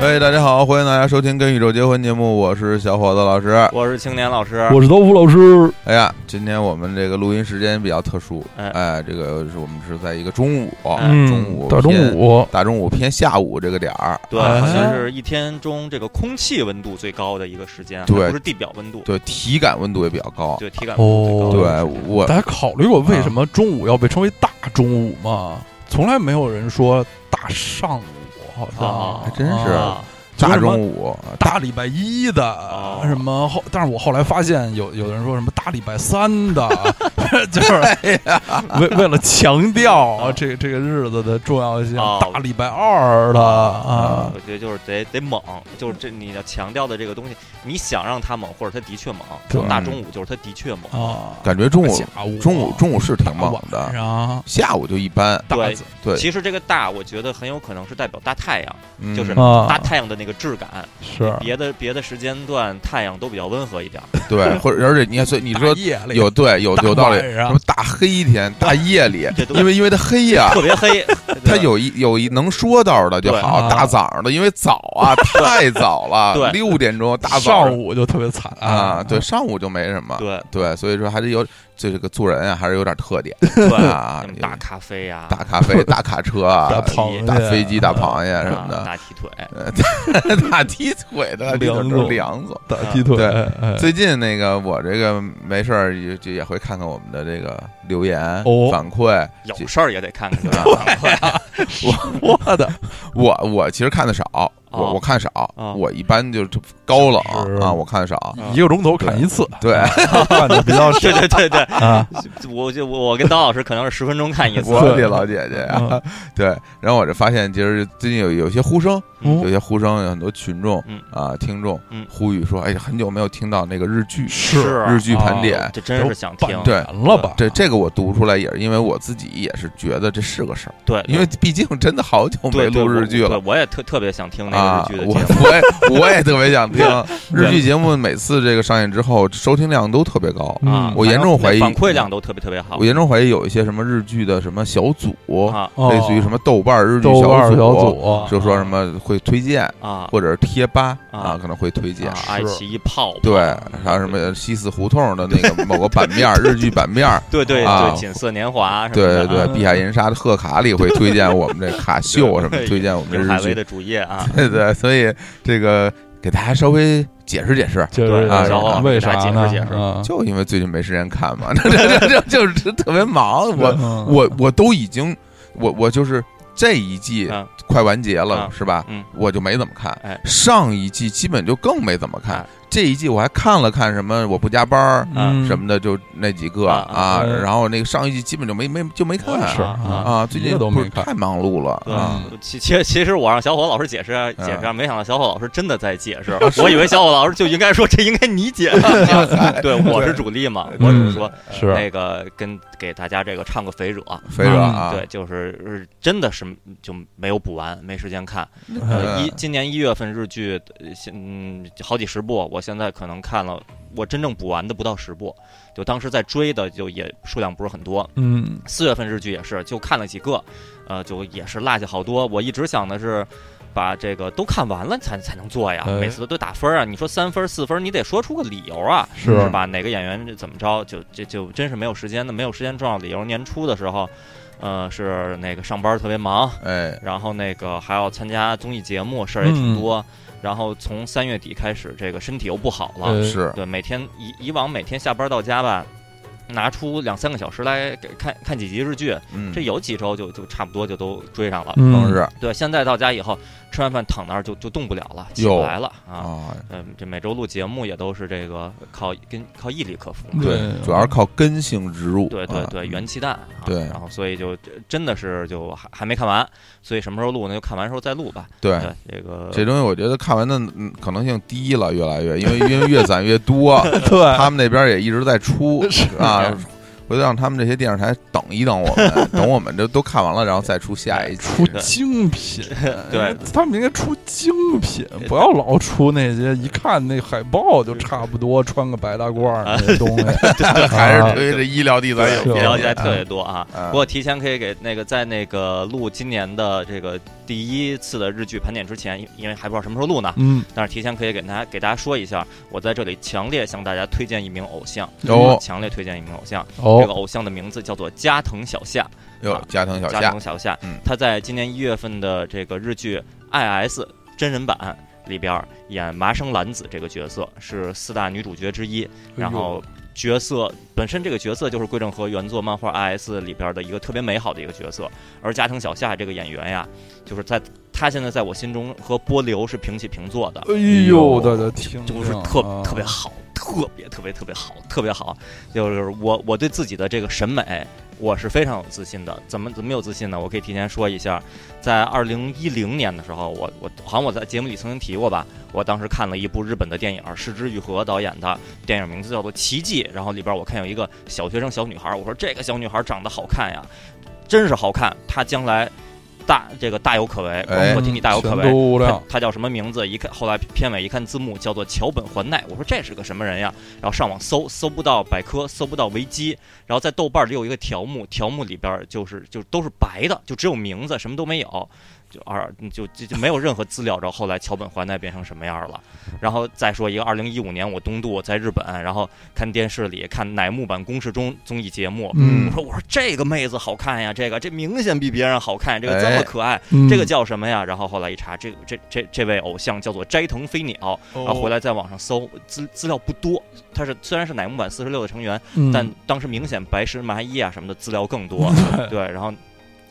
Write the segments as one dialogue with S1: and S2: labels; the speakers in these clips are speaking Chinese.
S1: 嗨，哎大家好，欢迎大家收听《跟宇宙结婚》节目，我是小伙子老师。
S2: 我是青年老师，
S3: 我是德福老师，
S1: 哎呀，今天我们这个录音时间比较特殊，
S2: 哎
S1: 哎，这个是我们是在一个中午，
S2: 嗯
S1: 中午
S3: 大中
S1: 偏
S3: 午，
S1: 大中午偏下午这个点儿，
S2: 对，
S3: 哎
S2: 好像是一天中这个空气温度最高的一个时间，
S1: 对
S2: 还不是地表温度，
S1: 对体感温度也比较高。
S2: 对，体感温度最
S3: 哦
S2: 高的
S1: 对
S2: 一个时间
S1: 我
S3: 大家考虑过为
S1: 啊
S3: 什么中午要被称为大中午吗？从来没有人说大上午，好像
S2: 啊
S1: 还真哦是
S3: 啊
S2: 啊，
S3: 就
S1: 大
S3: 是什么
S1: 中午，
S3: 大礼拜一的
S2: 哦
S3: 什么后，但是我后来发现有有的人说什么大礼拜三的， 就是为为了强调
S2: 啊
S3: 这个这个日子的重要性
S2: 哦，
S3: 大礼拜二的啊
S2: 我觉得就是得得猛，就是这你要强调的这个东西，你想让它猛，或者它的确猛，
S3: 对
S2: 大中午就是它的确猛，
S3: 啊，
S1: 感觉中午
S3: 下午
S1: 中午中午是挺
S3: 大
S1: 猛
S3: 晚
S1: 的，
S3: 上
S1: 下午就一般。
S3: 大
S2: 对
S3: 子
S1: 对，
S2: 其实这个大，我觉得很有可能是代表大太阳，
S1: 嗯
S2: 就是
S3: 啊
S2: 大太阳的那个质
S1: 啊
S2: 感。
S3: 是
S2: 别的别的时间段太阳都比较温和 一点，
S1: 对，或者而且你看，所以你
S3: 大
S1: 说
S3: 夜里
S1: 有对有
S3: 大
S1: 有道理，
S3: 晚
S1: 什
S3: 上
S1: 么大黑天、大夜 里
S2: 这，都
S1: 因为因为它黑呀，。
S2: 特别黑
S1: 它有一有一能说道的就
S2: 对
S1: 好，
S3: 啊
S1: 大早上的，因为早 啊，太早了，
S2: 对
S1: 六点钟大早
S3: 上
S1: 上
S3: 午就特别惨
S1: 啊，对，上午就没什么，
S2: 对
S1: 对，所以说还是有这这个做人啊，还是有点特点
S2: 对
S1: 啊
S2: 什嗯么，
S1: 有
S2: 大咖啡啊呀、
S1: 大咖 啡、大卡车
S3: 大
S1: 啊，
S3: 螃蟹、
S1: 大飞机、大螃蟹什
S2: 啊
S1: 么的，呃
S2: 大踢腿，
S1: 大踢腿 的，
S3: 梁
S1: 总
S3: 总
S1: 梁总。
S3: 大鸡腿，
S1: 对
S3: 哎
S1: 最近那个我这个没事儿也就也会看看我们的这个留言
S3: 哦
S1: 反馈，
S2: 有事儿也得看看。
S1: 啊
S3: 我的
S1: 我我其实看的少，我
S2: 哦
S1: 我看少，
S2: 哦嗯
S1: 我一般就是高冷
S3: 是
S1: 啊，我看少。
S3: 一个钟头看一次，
S1: 对
S3: 啊，看的比较少
S2: 对对对对，
S3: 啊，
S2: 我就我我跟刀老师可能是十分钟看一次。
S1: 我
S3: 对
S1: 的老姐姐呀、
S3: 嗯
S1: 对，然后我就发现，其实最近有有些呼声，有
S3: 嗯
S1: 些呼声，有很多群众
S2: 嗯
S1: 啊、听众
S2: 嗯
S1: 呼吁说，哎，很久没有听到那个日剧
S3: 是
S2: 是啊哦
S1: 日剧盘点，
S2: 这真是想听。
S1: 对
S3: 完了吧？
S1: 这这个我读出来也是因为我自己也是觉得这是个事儿，
S2: 对，
S1: 因为毕竟真的好久没
S2: 对对
S1: 录
S2: 我
S1: 日剧了
S2: 对，我也特特别想听那
S1: 啊
S2: 个日剧！的
S1: 我
S2: 节目。
S1: 我也我也特别想听日
S2: 对
S1: 剧节目，每次这个上映之后收听量都特别高，
S3: 嗯
S2: 啊，
S1: 我严重怀疑
S2: 反馈量都特别特别好
S1: 我。严重怀疑有一些什么日剧的什么小组，
S2: 啊
S3: 哦
S1: 类似于什么豆瓣儿日剧
S3: 豆瓣
S1: 组，啊
S3: 小组啊
S1: 就说什么会推荐。
S2: 啊
S1: 或者是贴吧啊，
S2: 啊
S1: 可能会推荐
S2: 啊。！爱奇艺泡泡
S1: 对，还有什么西四胡同的那个某个版面儿，日剧版面儿，
S2: 对对
S1: 啊
S2: 对，锦瑟年华什么
S1: 对
S2: 的，啊
S1: 对，
S3: 嗯
S1: 碧海银沙的贺卡里会推荐我们这卡秀什么，
S2: 对
S1: 推荐我们
S2: 林
S1: 这
S2: 海
S1: 日
S2: 威
S1: 剧，
S2: 的主页啊，
S1: 对对，所以这个给大家稍微解释解释，
S3: 就是
S1: 啊然后
S3: 为啥
S2: 给大家
S3: 呢
S2: 解释解释？
S3: 嗯
S1: 就因为最近没时间看嘛，这这这就是特别忙，我
S3: 嗯
S1: 我我都已经，我我就是这一季
S2: 嗯
S1: 快完结了，
S2: 嗯
S1: 是吧？
S2: 嗯
S1: 我就没怎么看。
S2: 哎
S1: 上一季基本就更没怎么看
S2: 哎，
S1: 这一季我还看了看什么，我不加班儿
S3: 嗯
S1: 啊什么的，就那几个
S2: 啊啊
S1: 啊。
S3: 嗯
S1: 然后那个上一季基本就没没就没看
S3: 是
S2: 啊
S1: 啊，最
S3: 一
S1: 近
S3: 个都
S1: 不
S3: 没
S1: 是
S3: 看
S1: 太忙碌了
S2: 对
S1: 啊。
S2: 其其其实我让小伙老师解释啊解释
S1: 嗯
S2: 啊，没想到小伙老师真的在解 释。我以为小伙老师就应该说这应该你解释，对，我是主力嘛，我只是说
S3: 是
S2: 那个跟给大家这个唱个肥惹，
S1: 肥热啊，
S2: 嗯
S3: 嗯
S2: 对，就是真的是就没有补完，没时间看。呃
S1: 嗯
S2: 一今年一月份日剧，呃现嗯好几十部，我现在可能看了，我真正补完的不到十部，就当时在追的就也数量不是很多。
S3: 嗯
S2: 四月份日剧也是，就看了几个，呃，就也是落下好多。我一直想的是，把这个都看完了才才能做呀，
S3: 哎
S2: 每次都打分啊。你说三分四分，你得说出个理由啊，
S3: 是
S2: 是吧？哪个演员怎么着，就这就真是没有时间的，没有时间重要理由。年初的时候，呃，是那个上班特别忙，
S1: 哎，
S2: 然后那个还要参加综艺节目，事儿也
S3: 嗯
S2: 挺多。然后从三月底开始，这个身体又不好了，
S3: 呃
S1: 是
S2: 对，每天以以往每天下班到家吧，拿出两三个小时来给看看几集日剧，
S1: 嗯，
S2: 这有几周就就差不多就都追上了。
S3: 嗯
S1: 能是
S2: 对，现在到家以后，吃完饭躺那儿就就动不了了，起
S1: 哟
S2: 不来了啊。
S1: 啊，
S2: 嗯，这每周录节目也都是这个靠跟靠毅力克服嘛。
S3: 对
S1: 主要是靠根性植入，
S2: 对对
S1: 啊
S2: 对，元气弹啊。
S1: 对
S2: 然后所以就真的是就还还没看完，所以什么时候录呢？就看完时候再录吧。
S1: 对
S2: 对，这个
S1: 这东西我觉得看完的嗯可能性低了，越来越，因为因为越攒越 多，
S3: 呃对
S1: 他们那边也一直在出啊，回头让他们这些电视台等一等我们，等我们这都看完了，然后再出下一
S3: 出
S1: 出。
S3: 精品，
S2: 对，
S3: 他们应该出精品，不要老出那些一看那海报就差不多，穿个白大褂儿
S2: 啊
S3: 那东西，
S1: 还是
S3: 啊
S1: 对这医疗地咱有
S3: 是
S2: 比
S3: 吧
S2: 了
S3: 疗地
S2: 解特别多啊
S1: 嗯。
S2: 不过提前可以给那个在那个录今年的这个第一次的日剧盘点之前，因因为还不知道什么时候录呢，
S3: 嗯，
S2: 但是提前可以给大家给大家说一下，我在这里强烈向大家推荐一名偶像，
S1: 哦
S2: 强烈推荐一名偶像，这个
S3: 哦，
S2: 偶像的名字叫做加藤小夏，
S1: 哟，加藤小
S2: 加
S1: 夏
S2: 藤小夏
S1: 嗯，
S2: 他在今年一月份的这个日剧《IS》真人版里边儿演麻生兰子这个角色，是四大女主角之一，然后角色本身这个角色就是桂正和原作漫画《IS》里边的一个特别美好的一个角色，而加藤小夏这个演员呀，就是在他现在在我心中和波流是平起平坐的，
S3: 哎呦，我的天，
S2: 就是特
S3: 啊
S2: 特别，好，特别特别特别好，特别好。就是我我对自己的这个审美，我是非常有自信的。怎么怎么有自信呢？我可以提前说一下，在二零一零年的时候，我我好像我在节目里曾经提过吧，我当时看了一部日本的电影，是枝裕和导演的电影，名字叫做《奇迹》。然后里边我看有一个小学生小女孩，我说这个小女孩长得好看呀，真是好看，她将来大这个大有可为。
S1: 哎
S2: 我替你大有可为。
S3: 无
S2: 他
S3: 量，
S2: 他叫什么名字？一看后来片尾一看字幕，叫做桥本环奈。我说这是个什么人呀？然后上网搜，搜不到百科，搜不到维基，然后在豆瓣里有一个条目，条目里边就是就都是白的，就只有名字，什么都没有。就二就就就没有任何资料，然后后来桥本环奈变成什么样了？然后再说一个，二零一五年我东渡在日本，然后看电视里看乃木坂公式中综艺节目，
S1: 嗯
S2: 我说我说这个妹子好看呀，这个这明显比别人好看，这个这么
S1: 哎
S2: 可爱，
S3: 嗯
S2: 这个叫什么呀？然后后来一查，这这这这位偶像叫做斋藤飞鸟，然啊后回来在网上搜资资料不多，他是虽然是乃木坂四十六的成员，
S3: 嗯
S2: 但当时明显白石麻衣啊什么的资料更多，对，然后。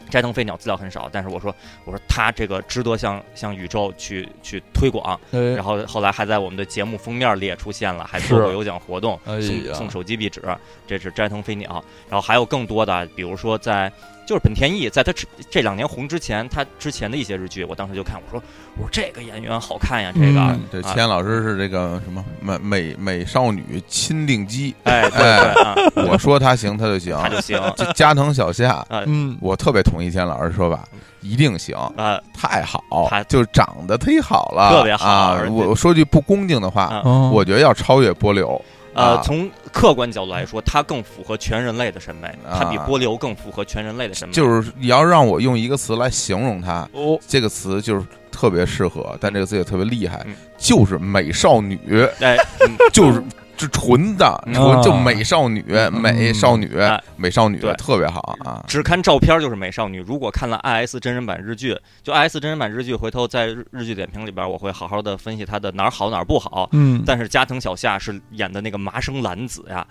S2: 斋藤飞鸟资料很少，但是我说我说他这个值得向向宇宙去去推广，
S3: 哎
S2: 然后后来还在我们的节目封面里也出现了，还做
S3: 是
S2: 过有奖活动，
S3: 哎
S2: 送
S3: 呀，
S2: 送手机壁纸，这是斋藤飞鸟，然后还有更多的，比如说在就是本田翼，在他这这两年红之前，他之前的一些日剧，我当时就看，我说我说这个演员好看呀，这个，
S3: 嗯
S1: 这
S2: 啊
S1: 千老师是这个什么美美美少女钦定机，
S2: 哎对对啊，
S1: 我说他行他就行。
S2: 他就行啊
S1: 这加藤小夏，
S3: 嗯，
S1: 我特别同意千老师说法，一定行，，
S2: 呃
S1: 太好
S2: 他，
S1: 就长得忒好了，
S2: 特别好
S1: 啊
S2: 而！且
S1: 我我说句不恭敬的话，
S2: 啊
S3: 嗯
S1: 我觉得要超越波流，
S2: 呃
S1: 啊，
S2: 从客观角度来说，他更符合全人类的审美，
S1: 啊
S2: 他比波流更符合全人类的审美，
S1: 就是你要让我用一个词来形容他，
S3: 哦，
S1: 这个词就是特别适合，但这个词也特别厉害
S2: 嗯，
S1: 就是美少女，
S2: 哎，嗯
S1: 就是这纯的
S2: 嗯
S1: 纯就美少女、
S2: 嗯
S1: 美少女、
S2: 哎
S1: 美少女
S2: 对
S1: 特别好啊！
S2: 只看照片就是美少女。如果看了 I S 真人版日剧，就 I S 真人版日剧，回头在日日剧点评里边，我会好好的分析它的哪儿好哪儿不好。
S3: 嗯，
S2: 但是加藤小夏是演的那个麻生兰子呀，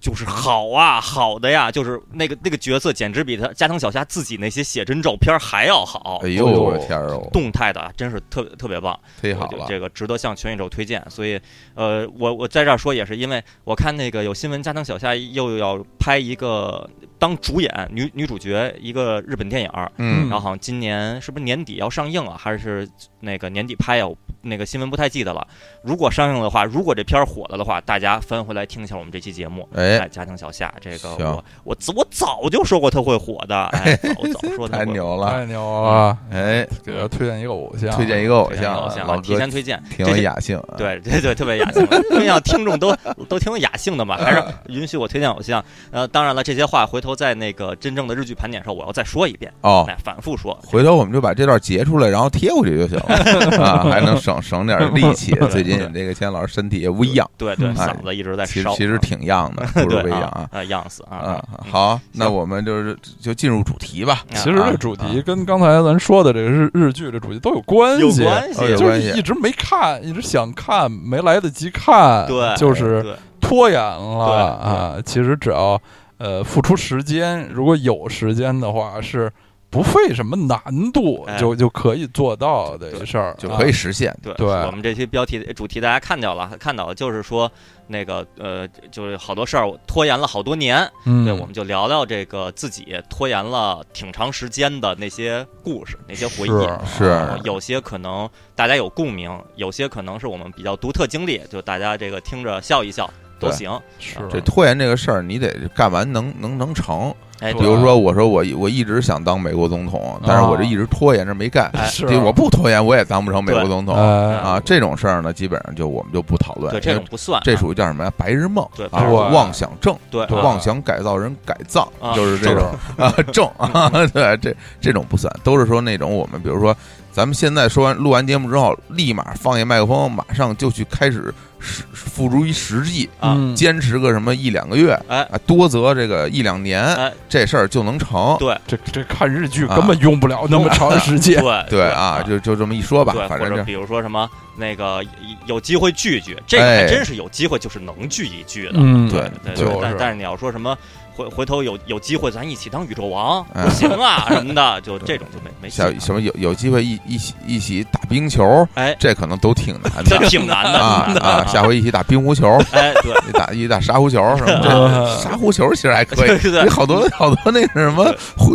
S2: 就是好啊，好的呀，就是那个那个角色简直比他加藤小夏自己那些写真照片还要好
S1: 哎，呦
S3: 哎呦
S1: 我天儿哦，
S2: 动态的啊真是特别特别棒。
S1: 忒好
S2: 我觉得
S1: 了！
S2: 这个值得向全宇宙推荐。所以，呃，我我在这儿说也是因为我看那个有新闻，加藤小夏又要拍一个当主演女女主角一个日本电影儿，
S1: 嗯
S2: 然后好像今年是不是年底要上映啊，还是那个年底拍呀、我那个新闻不太记得了。如果上映的话，如果这片儿火了的话，大家翻回来听一下我们这期节目。
S1: 哎，
S2: 哎，家庭小夏，这个
S1: 行
S2: 我我我早就说过他会火的，哎，早早说
S1: 太
S2: 他会火
S1: 牛了！
S3: 太牛了，
S1: 哎，
S3: 给他推荐一个偶像，
S1: 推荐一个偶
S2: 嗯推荐
S1: 像
S2: 偶
S1: 啊，
S2: 像啊，
S1: 老
S2: 提
S1: 哥
S2: 前推荐，
S1: 挺
S2: 这
S1: 有
S2: 些
S1: 雅兴啊。
S2: 对对对，特别雅兴， 推荐听众都都挺有雅兴的嘛，还是允许我推荐偶像。呃，当然了，这些话回头在那个真正的日剧盘点的时候，我要再说一遍，
S1: 哦，
S2: 哎，反复说。
S1: 回头我们就把这段截出来，然后贴过去就行了 啊，还能省省点力气。最近你这个千老师身体也微恙，
S2: 对对，
S3: 嗯
S2: 嗓子一直在
S1: 哎其实
S2: 烧，啊
S1: 其实挺恙 的，不是
S2: 对
S1: 微恙
S2: 啊
S1: 啊，
S2: 啊样子啊
S1: 啊。，好，那我们就是就进入主题吧。
S2: 啊
S3: 其实这主题跟刚才咱说的这个日日剧这主题都有关
S2: 有
S3: 系，
S2: 关系
S1: 哎，呦
S3: 就
S1: 关
S3: 是
S1: 系
S3: 一直没看，一直想看，没来得及看，
S2: 啊对
S3: 就是
S2: 对
S3: 拖延了啊。其实只要呃付出时间，如果有时间的话，是不费什么难度
S2: 哎
S3: 就就可以做到的一事儿，
S1: 就可以
S3: 啊
S1: 实现。
S2: 对，
S3: 对
S2: 我们这期标题主题大家看到了，看到了，就是说那个呃，就是好多事儿我拖延了好多年，
S3: 嗯，
S2: 对，我们就聊聊这个自己拖延了挺长时间的那些故事、那些回忆。啊
S1: 是
S2: 然后有些可能大家有共鸣，有些可能是我们比较独特经历，就大家这个听着笑一笑都
S1: 对
S2: 行。
S3: 是
S1: 啊
S3: 啊
S1: 这拖延这个事儿，你得干完能能能成，
S2: 哎，
S1: 比
S2: 对啊
S1: 如说，我说我我一直想当美国总统，但是我这一直拖延着没干。
S2: 哎
S3: 是啊
S1: 这我不拖延，我也当不成美国总统
S3: 哎
S1: 啊！这种事儿呢，基本上就我们就不讨论，
S2: 哎对
S1: 因
S2: 这
S1: 为
S2: 种不算，啊
S1: 这属于叫什么呀？白日梦，
S2: 对
S1: 啊，
S3: 对
S1: 妄想症，
S2: 对
S3: 对
S1: 妄想改造人改造，
S2: 啊
S1: 就是这 种啊症啊， 对，这这种不算，都是说那种我们比如说，咱们现在说完录完节目之后，立马放下麦克风，马上就去开始实付诸于实际，
S2: 啊
S3: 嗯
S1: 坚持个什么一两个月，
S2: 哎
S1: 啊，多则这个一两年，
S2: 哎，
S1: 这事儿就能成。
S2: 对
S3: 这这看日剧
S1: 啊
S3: 根本用不了那么长 时间。
S2: 对
S1: 对啊，就就这么一说吧
S2: 对，，
S1: 反
S2: 或
S1: 正
S2: 者
S1: 这
S2: 比如说什么那个有机会聚一聚，这个
S1: 哎
S2: 还真是有机会，就是能聚一聚的。
S3: 嗯
S1: 对
S2: 对
S3: 就是
S2: 对，但但是你要说什么回回头有有机会咱一起当宇宙王
S1: 哎
S2: 不行啊什么的，就这种就没没戏
S1: 下
S2: 了。
S1: 什么有有机会一一起一起打冰球，
S2: 哎，
S1: 这可能都挺难
S2: 这
S1: 的
S2: 挺难的
S1: 啊
S2: 真的
S1: 啊！下回一起打冰壶球，
S2: 哎， 对
S1: 你打一打沙壶球什么
S3: 啊
S1: 的，沙壶球其实还可以
S2: 对。嗯对对
S1: 有好多好多那是什么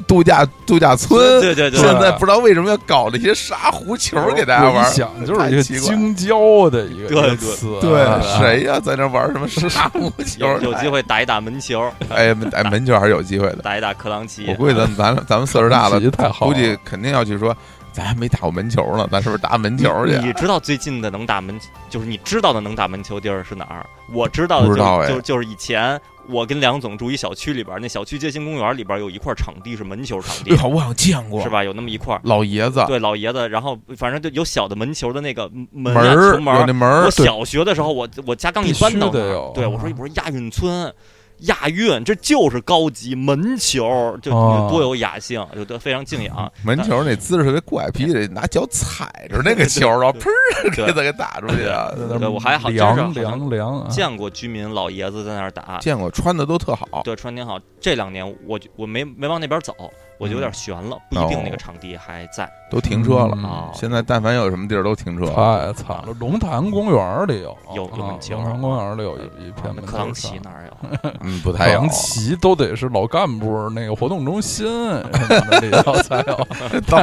S1: 度假度假村，
S2: 对对对
S1: 现
S2: 对，
S1: 在不知道为什么要搞这些沙壶球给大家
S3: 我
S1: 玩
S3: 一
S1: 儿。
S3: 想就是一个
S1: 太奇怪
S3: 京郊的一个
S2: 对
S3: 一个
S2: 对
S3: 词，啊
S1: 对，谁呀在那玩儿什么沙壶球？
S2: 有有机会打一打门球，
S1: 哎，哎，门球还是有机会的。
S2: 打一打克朗奇
S1: 我，估计咱咱咱们岁数大了
S3: 这，集太好啊
S1: 估
S3: 了，
S1: 计肯定要去说，咱还没打过门球呢，咱是不是打门球去
S2: 你
S1: 啊？
S2: 知道最近的能打门，就是你知道的能打门球地儿是哪儿？我知道的
S1: 不
S2: 就
S1: 知道哎
S2: 就就是以前我跟梁总住一小区里边儿，那小区街心公园里边儿有一块场地是门球场地
S1: 哎，呦，我好像见过
S2: 是，吧？有那么一块儿，
S1: 老爷子
S2: 对老爷子，然后反正就有小的门球的那个门
S1: 门
S2: 啊球
S1: 儿
S2: 门
S1: 有
S2: 儿。
S1: 那门儿
S2: 我，小学的时候，我我家刚一搬到
S3: 必
S2: 那
S3: 须得
S2: 儿
S3: 有，
S2: 对我说我说亚运村。亚运，这就是高级门球，就
S3: 哦
S2: 多有雅兴，就都非常敬仰。
S1: 门球那姿势特别怪，必须得拿脚踩着那个球， 然后砰给
S2: 对，
S1: 它给打出去啊！
S3: 在那儿
S2: 对我还好真是
S3: 凉
S2: 好像
S3: 凉凉
S1: 嗯
S3: 啊，
S2: 见过居民老爷子在那儿打，
S1: 见过穿的都特好，
S2: 对，川挺好。这两年我就我没没往那边走，我就有点悬了，不一定那
S1: 哦
S2: 个场地还在。
S1: 都停车了。
S3: 嗯
S2: 啊
S1: 现在但凡有什么地儿都停车了，
S3: 太惨了！龙潭公园里有
S2: 有有
S3: 啊
S2: 门球
S3: 龙潭公园里有一一片
S2: 那
S3: 门
S2: 克
S3: 球
S2: 朗奇
S3: 场。
S2: 哪儿有？
S1: 嗯，不
S3: 太
S1: 太有
S3: 阳，旗都得是老干部那个活动中心什么的里头才有，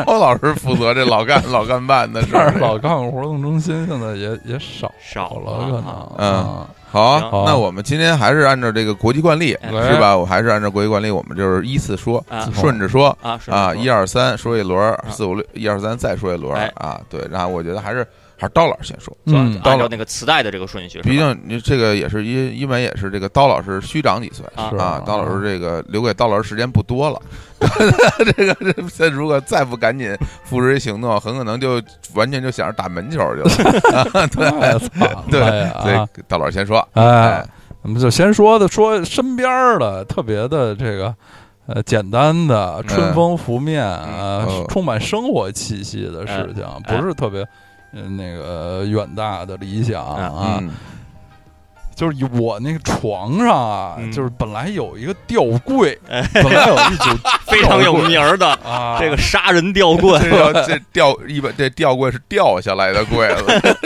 S1: 刀老师负责这老干老干办的事
S3: 但
S1: 儿
S3: 是。老干部活动中心现在也也少
S2: 少
S3: 了，可能
S2: 啊。
S1: 嗯
S3: 啊
S1: 好啊，
S3: 行
S1: 那我们今天还是按照这个国际惯例，
S2: 哎
S1: 是吧？我还是按照国际惯例，我们就是依次说，
S2: 啊
S1: 顺着说，
S2: 啊是
S1: 啊，一
S2: 二
S1: 二三说一轮儿，四五六一二三再说一轮儿
S2: 啊哎
S1: 啊，对，然后我觉得还是还是刀老师先说，
S3: 嗯
S2: 按
S1: 到了
S2: 照那个磁带的这个顺序，
S1: 毕
S2: 是吧
S1: 竟你这个也是因因为也是这个刀老师虚长几岁
S2: 啊
S3: 是
S1: 啊，刀老师这个留给刀老师时间不多了， 这个这这如果再不赶紧付诸于行动，很可能就完全就想着打门球去了，
S3: 太惨了
S1: 对
S3: 呀
S1: 所以刀老师先说，
S3: 啊哎，我们就先说的说身边儿的特别的这个。呃，简单的
S2: 嗯
S3: 春风拂面，
S1: 嗯
S3: 呃
S1: 哦，
S3: 充满生活气息的事情，
S2: 哎
S3: 不是特别，呃那个呃远大的理想啊。
S1: 嗯
S3: 就是以我那个床上啊，
S2: 嗯
S3: 就是本来有一个吊柜，
S2: 哎
S3: 本来有一 组
S2: 非常有名儿的
S3: 啊，
S2: 这个杀人吊棍，
S1: 这叫这吊一般这吊柜是吊下来的柜子，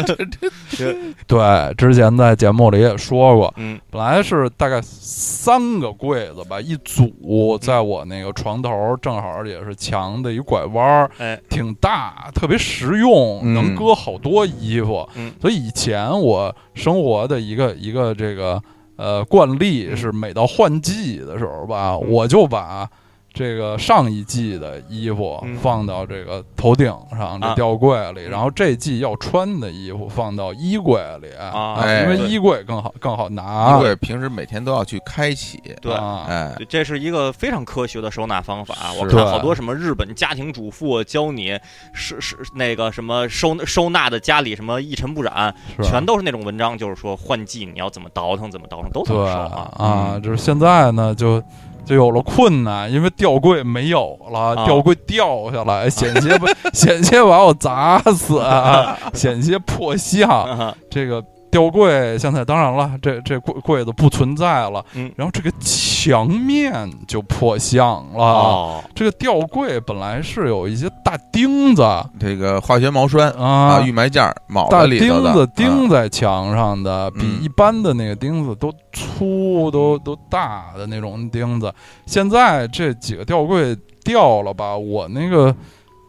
S3: 对，之前在节目里也说过，
S2: 嗯
S3: 本来是大概三个柜子吧，一
S2: 嗯
S3: 组在我那个床头，正好也是墙的一拐弯儿，
S2: 哎
S3: 挺大，特别实用，
S1: 嗯
S3: 能搁好多衣服。
S2: 嗯
S3: 所以以前我生活的一个一个这个呃惯例是，每到换季的时候吧，
S2: 嗯
S3: 我就把这个上一季的衣服
S2: 嗯
S3: 放到这个头顶上这
S2: 啊
S3: 吊柜里，然后这季要穿的衣服放到衣柜里
S2: 啊
S3: 因为
S2: 对
S3: 衣柜更好更好拿
S1: 因。为平时每天都要去开启，
S2: 对。
S3: 啊，
S1: 哎，
S2: 这是一个非常科学的收纳方法，啊
S1: 是
S2: 我看好多什么日本家庭主妇教你是是那个什么收收纳的家里什么一尘不染，
S3: 是吧
S2: 全都是那种文章，就是说换季你要怎么倒腾，怎么倒腾都怎
S3: 对
S2: 么说啊。
S3: 啊，
S1: 嗯
S3: 就是现在呢，就就有了困难，因为吊柜没有了，
S2: 啊
S3: 吊柜掉下来，险些 把险些把我砸死啊，险些破 相。
S2: 啊
S3: 这个吊柜现在当然了，这这柜柜子不存在了，
S2: 嗯
S3: 然后这个墙面就破相了。
S2: 哦，
S3: 这个吊柜本来是有一些大钉子啊
S1: 这个化学毛栓啊，
S3: 啊
S1: 预埋件儿铆
S3: 大
S1: 在里头
S3: 钉
S1: 的，
S3: 子
S1: 嗯
S3: 钉在墙上的，比
S1: 嗯
S3: 一般的那个钉子都粗、都都大的那种钉子。现在这几个吊柜掉了吧，我那个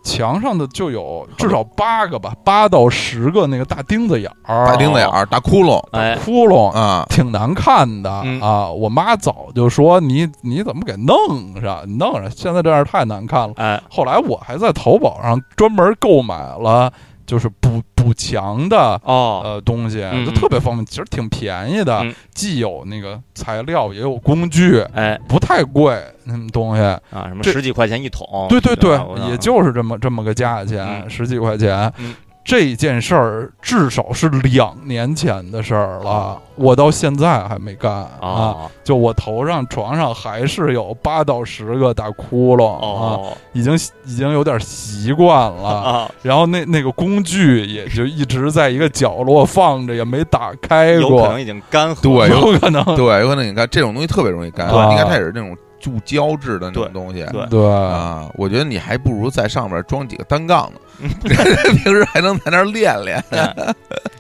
S3: 墙上的就有至少八个吧，八到十个那个大钉子眼儿，
S1: 大钉子眼儿、大窟窿
S2: 哎，
S3: 窟窿，
S1: 啊，
S3: 挺难看的、
S2: 嗯
S3: 啊！我妈早就说你你怎么给弄上？你弄上，现在这样太难看了。
S2: 哎，
S3: 后来我还在淘宝上专门购买了，就是补补墙的
S2: 哦，
S3: 呃东西，
S2: 嗯
S3: 就特别方便，其实挺便宜的，
S2: 嗯
S3: 既有那个材料，也有工具，
S2: 哎
S3: 不太贵，嗯，东西。
S2: 啊，什么
S3: 这
S2: 十几块钱一桶？
S3: 对对对
S2: 吧啊我，
S3: 也就是这么这么个价钱，
S2: 嗯
S3: 十几块钱。
S2: 嗯
S3: 这件事儿至少是两年前的事儿了
S2: 哦，
S3: 我到现在还没干啊。
S2: 哦
S3: 就我头上、床上还是有八到十个大窟窿啊，
S2: 哦
S3: 已经已经有点习惯了。
S2: 啊，
S3: 然后那那个工具也就一直在一个角落放着，也没打开
S2: 有可
S3: 过
S2: 能，已经干涸。
S1: 对有
S3: 有可 能
S1: 对，有可能你看这种东西特别容易干，
S3: 对
S1: 应该它也是那种注胶质的那种
S2: 对
S1: 东西。
S2: 对
S3: 对
S1: 啊，我觉得你还不如在上面装几个单杠呢， 平时还能在那儿练练。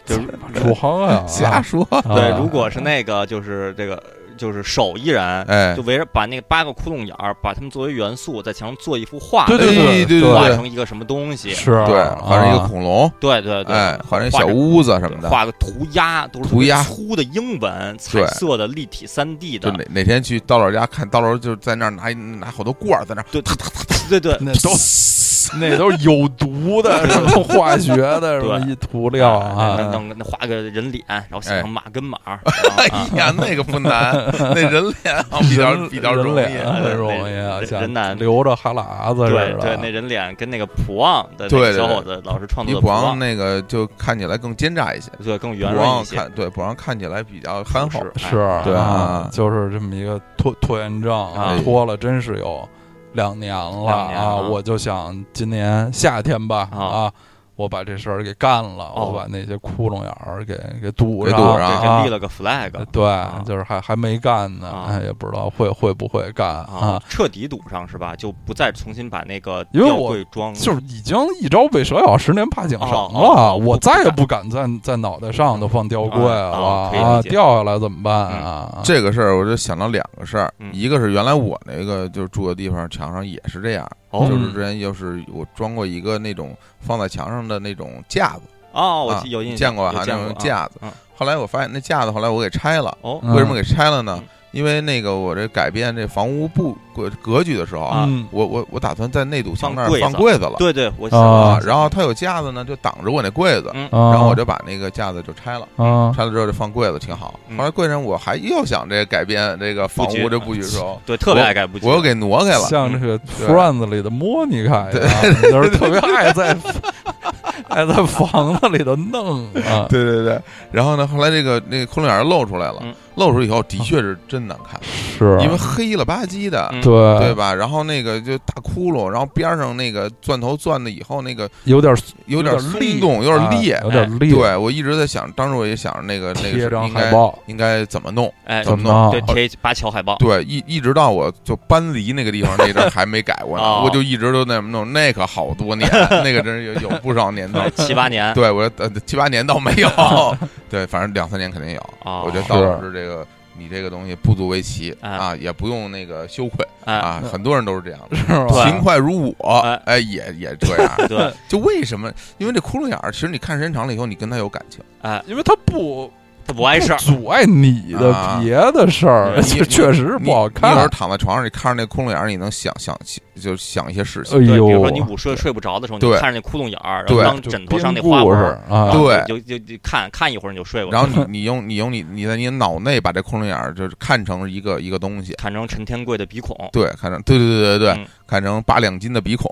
S2: 就是
S3: 楚航啊，
S1: 瞎说，
S3: 啊
S2: 对，如果是那个，就是这个，就是手艺人，
S1: 哎
S2: 就，围着把那个八个窟窿眼儿，把它们作为元素，在墙上做一幅画，
S3: 对对
S1: 哎对
S3: 对
S2: 画
S1: 对
S2: 成一个什么东西？
S3: 是
S1: 对，画成 一个
S3: 啊
S1: 恐龙，
S2: 对对对，
S1: 哎，画成一
S2: 画
S1: 小
S2: 个
S1: 屋子什么的。
S2: 画个涂鸦，都是
S1: 涂鸦
S2: 粗的英文，彩色的立体三 D
S1: 就
S2: 的，
S1: 哪哪天去到老家看，到老就在那儿拿一拿好多罐儿在那儿
S2: 对对对
S3: 那都那都是有毒的，什么化学的，什么
S2: 对
S3: 一涂料
S2: 哎
S3: 啊，
S2: 弄弄画个人脸，然后写
S1: 哎
S2: 上马跟马 儿，
S1: 哎
S2: 啊
S1: 呀，那个不难，那人脸啊比较
S3: 人
S1: 比较容易
S3: 人。脸很容易啊，
S2: 人
S3: 像
S2: 人男
S3: 留着哈喇子似
S2: 对对
S3: 的，，
S2: 那人脸跟那个普旺的那
S1: 对对对
S2: 个小伙子老师创
S1: 比
S2: 作
S1: 普
S2: 的普
S1: 昂
S2: 旺，
S1: 那个就看起来更奸诈一些，
S2: 对更
S1: 普
S2: 圆润
S1: 昂
S2: 一些，
S1: 看对普昂看起来比较憨厚
S2: 是，哎
S3: 是
S1: 对
S3: 啊
S1: 啊，
S3: 就是这么一个拖拖延症啊
S1: 哎，
S3: 拖了真是有两年了
S2: 两年
S3: 啊！
S2: 了
S3: 我就想今年夏天吧
S2: 啊
S3: 啊，我把这事儿给干了，
S2: 哦
S3: 我把那些窟窿眼儿给给堵
S1: 给
S3: 上，
S1: 堵上
S2: 对，
S1: 啊
S2: 给立了个 flag
S3: 对，就是还还没干呢
S2: 啊，
S3: 哎也不知道会会不会干啊
S2: 啊，，彻底堵上是吧？就不再重新把那个
S3: 因为
S2: 吊
S3: 我
S2: 柜装，
S3: 就是已经一朝被蛇咬，十年怕井绳
S2: 哦哦
S3: 了。
S2: 哦
S3: 我
S2: 不
S3: 再也
S2: 敢
S3: 不敢在在脑袋上头放吊柜
S2: 啊
S3: 了
S2: 啊可以
S3: 啊！
S2: 理解
S3: 掉下来怎么办啊？
S1: 这个事儿我就想到两个事儿，
S2: 嗯
S1: 一个是原来我那个就是住的地方墙上也是这样，
S2: 哦
S1: 就是之前就是我装过一个那种放在墙上的那种架子，
S2: 哦，我
S1: 啊
S2: 记有印
S1: 你
S2: 象，
S1: 见过吧
S2: 有
S1: 那
S2: 见
S1: 种
S2: 过啊
S1: 架子
S2: 嗯。
S1: 后来我发现那架子后来我给拆了，
S2: 哦
S3: 嗯
S1: 为什么给拆了呢
S2: 嗯？
S1: 因为那个我这改变这房屋布格格局的时候啊，
S3: 嗯
S1: 我我我打算在那堵墙那
S2: 放
S1: 儿
S2: 柜子
S1: 放柜子了，
S2: 对对，我
S3: 啊
S1: 啊
S2: 想，
S1: 然后啊它有架子呢，就挡着我那柜子，
S2: 嗯
S3: 然
S1: 然后我就把那个架子就拆了。
S3: 啊
S1: 拆了之后就放柜子，挺好。
S2: 嗯
S1: 后来柜上我还又想这改变这个房
S2: 布
S1: 屋
S2: 局
S1: 这布局的时候，
S2: 对，特别爱盖布局，
S1: 我又给挪开了。嗯
S3: 像这个 Friends 里的莫妮卡一样，就是特别爱在 爱在房子里头弄啊。
S1: 对对对，然后呢，后来这个那个窟窿眼儿露出来了
S2: 嗯，
S1: 露出以后的确是真难看，
S3: 是，啊
S1: 因为黑了吧唧的，
S2: 嗯
S1: 对
S3: 对，
S1: 吧？然后那个就大窟窿，然后边上那个钻头钻的以后那个
S3: 有点
S1: 有
S3: 点
S1: 点松动，有
S3: 有
S1: 点裂。
S3: 有点裂。
S1: 对我一直在想，当时我也想那个那个
S3: 贴
S1: 是
S3: 张
S1: 应
S3: 海
S1: 该
S3: 报
S1: 应该怎么弄，
S2: 哎，
S1: 怎么弄
S3: 弄
S2: 对，贴一八桥海报，
S1: 对，一一直到我就搬离那个地方那阵儿还没改过呢，
S2: 哦
S1: 我就一直都那么弄，那可好多年，那个真是有有不少年头
S2: 对。七八年，
S1: 对我呃七八年倒没有，对，反正两三年肯定有。
S2: 哦
S1: 我觉得
S3: 是
S1: 倒老师这个你这个东西不足为奇
S2: 哎
S1: 啊，也不用那个羞愧
S2: 哎，
S1: 啊，很多人都是这样的。
S3: 是吧？
S2: 对
S1: 勤快如我
S2: 哎，
S1: 哎，也也这样。
S2: 对，
S1: 就为什么？因为这窟窿眼儿，其实你看时间长了以后，你跟他有感情。
S2: 哎，
S3: 因为他不
S2: 他不碍事儿，
S3: 阻碍你的
S1: 啊
S3: 别的事儿，
S2: 对
S1: 你
S3: 这确实
S1: 你
S3: 不好
S1: 你有时
S3: 看。
S1: 候躺在床上，你看着那窟窿眼儿，你能想想就想一些事情。
S3: 哎
S2: 对，
S3: 呦，
S2: 比如说你午睡睡不着的时候，你
S1: 对
S2: 看着那窟窿眼儿，然后
S1: 对
S2: 当
S3: 就
S2: 枕头上那
S3: 哎编
S2: 花
S3: 故
S2: 纹
S3: 事
S2: 儿，
S3: 啊，
S2: 然后
S1: 对
S2: 你就就就看看一会儿你就睡过去
S1: 然
S2: 了，
S1: 后你 你用你用你你在你脑内把这窟窿眼儿就是看成一个一个东西，
S2: 看成陈天贵的鼻孔，
S1: 对，看成对对对对对，
S2: 嗯
S1: 看成八两金的鼻孔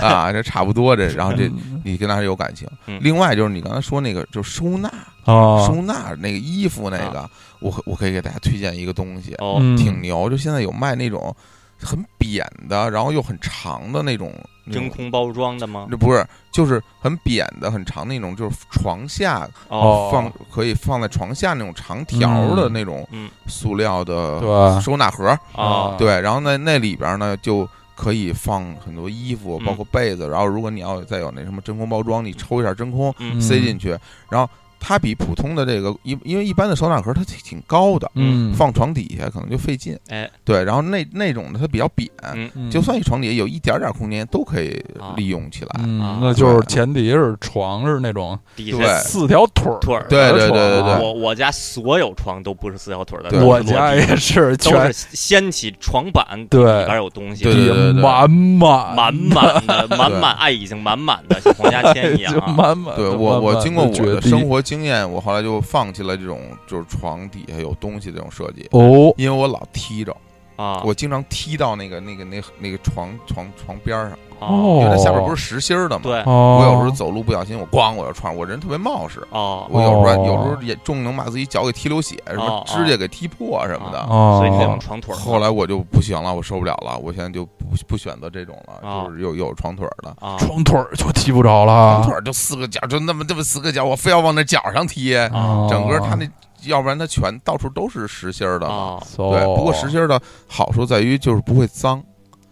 S1: 啊，这差不多这，然后这
S3: 嗯
S1: 你跟他是有感情。
S2: 嗯
S1: 另外就是你刚才说那个就收纳、
S3: 啊，
S1: 收纳那个衣服那
S2: 啊
S1: 个，我可我可以给大家推荐一个东西，
S2: 哦，
S3: 嗯
S1: 挺牛，就现在有卖那种很扁的，然后又很长的那种那
S2: 真
S1: 种。
S2: 空包装的吗？
S1: 这不是，就是很扁的、很长的那种，就是床下
S2: 哦，
S1: 放可以放在床下那种长条的
S3: 嗯
S1: 那种
S2: 嗯
S1: 塑料的
S3: 对
S1: 收纳盒，
S2: 哦，
S1: 啊对，然后那那里边呢就可以放很多衣服，
S2: 嗯
S1: 包括被子，然后如果你要再有那什么真空包装，你抽一下真空
S2: 嗯
S1: 塞进去，然后它比普通的这个因因为一般的手打壳它挺挺高的，
S3: 嗯，
S1: 放床底下可能就费劲。
S2: 哎，
S1: 对，然后那那种的它比较扁，
S2: 嗯，
S3: 嗯
S1: 就算一床底下有一点点空间都可以
S2: 啊
S1: 利用起来。
S3: 嗯，
S2: 啊
S3: 那就是前提是床是那种
S2: 底
S1: 对
S2: 下
S3: 四条腿儿
S2: 腿儿
S1: 对
S3: 的
S1: 对
S3: 床
S1: 对对
S3: 啊
S1: 对
S2: 我我家所有床都不是四条腿儿的，
S1: 对
S2: 都是
S3: 我
S2: 落地
S3: 家也是
S2: 都
S3: 全
S2: 是掀起床板，里
S3: 对
S2: 边有东西，
S1: 对对对对对
S3: 满满
S2: 满满 的，满满爱已经满满的，像黄家千一样
S3: 就
S2: 啊。
S3: 满满的
S1: 对我，
S3: 满
S1: 我
S3: 满
S1: 经过我
S3: 决
S1: 的
S3: 堤
S1: 生活经验，我后来就放弃了这种就是床底下有东西这种设计，
S3: 哦，
S1: 因为我老踢着，
S2: 啊，
S1: 我经常踢到那个那个那那个床床床边儿上，
S2: 哦
S1: 因为
S3: 哦
S1: 它下边不是实心儿的嘛。
S2: 对，
S1: 我
S3: 我
S1: 有时候走路不小心，我咣我就撞，我人特别冒失。
S2: 哦，
S1: 我有时候
S3: 哦
S1: 有时候也重能把自己脚给踢流血，什么
S2: 哦
S1: 指甲给踢破什么的。
S3: 哦，
S2: 所以你得用床腿儿。
S1: 后来我就不行了，我受不了了，我现在就不不选择这种了，
S2: 哦
S1: 就是有有床腿儿的。
S2: 啊，
S3: 床腿儿就踢不着了，
S1: 床腿儿就四个角，就那么这么四个角，我非要往那角上踢，
S2: 啊
S3: 哦
S1: 整个它那，要不然它全到处都是实心儿的。
S2: 啊
S1: 对，不过实心儿的好处在于就是不会脏，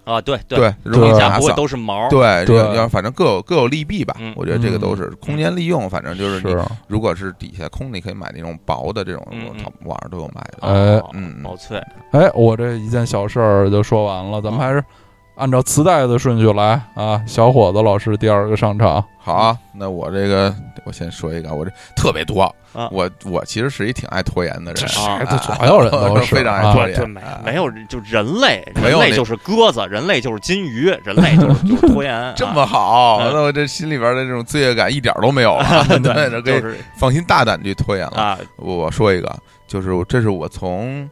S2: 啊，对，
S1: 容易
S3: 对
S2: 家
S1: 打
S2: 不会
S1: 扫。
S2: 都是毛儿，
S1: 对，
S3: 对
S1: 要反正各有各有利弊吧
S2: 嗯。
S1: 我觉得这个都是空间利用，反正就是你
S3: 是，
S1: 如果是底下空，你可以买那种薄的这种，
S2: 嗯
S1: 我
S2: 嗯
S1: 淘网上都有卖的。
S3: 哎
S2: 哦
S1: 嗯
S2: 薄脆，
S3: 哎，我这一件小事儿就说完了，咱
S2: 哦
S3: 们还是按照磁带的顺序来啊，小伙子老师第二个上场，
S1: 好啊，那我这个我先说一个，我这特别多
S2: 啊。
S1: 我我其实是一挺爱拖延的人
S3: 这是
S2: 啊
S3: 这所有 人都是
S1: 哎非常爱
S3: 啊
S1: 拖
S2: 对
S1: 延
S2: 对，没
S1: 哎
S2: 没有人就人类，
S1: 没有
S2: 人类
S1: 那
S2: 就是鸽子，人类就是金鱼，人类就是就是拖延，啊
S1: 这么好，
S2: 嗯
S1: 那我这心里边的这种罪恶感一点都没有 了，对，这可
S2: 就
S1: 以
S2: 是
S1: 放心大胆地去拖延了。
S2: 啊，
S1: 我说一个，就是我这是我从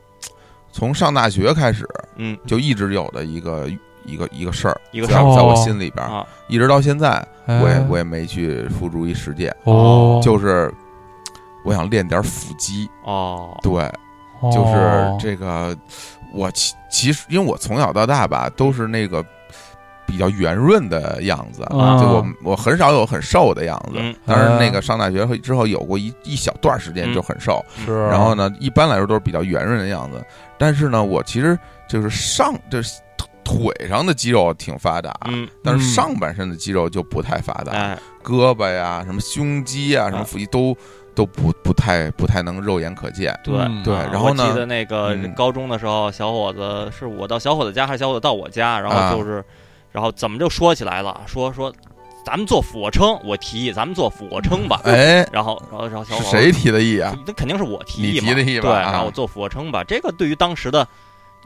S1: 从上大学开始
S2: 嗯，
S1: 就一直有的一个一个一个事儿，
S2: 一个
S1: 在
S2: 事儿
S3: 哦
S1: 在我心里边，
S2: 啊，
S1: 一直到现在，我也
S3: 哎
S1: 我也没去付诸于实践，
S3: 哦，
S1: 就是我想练点腹肌，
S2: 哦，
S1: 对，
S3: 哦
S1: 就是这个我其其实因为我从小到大吧都是那个比较圆润的样子。
S3: 啊
S1: 就我我很少有很瘦的样子，
S2: 嗯
S1: 当然那个上大学会之后有过一一小段时间就很瘦，
S3: 是，
S1: 然后呢，一般来说都是比较圆润的样子。但是呢，我其实就是上就是腿上的肌肉挺发达，
S2: 嗯，
S1: 但
S3: 嗯
S1: 是上半身的肌肉就不太发达，
S2: 哎，
S1: 胳膊呀、什么胸肌啊、什么腹肌都都不不太不太能肉眼可见。
S2: 对
S3: 嗯
S1: 对
S2: 啊
S1: 然后呢
S2: 我记得那个
S1: 嗯
S2: 高中的时候，小伙子是我到小伙子家还是小伙子到我家，然
S1: 啊
S2: 后就是，然后怎么就说起来了，说说咱们做俯卧撑，我提议咱们做俯卧撑吧，
S1: 哎，
S2: 然后然后然后嗯小
S1: 是
S2: 伙子
S1: 谁提的议啊？
S2: 那肯定是我提
S1: 你
S2: 议嘛，
S1: 提的议吧
S2: 对，
S1: 啊
S2: 然后我做俯卧撑吧。这个对于当时的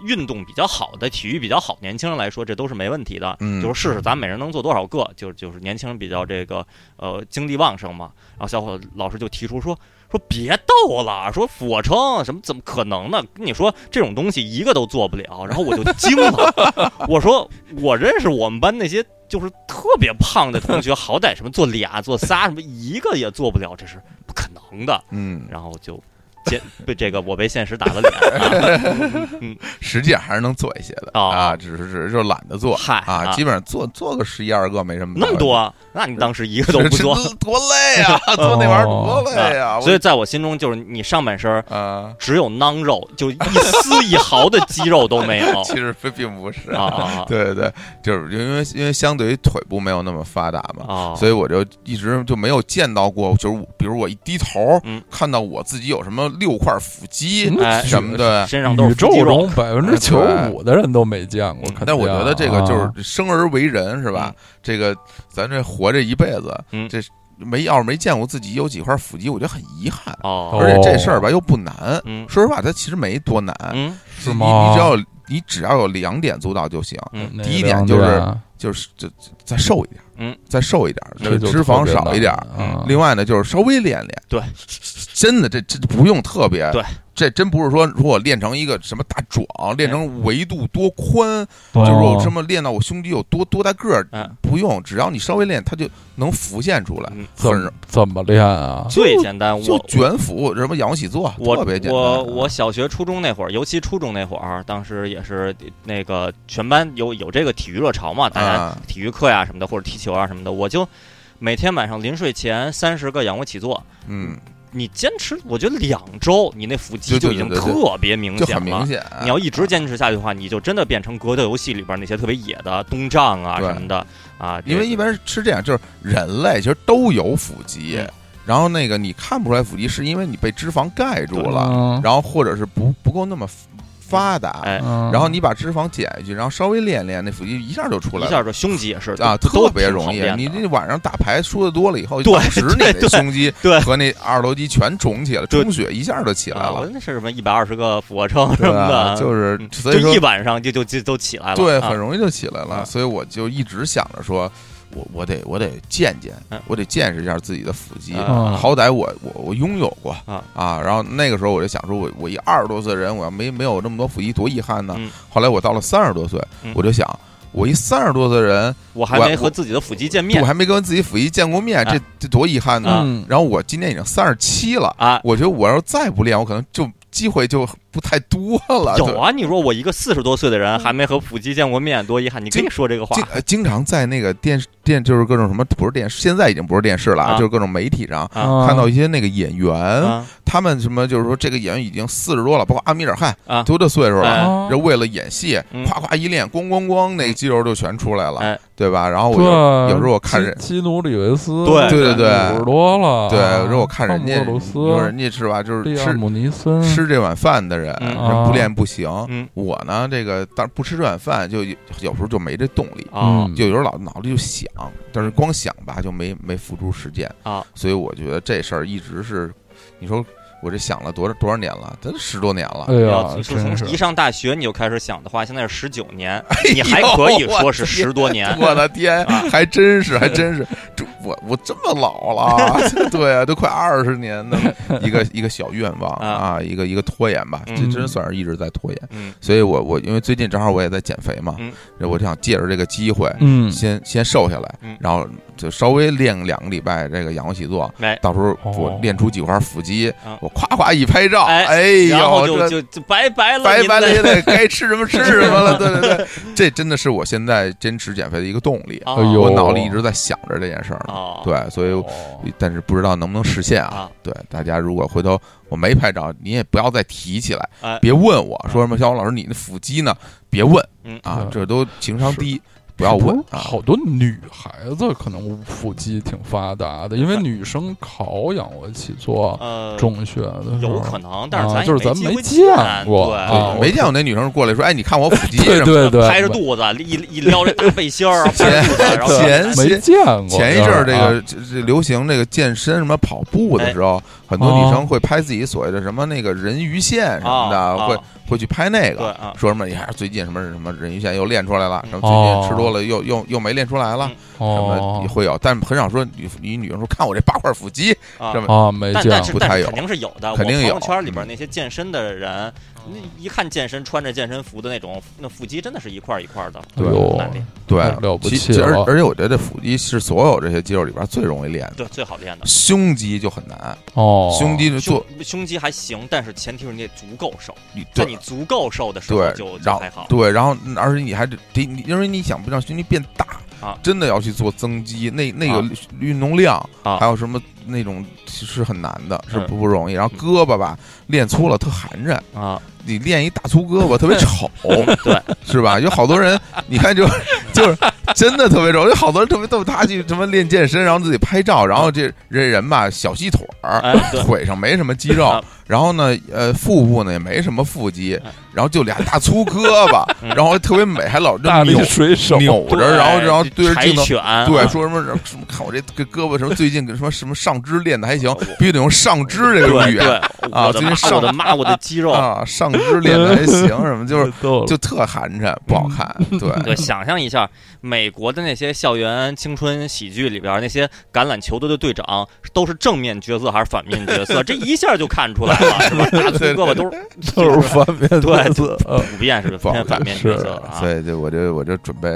S2: 运动比较好的、体育比较好的年轻人来说，这都是没问题的。
S1: 嗯
S2: 就是试试咱每人能做多少个，就就是年轻人比较这个呃精力旺盛嘛。然后小伙老师就提出说说别逗了，说俯卧撑什么怎么可能呢？跟你说这种东西一个都做不了。然后我就惊了， 我说我认识我们班那些。就是特别胖的同学，好歹什么做俩、做仨，什么一个也做不了，这是不可能的。
S1: 嗯，
S2: 然后就见被这个我被现实打了脸。
S1: 实际上还是能做一些的、
S2: 哦
S1: 啊，只是只是就懒得做
S2: 嗨
S1: 啊，
S2: 啊
S1: 基本上做做个十一二个没什么大
S2: 那么
S1: 问题
S2: 多，那你当时一个都不
S1: 这
S2: 做，哦
S1: 这多累 啊！做那玩意儿多累啊！我
S2: 所以在我心中就是你上半身
S1: 啊，
S2: 只有囊肉，就一丝一毫的肌肉都没有
S1: 其实并并不是
S2: 啊。 啊
S1: 对对对，就是因为因为相对于腿部没有那么发达嘛，
S2: 啊！
S1: 所以我就一直就没有见到过，就是我比如我一低头
S2: 嗯，
S1: 看到我自己有什么六块腹肌
S3: 嗯
S2: 哎
S1: 什么的。
S2: 身上都
S3: 宇
S2: 是
S3: 宙
S2: 肌肉
S3: 中百分之九十五的人都没见过
S2: 嗯，
S3: 肯定
S1: 但我觉得这个
S3: 啊
S1: 就是生而为人是吧？这个咱这活这一辈子
S2: 嗯，
S1: 这没要是没见过自己有几块腹肌，我觉得很遗憾。
S2: 哦
S1: 而且这事儿吧又不难，
S2: 嗯
S1: 说实话，它其实没多难，
S2: 嗯
S1: 你
S3: 吗
S1: 你只要你只要有两点做到就行，
S2: 嗯
S3: 那
S1: 第一
S3: 个
S1: 点就是
S3: 量啊
S1: 就是就就再瘦一点，
S2: 嗯，
S1: 再瘦一点，
S3: 这就
S1: 脂肪
S3: 特别
S1: 少一点嗯
S3: 难。啊
S1: 另外呢，就是稍微练练，
S2: 对，
S1: 真的这这不用特别
S2: 对。
S1: 这真不是说，如果练成一个什么大壮，练
S2: 哎
S1: 成维度多宽，
S3: 哦
S1: 就是我什么练到我胸肌有多多大个儿，
S2: 嗯，
S1: 不用，只要你稍微练，它就能浮现出来
S2: 嗯，
S1: 很
S3: 怎怎么练啊？
S2: 最简单
S1: 就
S2: 我。
S1: 卷腹，什么仰卧起坐，
S2: 我
S1: 特别简单。啊
S2: 我我小学初中那会儿，尤其初中那会儿，当时也是那个全班有有这个体育热潮嘛，大家
S1: 啊，
S2: 体育课呀什么的，或者踢球啊什么的，我就每天晚上临睡前三十个仰卧起坐。
S1: 嗯，
S2: 你坚持，我觉得两周，你那腹肌
S1: 对
S2: 就
S1: 对
S2: 已经
S1: 对对
S2: 特别明
S1: 就
S2: 显
S1: 很
S2: 了。
S1: 明显。
S2: 啊
S1: 啊
S2: 你要一直坚持下去的话，你就真的变成格斗游戏里边那些特别野的东丈啊
S1: 对
S2: 什么的啊。
S1: 因为
S2: 这
S1: 一般是这样，就是人类其实都有腹肌
S2: 嗯，
S1: 然后那个你看不出来腹肌，是因为你被脂肪盖住了，
S3: 嗯
S1: 然后或者是不不够那么发达，
S2: 哎
S3: 嗯
S1: 然后你把脂肪减下去，然后稍微练练，那腹肌一下就出来
S2: 一
S1: 了。
S2: 下这胸肌也是
S1: 啊，
S2: 都都
S1: 特别
S2: 挺好
S1: 容易
S2: 练。的
S1: 你这晚上打牌输的多了以后，
S2: 对
S1: 当时你
S2: 对
S1: 那
S2: 对
S1: 胸肌
S2: 对
S1: 和那二头肌全肿起来，
S2: 对
S1: 充血一下就起来
S2: 啊，我
S1: 了。
S2: 那是什么一百二十个俯卧撑什
S1: 对
S2: 么
S1: 啊，
S2: 的，
S1: 就是
S2: 嗯
S1: 所以
S2: 就
S1: 说
S2: 一晚上就就就都起来了。
S1: 对，
S2: 啊
S1: 很容易就起来了。
S2: 啊
S1: 所以我就一直想着说，我我得我得见见
S2: 嗯，
S1: 我得见识一下自己的腹肌。
S2: 啊
S1: 好歹我我我拥有过
S2: 啊
S1: 然后那个时候我就想说我，我一二十多岁的人，我要没没有这么多腹肌，多遗憾呢。
S2: 嗯
S1: 后来我到了三十多岁，
S2: 嗯
S1: 我就想，我一三十多岁的人，
S2: 我还
S1: 我
S2: 没
S1: 我
S2: 和自己的腹肌见
S1: 我
S2: 面
S1: 还没跟自己腹肌见过面，这这多遗憾呢。
S3: 嗯
S1: 然后我今年已经三十七了，
S2: 啊。
S1: 我觉得我要再不练，我可能就机会就不太多了。
S2: 有
S1: 对
S2: 啊，你说我一个四十多岁的人还没和腹肌见过面，多遗憾！你可以说这个话
S1: 经呃经常在那个电视电就是各种什么不是电视，现在已经不是电视了，
S2: 啊
S1: 就是各种媒体上。
S2: 啊
S1: 看到一些那个演员，
S2: 啊
S1: 他们什么就是说这个演员已经四十多了，包括阿米尔汗
S2: 啊
S1: 多大岁数了
S2: 哎，
S3: 哦
S1: 这为了演戏，
S2: 嗯
S1: 夸夸一练，咣咣咣，那肌肉就全出来了
S2: 哎，
S1: 对吧？然后我就
S3: 对，
S1: 有时候我看
S3: 基
S1: 人，
S3: 基努里维斯，
S2: 对
S1: 对对
S3: 五十
S1: 对
S3: 多了，
S1: 对，
S3: 啊
S1: 有时候我看人家，
S3: 汤姆克
S1: 你
S3: 鲁
S1: 说
S3: 斯、
S1: 人家是吧，就是
S3: 利奥
S1: 吃
S3: 姆尼森，
S1: 吃这碗饭的人，
S2: 嗯
S1: 人
S3: 啊
S1: 不练不行。
S2: 嗯
S1: 我呢，这个但不吃这碗饭，就有有时候就没这动力。
S2: 啊
S3: 嗯
S1: 就有时候老脑子就想，但是光想吧就没没付诸实践
S2: 啊，
S1: 所以我觉得这事儿一直是，你说我这想了多少多少年了，真十多年
S3: 哎
S1: 了，
S3: 呀
S2: 要，就从
S3: 真
S2: 一
S3: 是
S2: 上大学你就开始想的话，现在是十九 年，
S1: 哎呦
S2: 你还可以说是
S1: 哎我天
S2: 十多年。啊
S1: 我的天，还真是还真是，这我我这么老 了，对啊，都快二十年的一个一个小愿望
S2: 啊
S1: 啊，一个一个拖延吧，这
S2: 嗯
S1: 真算是一直在拖延，
S2: 嗯
S1: 所以我我因为最近正好我也在减肥嘛
S2: 嗯，
S1: 我就想借着这个机会。
S3: 嗯，
S1: 先先瘦下来
S2: 嗯，
S1: 然后就稍微练两个礼拜这个仰卧起坐，
S2: 哎，
S1: 到时候我
S3: 哦
S1: 练出几块腹肌
S2: 啊，
S1: 我夸夸一拍照，
S2: 哎
S1: 哎
S2: 然后
S1: 呦，
S2: 就
S1: 这
S2: 就就拜拜了，
S1: 拜
S2: 您
S1: 拜了
S2: 的
S1: 也 得该吃什么吃什么了，对对对，这真的是我现在坚持减肥的一个动力。啊
S2: 哦
S3: 哎呦
S1: 我脑里一直在想着这件事儿呢，
S2: 哦，
S1: 对，所以
S3: 哦
S1: 但是不知道能不能实现啊
S2: 啊。
S1: 对，大家如果回头我没拍照，你也不要再提起来，
S2: 哎
S1: 别问我说什么小王老师你的腹肌呢？别问
S2: 嗯
S1: 啊
S3: 嗯，
S1: 这都情商
S3: 是
S1: 低，不要问
S3: 是不是
S1: 啊。
S3: 好多女孩子可能腹肌挺发达的，因为女生考仰卧起坐，
S2: 呃，
S3: 中学的时候
S2: 有可能，但是
S3: 啊
S2: 咱
S3: 就是
S2: 也
S3: 咱
S2: 没
S3: 没
S2: 机会
S3: 见过
S2: 对
S3: 啊
S1: 对没见过那女生过来说，哎，你看我腹肌什 么
S3: 对
S1: 的
S3: 对对，
S2: 拍着肚子一一撩这大背心儿， 拍着
S1: 前
S2: 肚子，然后
S1: 前
S3: 没
S1: 些
S3: 见过。
S1: 前一阵儿，这
S3: 啊
S1: 个这这流行这个健身什么跑步的时
S2: 哎
S1: 候，很多女
S3: 哦
S1: 生会拍自己所谓的什么那个人鱼线什么
S2: 啊
S1: 的，
S2: 啊
S1: 会会去拍那
S2: 对
S1: 个，
S2: 啊，
S1: 说什么你看最近什么什么人鱼线又练出来了，
S2: 嗯
S1: 什么最近吃多了又又又没练出来了
S2: 嗯，
S1: 什
S3: 哦
S1: 么也会有，但很少说女女女生说看我这八块腹 肌，
S2: 啊
S1: 这么
S3: 啊，没
S2: 但
S3: 见
S2: 但是
S1: 不
S2: 但
S1: 太
S2: 是
S1: 有
S2: 肯定是有的，
S1: 肯定有嗯
S2: 我朋友圈里边那些健身的人，那一看健身穿着健身服的那种，那腹肌真的是一块儿一块儿的，
S1: 对
S3: 过。哎呦
S2: 难练，
S1: 对
S3: 太了，不
S1: 其
S3: 起
S1: 其而
S3: 了
S1: 而且我觉得腹肌是所有这些肌肉里边最容易练的，
S2: 对，最好练的。
S1: 胸肌就很难，
S3: 哦，
S1: 胸肌就做
S2: 胸胸肌还行，但是前提是你得足够瘦，
S1: 你
S2: 在
S1: 对
S2: 你足够瘦的时候
S1: 对
S2: 就，就
S1: 然后
S2: 还好。
S1: 对，然后而且你还得得，你因为你想不让胸肌变大
S2: 啊
S1: 真的要去做增肌，那那个
S2: 啊
S1: 运动量、
S2: 啊
S1: 还有什么那种是很难的，是
S2: 嗯
S1: 不不容易。然后
S2: 嗯
S1: 胳膊吧，练粗了特寒碜，
S2: 啊，
S1: 你练一大粗胳膊特 别丑，
S2: 对，
S1: 是吧？有好多人，你看就 就是真的特别丑，有好多人特别逗，他去什么练健身，然后自己拍照，然后这这人吧小细腿儿，
S2: 哎，对，
S1: 腿上没什么肌肉
S2: 啊，
S1: 然后呢，呃，腹部呢也没什么腹肌
S2: 嗯，
S1: 然后就俩大粗胳膊，
S2: 嗯
S1: 然后特别美，还老这
S3: 大力
S1: 扭
S3: 水手，
S1: 扭着，
S2: 对
S1: 然后然后对着
S2: 柴
S1: 镜头，
S2: 犬啊，
S1: 对，说什么什么什么，看我这个胳膊什么最近什么什么上肢练的还行
S2: 我，
S1: 必须得用上肢这个
S2: 对
S1: 语言
S2: 对，我的
S1: 啊最近
S2: 妈，
S1: 上
S2: 我的妈，我的肌肉，
S1: 啊，上肢练的还行，什 么就是
S3: 逗了
S1: 就特寒碜，不好看，对。
S2: 对，想象一下美国的那些校园青春喜剧里边儿那些橄榄球队的队长都是正面角色还是反面角色，这一下就看出来了，是吧？大粗胳膊都是
S3: 都 是反面角色，
S2: 普遍是
S1: 不好
S2: 偏反面角色啊
S1: 嗯所。以就我就我就准备，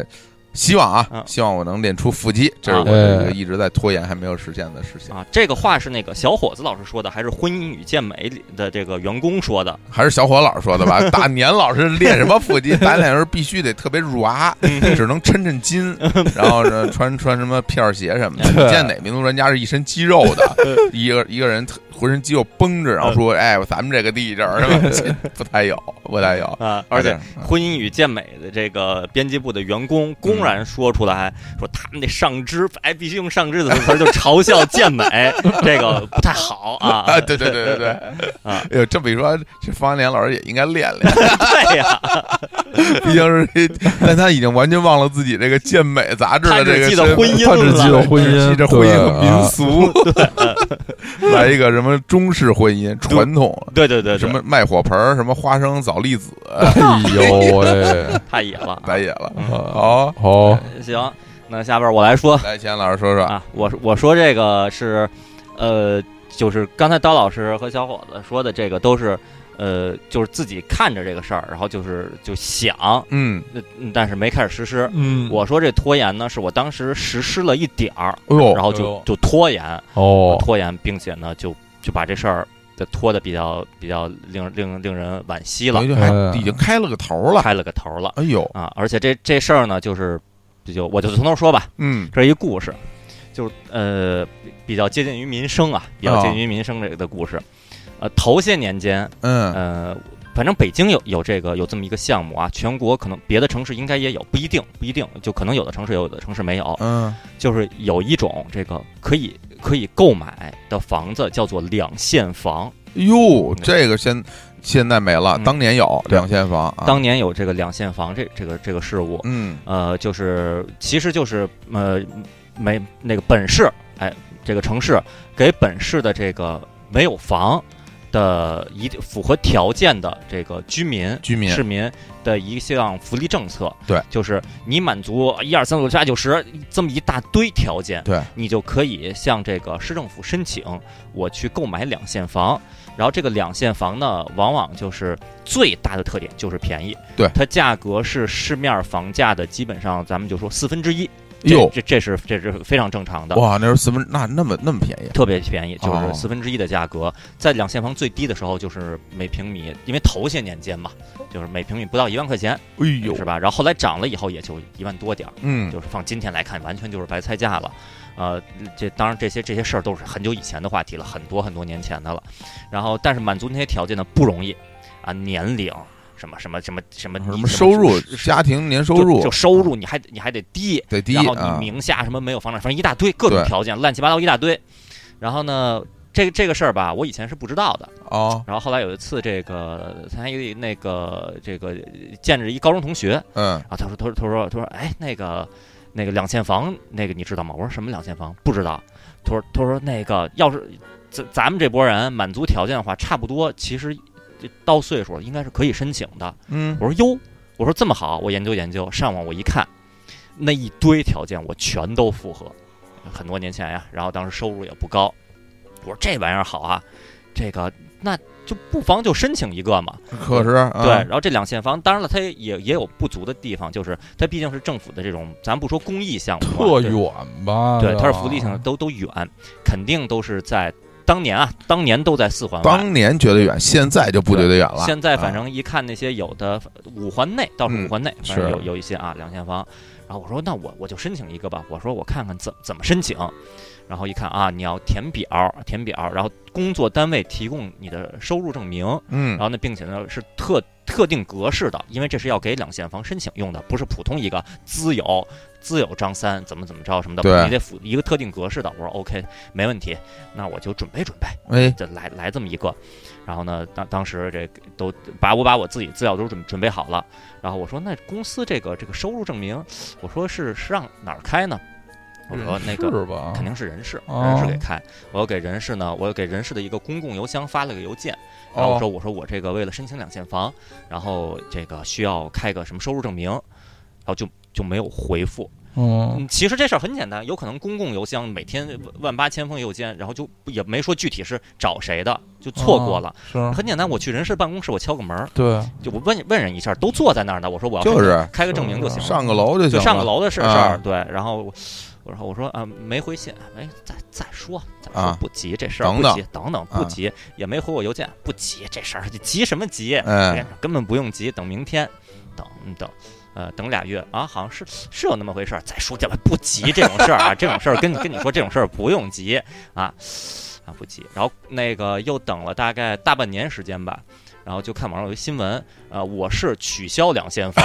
S1: 希望啊
S2: 嗯，
S1: 希望我能练出腹肌，这是
S2: 啊
S1: 我这个
S3: 哎
S1: 一直在拖延还没有实现的事情，
S2: 啊，这个话是那个小伙子老师说的，还是《婚姻与健美》里的这个员工说的？
S1: 还是小伙老师说的 吧？大年老师练什么腹肌？大年老师必须得特别软，
S2: 嗯
S1: 只能抻抻 筋，然后呢穿穿什么片儿鞋什么的。
S3: 对
S1: 你见哪民族专家是一身肌肉的，一个一个人特浑浑身肌肉绷着，然后说：“哎，咱们这个地这儿是 吧这不太有，不太有。
S2: 啊，而且
S1: 还是
S2: 婚姻与健美的这个编辑部的员工公
S1: 嗯
S2: 然说出来，说他们那上肢，哎，必须用上肢的词儿，就嘲笑健美，这个不太好啊。
S1: 啊， 对对对对对，
S2: 啊，
S1: 哎呦，这么一说，这方连老师也应该练练，
S2: 对呀，
S1: 毕竟是，但他已经完全忘了自己这个健美杂志
S2: 他
S1: 的这
S2: 只
S1: 个
S2: 记得
S1: 身
S2: 婚姻
S3: 他只记得
S2: 了，
S3: 婚姻，
S1: 这婚姻和
S3: 对
S1: 民
S3: 啊
S1: 俗， 来一个什么中式婚姻传统，
S2: 对对啊对，对
S1: 什么卖火盆儿，什么花生枣栗子，
S3: 哎 呦喂，
S2: 太野了。
S1: 白野了。
S2: 嗯
S3: 啊
S1: 好，
S3: 好，
S2: 行，那下边我来说
S1: 来，钱老师说说，
S2: 啊，我我说这个是，呃，就是刚才刀老师和小伙子说的这个都是，呃，就是自己看着这个事儿，然后就是就想，
S1: 嗯，
S2: 呃嗯但是没开始实施。
S3: 嗯，
S2: 我说这拖延呢，是我当时实施了一点儿，
S1: 哎呦
S2: 然，后
S3: 哎呦
S2: 就就拖延，
S3: 哦，
S2: 拖延，并且呢，就就把这事儿就拖得比较比较令令令人惋惜了
S1: 等于，就还
S3: 嗯
S1: 已经开了个头了。
S2: 开了个头了
S1: 哎呦，
S2: 啊！而且这这事儿呢，就是就我就从头说吧，
S1: 嗯
S2: 这是一故事，就是呃比比较接近于民生啊，比较接近于民生这个的故事。呃，头些年间，
S1: 嗯
S2: 呃，反正北京有有这个有这么一个项目啊，全国可能别的城市应该也有，不一定不一定，就可能有的城市有，有的城市没有。
S1: 嗯，
S2: 就是有一种这个可以可以购买的房子叫做两现房，
S1: 嗯哟，这个现现在没了，
S2: 嗯
S1: 当年有
S2: 对
S1: 两间房啊。
S2: 当年有这个两现房这这个这个事物，
S1: 嗯
S2: 呃，就是其实就是呃没那个本市，哎，这个城市给本市的这个没有房的一定符合条件的这个居民。
S1: 居民
S2: 市民的一项福利政策，
S1: 对，
S2: 就是你满足一二三四五六七八九十这么一大堆条件，
S1: 对，
S2: 你就可以向这个市政府申请，我去购买两现房。然后这个两现房呢，往往就是最大的特点就是便宜，
S1: 对
S2: 它价格是市面房价的基本上，咱们就说四分之一，这
S1: 哟
S2: 这这是这是非常正常的。
S1: 哇，那时候四分那那么那么便宜，
S2: 特别便宜，就
S1: 哦
S2: 是四分之一的价格，在两现房最低的时候就是每平米，因为头些年间嘛，就是每平米不到一万块钱，
S1: 哎呦
S2: 是，吧？然后后来涨了以后也就一万多点儿，
S1: 嗯
S2: 就是放今天来看，完全就是白菜价了。呃，这当然这些这些事儿都是很久以前的话题了，很多很多年前的了。然后，但是满足那些条件呢不容易啊，年龄什么什么什么什么，
S1: 什
S2: 你
S1: 么收入
S2: 什么，
S1: 家庭年收
S2: 就
S1: 入
S2: 就收入你还得你还得低，
S1: 得低
S2: 然后
S1: 啊
S2: 你，名下什么没有房产，反正一大堆各种
S1: 对
S2: 条件，乱七八糟一大堆。然后呢，这个这个事儿吧，我以前是不知道的。
S1: 哦，
S2: 然后后来有一次，这个参加一个那个这个见着一高中同学，
S1: 嗯
S2: 然后啊他说他说他说他说哎那个那个两现房那个你知道吗？我说什么两现房不知道。他说他说那个要是咱咱们这波人满足条件的话，差不多其实这到岁数应该是可以申请的。
S1: 嗯，
S2: 我说哟，我说这么好，我研究研究，上网我一看，那一堆条件我全都符合，很多年前呀，然后当时收入也不高，我说这玩意儿好啊，这个那就不妨就申请一个嘛，
S1: 可是
S2: 对，
S1: 啊
S2: 然后这两现房，当然了，它也也有不足的地方，就是它毕竟是政府的这种，咱不说公益项目
S3: 特
S2: 啊，对
S3: 远吧？
S2: 对，它是福利性的，都都远，肯定都是在当年啊，当年都在四环外。
S1: 当年觉得远，现在就不觉得远了。
S2: 现在反
S1: 啊
S2: 正一看那些有的五环内，倒是
S1: 嗯
S2: 五环内，反正
S3: 是
S2: 有有一些啊两间房。然后我说那我我就申请一个吧，我说我看看怎怎么申请。然后一看啊，你要填表，填表，然后工作单位提供你的收入证明，
S1: 嗯
S2: 然后呢，并且呢是特特定格式的，因为这是要给两现房申请用的，不是普通一个资有资有张三怎么怎么着什么
S1: 对
S2: 的，你得符一个特定格式的。我说 OK 没问题，那我就准备准备。
S1: 哎
S2: 就来来这么一个，然后呢，当当时这个都把我把我自己资料都准准备好了，然后我说那公司这个这个收入证明，我说是是让哪儿开呢？我说那个
S3: 嗯是吧？
S2: 肯定是人事，
S3: 哦
S2: 人事给开。我又给人事呢，我又给人事的一个公共邮箱发了个邮件，然后我
S1: 哦
S2: 说我说我这个为了申请两现房，然后这个需要开个什么收入证明，然后就就没有回复。
S3: 嗯
S1: 哦
S2: 嗯，其实这事儿很简单，有可能公共邮箱每天万八千封邮件，然后就也没说具体是找谁的，就错过了。
S1: 哦
S3: 是，
S2: 很简单，我去人事办公室，我敲个门儿，
S3: 对，
S2: 就我问问人一下，都坐在那儿呢。我说我要
S1: 就是
S2: 申请开个证明就行了，
S1: 上个楼就行
S2: 就
S1: 了，
S2: 上个楼的事事儿
S1: 啊。
S2: 对，然后我我说我说啊没回信，哎再再说再
S1: 啊
S2: 说不急这事儿
S1: 等
S2: 不
S1: 等
S2: 急，等等不
S1: 啊
S2: 急，也没回我邮件，不急这事儿急什么急？
S1: 哎，
S2: 根本不用急，等明天，等嗯等。呃，等俩月啊，好像是是有那么回事儿。再说这吧，不急这种事 儿啊，这种事儿跟你跟你说这种事儿不用急啊啊不急。然后那个又等了大概大半年时间吧，然后就看网上有一新闻，呃，我市取消两现 房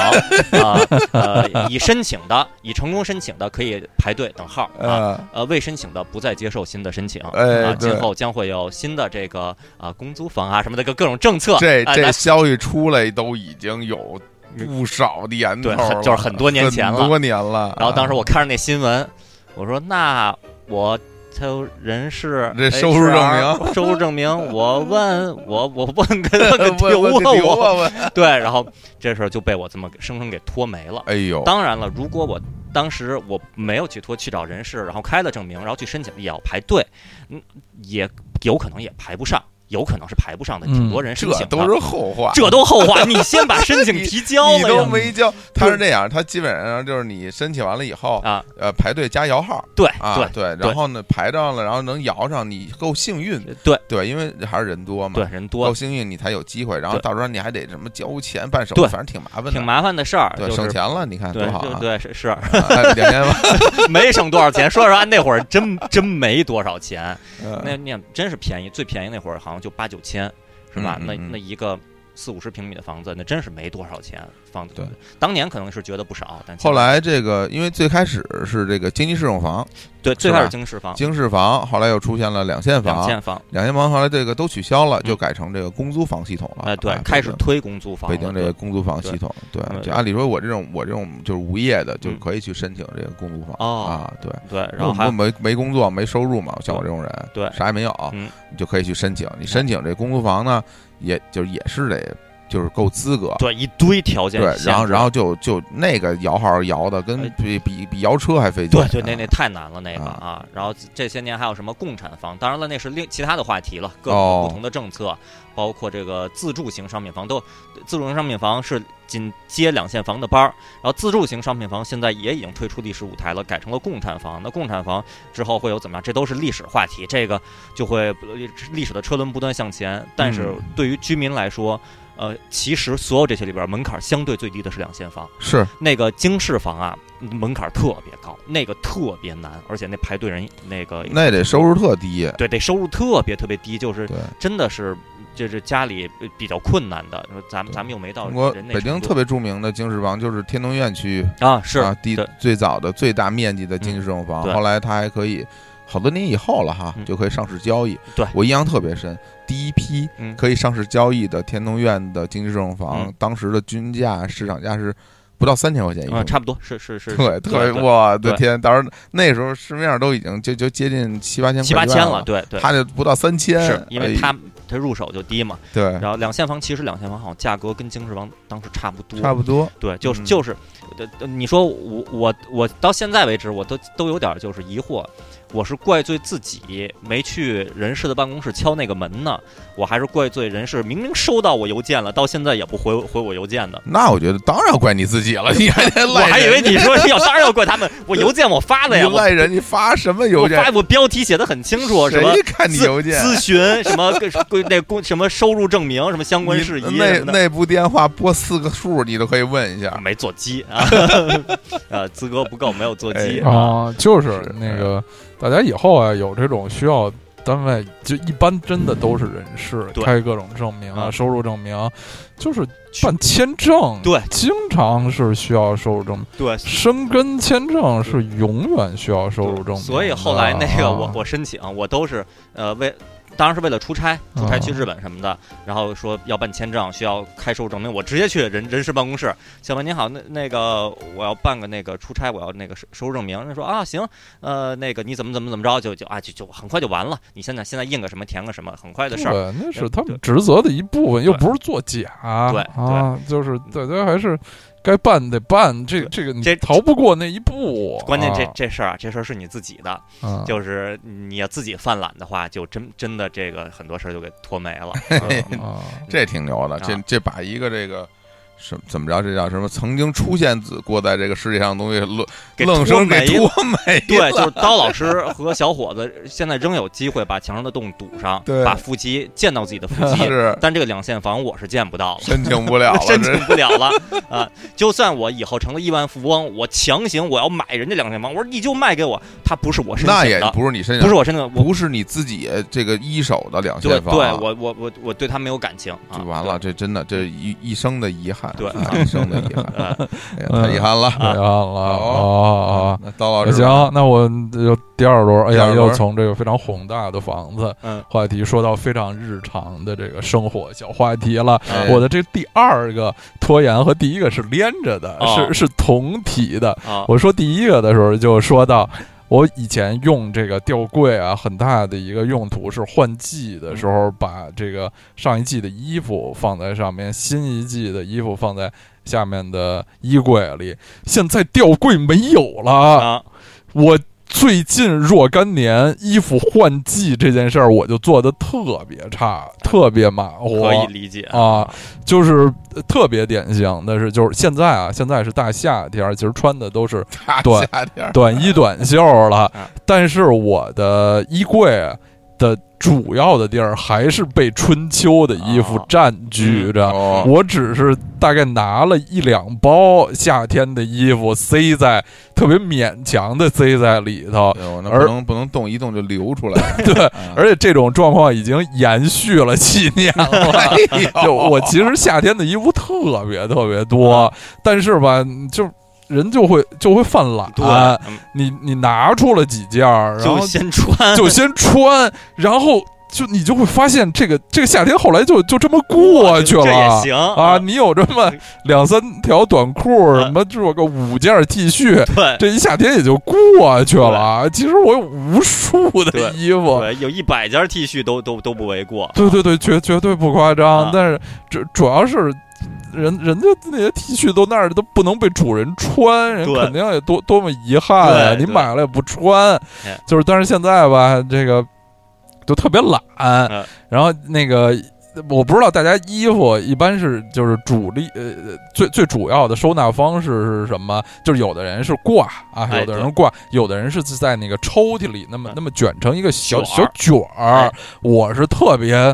S2: 啊，呃，已申请的已成功申请的可以排队等号啊，
S1: 啊，
S2: 呃，未申请的不再接受新的申请
S1: 哎
S2: 啊，今
S1: 对
S2: 后将会有新的这个啊公租房啊什么的各各种政策，
S1: 这
S2: 啊
S1: 这
S2: 来
S1: 消息出来都已经有不少年头
S2: 对
S1: 了，
S2: 很就是很多年前了
S1: 很多年了。
S2: 然后当时我看着那新闻，我说那我就人事
S1: 这收入证明，
S2: HR 收入证明，我问我我问个问个
S1: 我
S2: 丢
S1: 我
S2: 啊
S1: 丢
S2: 我，
S1: 啊我，
S2: 对，然后这事儿就被我这么给生生给拖没了。
S1: 哎呦，
S2: 当然了，如果我当时我没有去拖去找人事，然后开了证明，然后去申请，也要排队，嗯，也有可能也排不上，有可能是排不上的，
S3: 嗯
S2: 挺多人申
S1: 这
S2: 请的
S1: 都是后话，
S2: 这都后话，你先把申请提交
S1: 你
S2: 了
S1: 都
S2: 呀。
S1: 没交。他是这样，他基本上就是你申请完了以后
S2: 啊，
S1: 呃，排队加摇号
S2: 对
S1: 啊，对，
S2: 对
S1: 然后呢排上了，然后能摇上，你够幸运，
S2: 对
S1: 对，因为还是人多嘛，
S2: 对，人多
S1: 够幸运你才有机会，然后
S2: 对
S1: 到时候你还得什么交钱办手续，
S2: 对
S1: 反正挺麻烦的，
S2: 挺麻烦的事儿，
S1: 对，
S2: 就是
S1: 省钱了，你看
S2: 对
S1: 多好
S2: 对
S1: 啊，
S2: 对是是，
S1: 啊两千万，
S2: 没省多少钱。说实话，那会儿真真没多少钱， 那
S1: 嗯
S2: 那真是便宜，最便宜那会儿好像就八九千，是吧？
S1: 嗯嗯
S2: 那
S1: 嗯
S2: 那一个四五十平米的房子，那真是没多少钱。房子
S1: 对，
S2: 当年可能是觉得不少，但
S1: 后来这个，因为最开始是这个经济适用房、
S2: 对最
S1: 是吧
S2: 开始经适房、
S1: 经适房，后来又出现了两现
S2: 啊两
S1: 房，
S2: 间房，
S1: 两间房后来这个都取消了，
S2: 嗯
S1: 就改成这个公租房系统了。
S2: 哎，对
S1: 啊，
S2: 开
S1: 北
S2: 始
S1: 京
S2: 推公租房了，
S1: 北京这个
S2: 对
S1: 公租房系统，对
S2: 嗯，
S1: 就按理说我这种我这种就是无业的，就
S2: 嗯
S1: 可以去申请这个公租房
S2: 哦
S1: 啊，对。
S2: 对，然后还
S1: 我
S2: 有
S1: 没没工作没收入嘛，像我这种人，
S2: 对
S1: 啥也没有，
S2: 嗯
S1: 你就可以去申请。你申请这公租房呢，也就是也是得就是够资格，
S2: 对一堆条件
S1: 对，
S2: 限制，
S1: 然后然后就就那个摇号摇的跟
S2: 哎
S1: 比比比摇车还费劲，
S2: 对对，那那太难了那个
S1: 啊
S2: 啊。然后这些年还有什么共产房？当然了，那是另其他的话题了，各
S1: 哦
S2: 种不同的政策，包括这个自住型商品房都，自住型商品房是紧接两现房的班儿。然后自住型商品房现在也已经退出历史舞台了，改成了共产房。那共产房之后会有怎么样？这都是历史话题，这个就会呃历史的车轮不断向前。但是
S1: 嗯
S2: 对于居民来说，呃，其实所有这些里边儿门槛相对最低的是两现房。
S1: 是
S2: 那个经适房啊，门槛特别高，那个特别难，而且那排队人那个
S1: 那得收入特低，
S2: 对得收入特别特别低，就是
S1: 对，
S2: 真的是就是家里呃比较困难的。说咱们
S1: 对
S2: 咱们又没到
S1: 中国
S2: 人那
S1: 北京
S2: 程度
S1: 特别著名的经适房就是天通苑区
S2: 啊是
S1: 啊，第
S2: 对
S1: 最早的最大面积的经济适用房，
S2: 嗯对
S1: 后来它还可以好多年以后了哈，
S2: 嗯
S1: 就可以上市交易。
S2: 对
S1: 我印象特别深，第一批
S2: 嗯
S1: 可以上市交易的天通苑的经济适用房，
S2: 嗯
S1: 当时的均价市场价是不到三千块钱一平
S2: 啊
S1: 米。
S2: 差不多是是是
S1: 对，特别
S2: 对对
S1: 我的
S2: 对
S1: 天！当时那时候市面上都已经就就接近七八千，
S2: 七八千了，，对对。
S1: 他就不到三千，
S2: 是因为
S1: 哎
S2: 它它入手就低嘛，
S1: 对
S2: 然后两现房其实两现房好像价格跟经适房当时差不多，
S1: 差不多，
S2: 对，就是
S1: 嗯
S2: 就是，呃呃你说我我我到现在为止，我都都有点儿就是疑惑，我是怪罪自己没去人事的办公室敲那个门呢，我还是怪罪人事明明收到我邮件了，到现在也不回回我邮件的。
S1: 那我觉得当然怪你自己 了，你还得
S2: 我
S1: 赖人家，
S2: 还以为 你说是要当然要怪他们，我邮件我发了呀，
S1: 你
S2: 我
S1: 赖人，你发什么
S2: 我
S1: 邮件
S2: 发？我标题写的很清楚，什
S1: 谁
S2: 么
S1: 看你
S2: 咨
S1: 邮件？啊
S2: 咨询什么跟那公什么收入证明什么相关
S1: 你
S2: 事宜
S1: 内
S2: 什么的。
S1: 内部电话拨四个数，你都可以问一下。
S2: 没座机啊， 呃，资格不够，没有座机
S1: 哎
S2: 啊。
S3: 啊，就是
S1: 是
S3: 那个大家以后啊有这种需要。单位就一般真的都是人事，
S2: 对
S3: 开各种证明啊，
S2: 嗯
S3: 收入证明，就是
S2: 去
S3: 办签证，
S2: 对
S3: 经常是需要收入证明，
S2: 对，
S3: 生根签证是永远需要收入证明的。
S2: 所以后来那个我
S3: 啊
S2: 我申请，我都是呃为，当然是为了出差，出差
S3: 啊
S2: 去日本什么的，然后说要办签证，需要开收入证明，我直接去人人事办公室，小文您好，那那个我要办个那个出差，我要那个收收入证明。他说啊行，呃那个你怎么怎么怎么着，就就啊就就很快就完了，你现在现在印个什么填个什么，很快的事儿。
S3: 对，那是
S2: 对
S3: 他们职责的一部分，又不是作假。
S2: 对嗯
S3: 啊，就是大家还是该办得办，这这个你
S2: 这
S3: 逃不过那一步。
S2: 关键这这事儿啊，这事儿是你自己的，
S3: 啊
S2: 就是你要自己犯懒的话，就真真的这个很多事儿就给拖没了。
S3: 啊
S2: 嗯
S1: 这挺牛的，这
S2: 啊
S1: 这把一个这个什么怎么着？这叫什么？曾经出现过在这个世界上的东西，愣
S2: 给
S1: 愣生
S2: 没
S1: 给
S2: 了。
S1: 多没
S2: 对，就
S1: 了
S2: 是刀老师和小伙子现在仍有机会把墙上的洞堵上，
S1: 对
S2: 把腹肌见到自己的腹肌，
S1: 是
S2: 但这个两线房我是见不到 了。
S1: 申请不 了了，
S2: 申请
S1: 啊这
S2: 不了了啊！就算我以后成了亿万富翁，我强行我要买人家两间房，我说你就卖给我，他不是我申
S1: 那
S2: 请
S1: 也
S2: 的，
S1: 不是你申请，
S2: 不是我申请的，我
S1: 不是你自己这个一手的两
S2: 对
S1: 线
S2: 对，
S1: 房，
S2: 我我我我对他没有感情，啊
S1: 就完了，。这真的这一一生的遗憾，
S2: 对
S1: 啊一生的遗 憾，
S2: 对呃，
S1: 哎呀太遗憾 了
S3: 对啊了哦哦
S1: 那刀老
S3: 哦，
S1: 师
S3: 行，那我就第二轮，哎
S1: 第
S3: 呀，
S1: 二轮
S3: 又从这个非常宏大的房子
S2: 嗯
S3: 话题说到非常日常的这个生活小话题了。
S1: 哎
S3: 我的这第二个拖延和第一个是连着的，
S2: 哦
S3: 是是同体的。
S2: 啊，
S3: 我说第一个的时候就说到，我以前用这个吊柜啊，很大的一个用途是换季的时
S2: 嗯
S3: 候把这个上一季的衣服放在上面，新一季的衣服放在下面的衣柜里。现在吊柜没有了，
S2: 啊，
S3: 我。最近若干年，衣服换季这件事儿，我就做的特别差，特别马虎。
S2: 可以理解
S3: 啊，就是呃特别典型的是，就是现在啊，现在是大夏天，其实穿的都是
S1: 大
S3: 对
S1: 夏天儿
S3: 短衣短袖了
S2: 啊，
S3: 但是我的衣柜的主要的地儿还是被春秋的衣服
S2: 啊
S3: 占据着。
S1: 哦，
S3: 我只是大概拿了一两包夏天的衣服，塞在特别勉强的塞在里头，
S1: 哎呦那
S3: 而
S1: 不能不能动一动就流出来，
S3: 对，
S1: 啊
S3: 而且这种状况已经延续了七年 了。
S1: 哎呦啊
S3: 就我其实夏天的衣服特别特别多，但是吧，就人就会就会犯懒。
S2: 对，嗯
S3: 你你拿出了几件儿，啊然
S2: 就
S3: 后
S2: 先穿，
S3: 就先穿，然后就你就会发现这个这个夏天后来就就这么过去
S2: 这也
S3: 了。
S2: 行
S3: 啊，，你有这 么两三条短裤，
S2: 嗯
S3: 什么这个五件 T 恤，
S2: 对
S3: 这一夏天也就过去了。啊其实我有无数的
S2: 对
S3: 衣服，
S2: 对，有一百件 T 恤都都都不为过，
S3: 对对对，绝绝对不夸张。
S2: 啊
S3: 但是主主要是人人家那些 T 恤都那儿都不能被主人穿，人
S2: 对
S3: 肯定也多多么遗憾啊！
S2: 对
S3: 你
S2: 对
S3: 买了也不穿
S2: 哎，
S3: 就是但是现在吧，这个就特别懒，
S2: 嗯
S3: 然后那个。我不知道大家衣服一般是就是主力呃最最主要的收纳方式是什么？就是有的人是挂啊，
S2: 哎
S3: 有的人
S2: 对
S3: 挂，有的人是在那个抽屉里那么
S2: 嗯
S3: 那么卷成一个小
S2: 卷儿
S3: 小卷儿
S2: 哎，
S3: 我是特别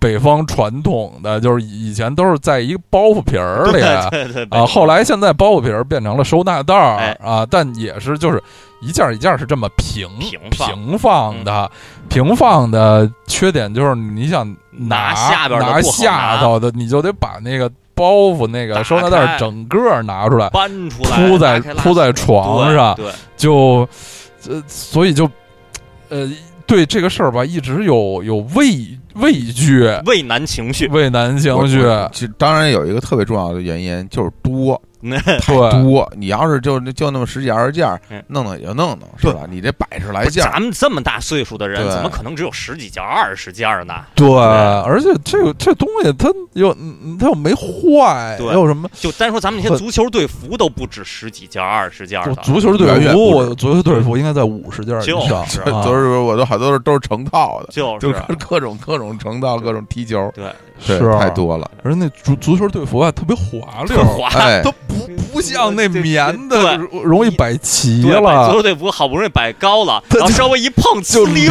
S3: 北方传统的，就是以以前都是在一个包袱皮儿里
S2: 对对对
S3: 啊，后来现在包袱皮儿变成了收纳袋儿
S2: 哎
S3: 啊，但也是就是一件儿一件儿是这么平
S2: 平放嗯
S3: 平放的，平放的缺点就是你想
S2: 拿下边儿的
S3: 拿
S2: 不好
S3: 下
S2: 拿
S3: 头的，你就得把那个包袱那个
S2: 打
S3: 收纳袋儿
S2: 开
S3: 整个儿拿出来，
S2: 搬出来，
S3: 铺在
S2: 拉开拉
S3: 铺在
S2: 对
S3: 床上，
S2: 对，
S3: 就，呃，所以就，呃，对这个事儿吧，一直有有畏畏惧、
S2: 畏难情绪，
S3: 畏难情
S1: 我
S3: 绪，
S1: 我其实当然有一个特别重要的原因就是多
S3: 对，
S1: 多，你要是就就那么十几二十件儿
S2: 呃嗯，
S1: 弄弄也就弄弄，是吧？你这百十来
S2: 不是
S1: 件儿，
S2: 咱们这么大岁数的人，
S1: 对
S2: 怎么可能只有十几件、二十件呢？
S3: 对，而且这个这东西它又嗯它又没坏，
S2: 对
S3: 又什么？
S2: 就单说咱们那些
S3: 很
S2: 足球队服都不止十几件、二十件
S3: 就
S2: 的，
S3: 足球
S1: 远
S3: 队
S1: 远
S3: 服，
S1: 不止
S3: 我足球队服应该在五十件以
S2: 就
S3: 上，
S2: 是
S3: 啊
S1: 都是我都好多都是成套的，
S2: 就
S1: 就是各各种各种成套，各种踢球，
S2: 对，
S1: 对
S3: 是啊
S1: 太多了。
S3: 而且那足足球队服啊，特别滑溜
S2: 特
S3: 儿，
S2: 滑。
S1: 哎，
S3: 它不不像那
S2: 对对
S3: 棉的
S2: 对
S3: 容易摆齐
S2: 对，把足
S3: 了，
S2: 球队服好不容易摆高了，
S3: 它
S2: 然后稍微一碰，
S3: 就
S2: 溜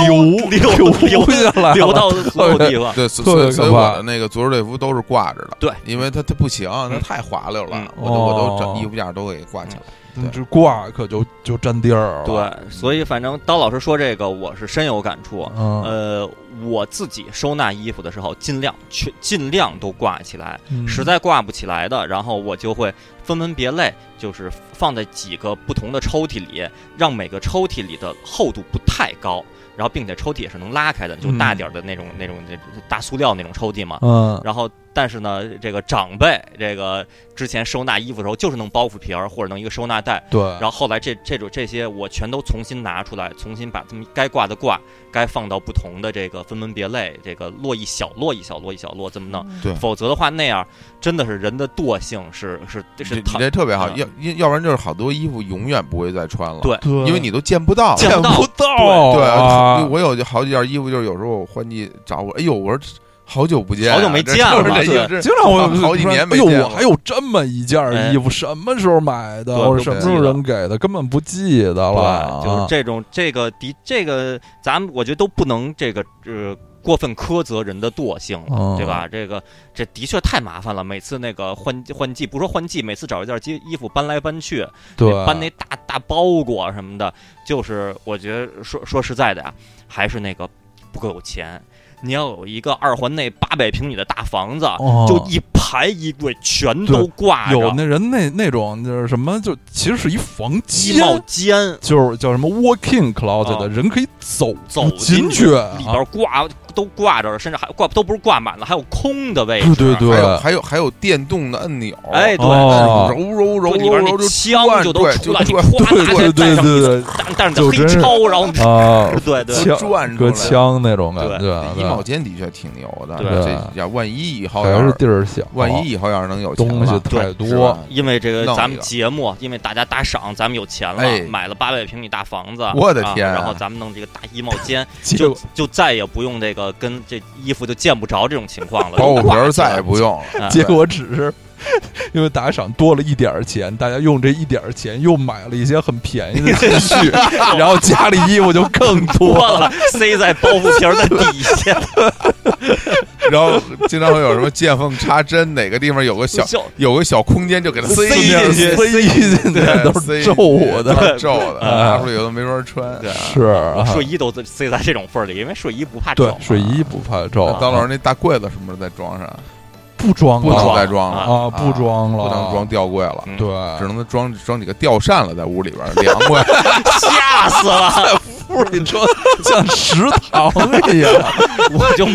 S3: 流
S2: 溜溜
S3: 下来
S2: 流
S3: 了
S2: 到所有地 方。
S1: 对，所
S3: 特
S1: 所
S3: 别
S1: 以所以
S3: 可
S1: 我
S3: 怕
S1: 的那个足球队服都是挂着的，
S2: 啊对，
S1: 因为它它不行，它太滑溜了
S2: 嗯，
S1: 我都我都
S3: 哦
S1: 整衣服架都给挂起来。对
S3: 这挂可就就占地儿了。
S2: 对，所以反正刀老师说这个，我是深有感触。
S3: 嗯，
S2: 呃，我自己收纳衣服的时候，尽量去尽量都挂起来，
S3: 嗯
S2: 实在挂不起来的，然后我就会分门别类，就是放在几个不同的抽屉里，让每个抽屉里的厚度不太高，然后并且抽屉也是能拉开的，就
S3: 嗯
S2: 大点儿的那种、那种那大塑料那种抽屉嘛。
S3: 嗯，
S2: 然后，但是呢，这个长辈这个之前收纳衣服的时候，就是弄包袱皮儿或者弄一个收纳袋，
S3: 对，
S2: 然后后来这这种这些我全都重新拿出来，重新把它们该挂的挂，该放到不同的这个分门别类，这个摞一小摞一小摞一小摞这么弄。
S3: 嗯
S1: 对
S2: 否则的话那样真的是人的惰性是是
S1: 你
S2: 是
S1: 这你
S2: 讨
S1: 这特别好，
S2: 嗯
S1: 要要要不然就是好多衣服永远不会再穿了，
S2: 对
S3: 对，
S1: 因为你都见不到。
S2: 见
S3: 见
S2: 不到
S3: 到
S1: 对，
S3: 啊，
S1: 我有好几件衣服，就是有时候我换季找我，哎呦，我说好久不见啊，
S2: 好久没
S1: 这
S2: 见
S1: 就是
S2: 了
S1: 这
S3: 对
S1: 就是
S3: 经常我
S1: 好几年没
S3: 哎呦，
S1: 见
S3: 我
S1: 了
S3: 还有这么一件
S2: 哎
S3: 衣服，什么时候买的，
S2: 对
S3: 或者
S2: 都
S3: 什么时
S1: 不
S2: 记
S3: 候
S2: 得
S3: 人给的，根本不记得了啊。
S2: 对，就是这种这个的这个，咱们我觉得都不能这个呃过分苛责人的惰性了，
S3: 哦
S2: 对吧？这个这的确太麻烦了，每次那个换换季，不说换季，每次找一件衣衣服搬来搬去，
S3: 对，
S2: 搬那大大包裹什么的，就是我觉得说说实在的啊，还是那个不够有钱。你要有一个二环内八百平米的大房子，
S3: 哦
S2: 就一排衣柜全
S3: 对
S2: 都挂着
S3: 有那人那那种就是什么，就其实是一房
S2: 衣帽
S3: 间，
S2: 间，
S3: 就是叫什么 walk-in closet
S2: 啊
S3: 的，人可以走
S2: 走
S3: 进
S2: 进
S3: 去，
S2: 里
S3: 啊
S2: 边挂都挂着了，甚至还挂都不是挂满了，还有空的位置。
S3: 对对哎对
S1: 还有还有还有电动的按钮，
S2: 哎，对，
S3: 哦
S1: 按揉揉揉
S2: 就里
S1: 揉
S2: 边
S1: 揉
S2: 那
S1: 就
S2: 枪就都
S1: 转
S2: 出来，
S1: 对就
S2: 你哗
S3: 对
S2: 拿起来
S3: 哦对
S2: 带
S3: 对
S2: 上一
S3: 对
S2: 带带上你
S3: 就
S2: 的
S3: 真
S2: 黑
S3: 是
S2: 超，然后
S3: 啊，
S2: 对对，
S3: 枪
S1: 转出
S3: 搁
S1: 来。
S3: 枪那种感
S2: 对
S3: 觉
S1: 这，衣
S3: 对
S1: 帽间的确挺牛的，
S2: 对
S1: 这呀，万一以后
S3: 还
S1: 要
S3: 是地儿小，
S1: 万一以后要是能有钱
S3: 东西
S1: 了，
S3: 太
S1: 是
S3: 多
S1: 吧，
S2: 因为这个
S1: 弄一个
S2: 咱们节目，因为大家打赏，咱们有钱了，
S1: 哎
S2: 买了八百平米大房子，
S1: 我的天
S2: 啊
S1: 啊
S2: 然后咱们弄这个大衣帽间，
S3: 结
S2: 就
S3: 果
S2: 就再也不用这个跟这衣服就见不着这种情况了，
S1: 包
S2: 就
S1: 裹
S2: 挂
S1: 皮
S2: 起来
S1: 儿再也不用了。
S2: 啊
S3: 结果只是因为打赏多了一点儿钱，大家用这一点儿钱又买了一些很便宜的 T 恤，然后家里衣服就更
S2: 多
S3: 多了。
S2: 了，塞在包袱皮儿的底下，
S1: 然后经常会有什么见缝插针，哪个地方有个 小
S2: 就
S1: 有个小空间就给它塞
S2: 塞
S1: 进去，
S2: 进去
S3: 塞进去
S1: 对
S3: 都
S1: 塞
S3: 是皱
S1: 都
S3: 的，
S1: 是皱的，
S3: 啊
S1: 拿出来以后没法穿。
S2: 对
S1: 啊
S3: 是啊，
S2: 睡衣都塞在这种缝儿里，因为睡衣不怕
S3: 对
S2: 冷，
S3: 睡衣不怕皱
S1: 那，当老师那大柜子什么时候再装上？啊
S3: 不装
S1: 不能
S3: 了
S1: 再装了
S2: 啊
S3: 啊，不装了，
S1: 不能装吊柜了，
S2: 嗯
S1: 只
S3: 对，
S1: 能装装几个吊扇了，在屋里边儿凉 快。
S2: 吓死了，
S3: 屋里装像食堂一样，
S2: 我就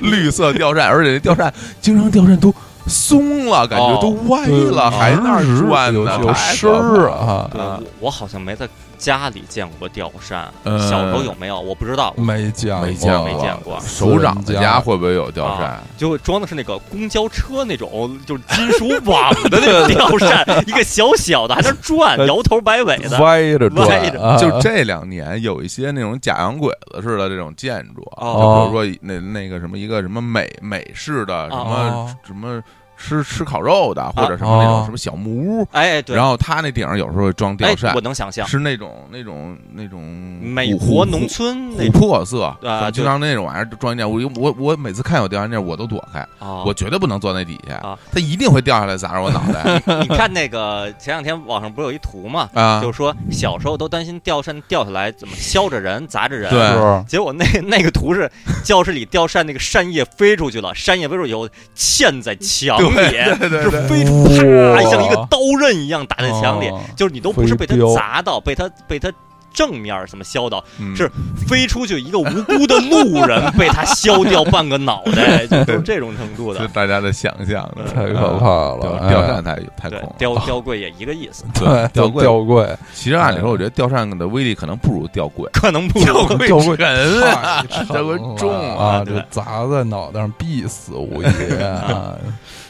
S1: 绿色吊扇，而且那吊扇 经常吊扇都松了，感觉
S2: 哦
S1: 都歪了，还在那儿转
S3: 啊有
S1: 呢，
S3: 有
S1: 太
S3: 声
S1: 可怕
S3: 儿
S1: 了。
S3: 啊，
S2: 对我我好像没在家里见过吊扇，
S1: 呃
S2: 嗯小时候有没有？我不知道，
S3: 没见过
S1: 没见过，
S2: 没见过
S1: 手掌的家会不会有吊扇
S2: 啊？就装的是那个公交车那种，就是金属网的那个 吊扇，一个小小的，还在那
S1: 呃
S2: 转，摇头摆尾的。
S3: 歪着转，
S2: 歪着
S3: 啊
S1: 就这两年有一些那种假洋鬼子似的这种建筑，啊
S2: 哦
S1: 就比如说那那个什么一个什么美美式的什
S3: 哦
S1: 么什么吃吃烤肉的，或者什么那
S3: 哦
S1: 种什么小木屋，
S2: 哎，对，
S1: 然后它那顶上有时候会装吊
S2: 哎
S1: 扇，
S2: 我能想象，
S1: 是那种那种那种
S2: 美
S1: 琥
S2: 国
S1: 琥
S2: 农村那
S1: 琥珀色
S2: 啊
S1: 经常那种玩意儿装一件，我我我每次看有吊扇件，我都躲开，
S2: 啊，
S1: 我绝对不能坐那底下
S2: 啊，
S1: 它一定会掉下来砸着我脑 袋
S2: 你看那个前两天网上不是有一图嘛，
S1: 啊！
S2: 就说小时候都担心吊扇掉下来怎么削着人、砸着人，
S1: 对
S3: 是
S2: 结果那 那个图是教室里吊扇那个扇叶飞出去了，扇叶飞出去以后嵌在墙里，
S1: 对对
S2: 是
S1: 对
S2: 飞出啪，
S3: 哇
S2: 像一个刀刃一样打在墙里，
S3: 哦
S2: 就是你都不是被它
S3: 飞镖
S2: 砸到，被它被它。正面什么削到，
S1: 嗯
S2: 是飞出去一个无辜的路人 被它削掉半个脑 袋，就是这种程度
S1: 是
S2: 的。
S1: 大家的想象的，
S3: 太可怕了，
S1: 嗯吊吊扇太太
S2: 对
S1: 恐，
S2: 雕雕柜也一个意思，
S3: 哎
S1: 啊吊
S3: 对，
S1: 柜
S3: 吊柜，
S1: 其实按理说，我觉得吊扇的威力可能不如吊柜，
S2: 可能不如
S3: 吊柜
S1: 沉啊，吊柜重
S3: 啊，
S2: 对
S3: 这砸在脑袋上必死无疑啊！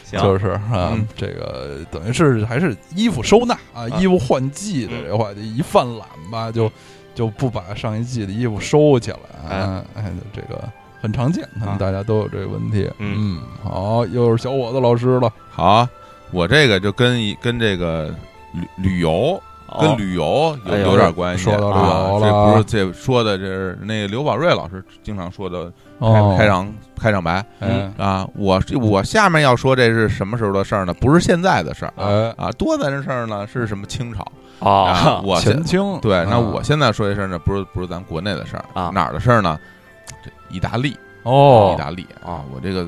S2: 行。
S3: 就是啊
S1: 嗯，
S3: 这个等于是还是衣服收纳啊，衣服换季的
S2: 嗯
S3: 这话，这一犯懒吧，
S1: 嗯
S3: 就就不把上一季的衣服收起来，
S2: 哎
S3: 啊哎，这个很常见，可能
S2: 啊
S3: 大家都有这个问题。
S2: 嗯
S3: 嗯，好，又是小伙子老师了，
S1: 好啊，我这个就跟一跟这个旅旅游
S2: 哦
S1: 跟旅游有
S2: 哎呦
S1: 有点关系。
S3: 说到旅
S1: 啊
S3: 游，
S1: 这
S3: 了
S1: 不是这说的，这是那刘宝瑞老师经常说的
S3: 哦
S1: 开开场开场白
S3: 哎
S1: 啊。我是我下面要说这是什么时候的事儿呢？不是现在的事儿
S3: 哎，
S1: 啊，多咱这事儿呢是什么清朝 啊？
S2: 哦，
S1: 我现
S3: 前清
S1: 对，那
S3: 啊
S1: 我现在说这事儿呢，不是不是咱国内的事儿
S2: 啊
S1: 哪儿的事儿呢？这意大利。
S3: 哦
S1: 意，大利啊，我这个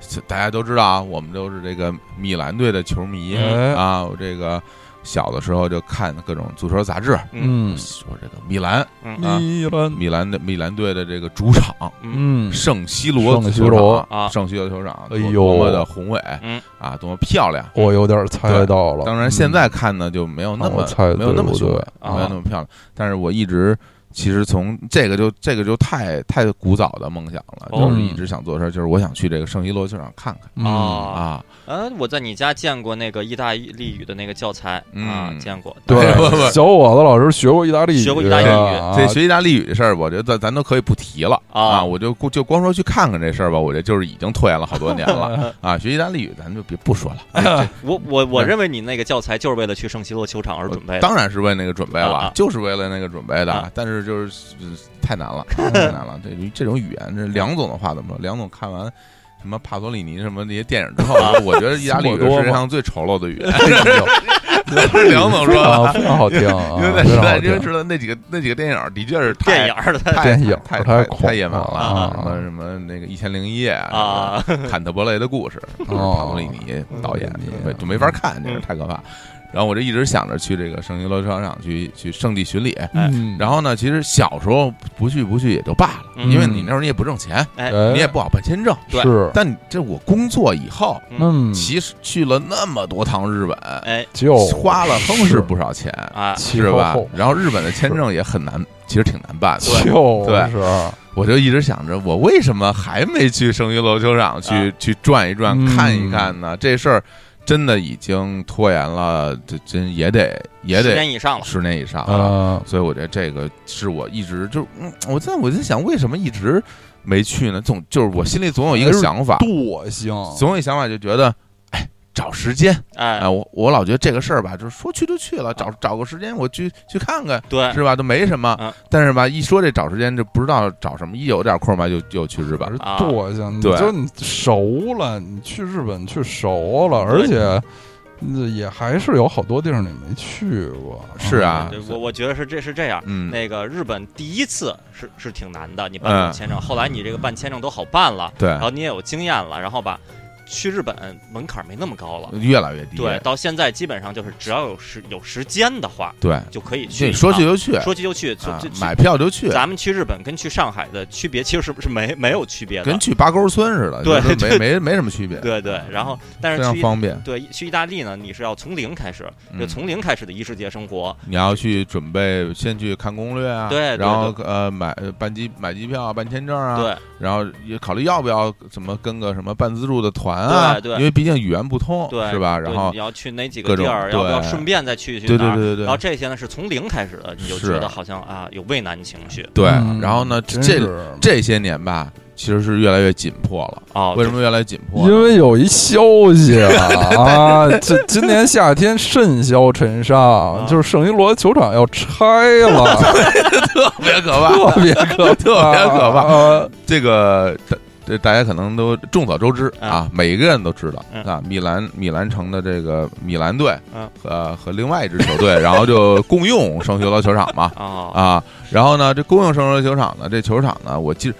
S1: 是大家都知道啊，我们都是这个米兰队的球迷、
S3: 嗯
S1: 啊，我这个小的时候就看各种足球杂志，
S3: 嗯，
S1: 说这个米兰
S2: 嗯
S1: 啊
S3: 米兰，
S1: 米兰的米兰队的这个主场
S3: 嗯，
S1: 圣西罗
S3: 圣西
S1: 球
S3: 罗
S1: 场
S2: 啊
S1: 圣西罗球场，
S3: 哎呦嗯
S1: 多么的宏伟
S2: 嗯
S1: 啊，多么漂亮。
S3: 我有点猜到了。
S1: 当然，
S3: 嗯
S1: 现在看呢就没有那
S3: 我
S1: 么
S3: 猜
S1: 没有
S3: 对
S1: 那么
S3: 不
S1: 雄
S3: 对
S1: 伟，
S2: 啊
S1: 没有那么漂亮。但是我一直其实从这个就这个就太太古早的梦想了，
S2: 哦
S1: 就是一直想做的事儿，就是我想去这个圣西罗球场看看
S3: 嗯
S2: 啊
S1: 啊。
S2: 呃，我在你家见过那个意大利语的那个教材啊，
S1: 嗯
S2: 见过。
S3: 对
S1: 不不，
S3: 小伙子老师学过意大利语，
S2: 学过意大利语
S3: 啊
S1: 这学意大利语的事儿，我觉得咱咱都可以不提了啊，
S2: 啊，
S1: 我就就光说去看看这事儿吧，我这就是已经拖延了好多年 了啊。学意大利语咱就别不说了，
S2: 我我我
S1: 嗯
S2: 认为你那个教材就是为了去圣西罗球场而准备的。
S1: 当然是为那个准备
S2: 啊
S1: 了
S2: 啊，
S1: 就是为了那个准备的
S2: 啊。
S1: 但是就是呃太 难了，太难了。这这种语言，这梁总的话怎么说？梁总看完。什么帕索里尼什么那些电影之
S2: 啊
S1: 后，我觉得意大 利语是世界上最丑陋的语言。是 梁总说的，
S3: 啊，非常好听啊，
S1: 因为
S3: 非常好
S1: 在因为
S3: 听
S1: 知。道那几个那几个电影的确是太
S2: 电影儿的
S1: 太
S3: 电影
S1: 太
S3: 太
S1: 太
S3: 恐
S1: 太野蛮
S3: 怖啊
S1: 了，
S2: 了
S1: 什么什么那个《一千零一夜》
S2: 啊，
S1: 坎特伯雷的故事，帕
S3: 哦
S1: 索里尼导演
S3: 嗯，
S1: 对，就没法看，这个太可怕。然后我就一直想着去这个圣西罗球场去去圣地巡礼。
S2: 哎
S3: 嗯，
S1: 然后呢，其实小时候不去不去也就罢了，
S2: 嗯
S1: 因为你那时候你也不挣钱，
S2: 哎
S3: 哎
S1: 你也不好办签证。
S2: 对
S3: 是，
S1: 但你这我工作以后，
S3: 嗯，
S1: 其实去了那么多趟日本，
S2: 哎
S3: 就
S1: 花了更是
S3: 是
S1: 不少钱，
S2: 啊，
S3: 其
S1: 是吧
S3: 后？
S1: 然后日本的签证也很难，其实挺难办的。
S3: 就是
S1: 我就一直想着，我为什么还没去圣约罗球场去、
S2: 啊
S1: 去转一转、
S3: 嗯
S1: 看一看呢？这事儿真的已经拖延了，这真也得也
S2: 十
S1: 得
S2: 年以上了。
S1: 十年以上了。
S3: 嗯，
S1: 所以我觉得这个是我一直就，嗯，我在我在想，为什么一直没去呢？总就是我心里总有一个想法，
S3: 惰性，
S1: 总有一想法就觉得，哎，找时间，
S2: 哎
S1: 哎，，我我老觉得这个事儿吧，就是说去就去了，找找个时间我去去看看，
S2: 对，
S1: 是啊吧？都没什么
S2: 嗯，
S1: 但是吧，一说这找时间，就不知道找什么，一有点空吧，就就去日本了。
S2: 啊
S3: 惰性，你
S1: 对
S3: 就你熟了，你去日本去熟了，而且嗯也还是有好多地儿你没去过。
S1: 是啊
S2: 嗯对我我觉得是这是这样。
S1: 嗯，
S2: 那个日本第一次是是挺难的，你办这
S1: 嗯
S2: 种签证，后来你这个办签证都好办了，
S1: 对
S2: 然，后你也有经验了，然后吧，去日本门槛没那么高了。
S1: 越来越低。
S2: 对，到现在基本上就是只要有时有时间的话，
S1: 对，
S2: 就可以去一
S1: 你
S2: 趟。
S1: 说去就去，
S2: 说去就去，就
S1: 啊
S2: 就去
S1: 买票就去，
S2: 咱们去日本跟去上海的区别其实是不是没没有区别的
S1: 跟？去八沟村似的，
S2: 对
S1: 就是没
S2: 对
S1: 没没什么区别。
S2: 对对，然后但
S1: 非
S2: 是
S1: 常
S2: 去
S1: 方便。
S2: 对去意大利呢，你是要从零开始，就
S1: 嗯
S2: 从零开始的异世界生活。
S1: 你要去准备，先去看攻略啊，
S2: 对对
S1: 然后呃买呃办机买机票啊，办签证啊，，
S2: 对
S1: 然后也考虑要不要怎么跟个什么半自助的团啊，
S2: 对对
S1: 因为毕竟语言不通，
S2: 对，
S1: 是吧？
S2: 对
S1: 啊然后
S2: 你要去哪几
S1: 各
S2: 个
S1: 种
S2: 地儿，要不要
S1: 对
S2: 顺便再去去
S1: 对
S2: 哪
S1: 对
S2: 儿？
S1: 对对
S2: 然后
S1: 对，
S2: 这些呢是从零开始的，你就是觉得好像啊有畏难情绪
S1: 对
S3: 嗯，
S1: 然后呢，这
S3: 真
S1: 这
S3: 是
S1: 这些年吧，其实是越来越紧迫了。
S2: 哦，
S1: 为什么越来越紧迫呢？
S3: 因为有一消息 啊，啊这今年夏天甚嚣尘上，就是圣一罗球场要拆 了，
S1: 特别可怕，
S3: 特别可怕，
S1: 特别可怕
S3: 怕。
S1: 这个大这大家可能都众所周知
S2: 啊
S1: 啊，每个人都知道
S2: 嗯
S1: 啊，米兰米兰城的这个米兰队
S2: 嗯，
S1: 呃和另外一支球队，然后就共用圣修罗球场嘛
S2: 就哦
S1: 啊，然后呢，这共用圣修罗球场呢，这球场呢，我记。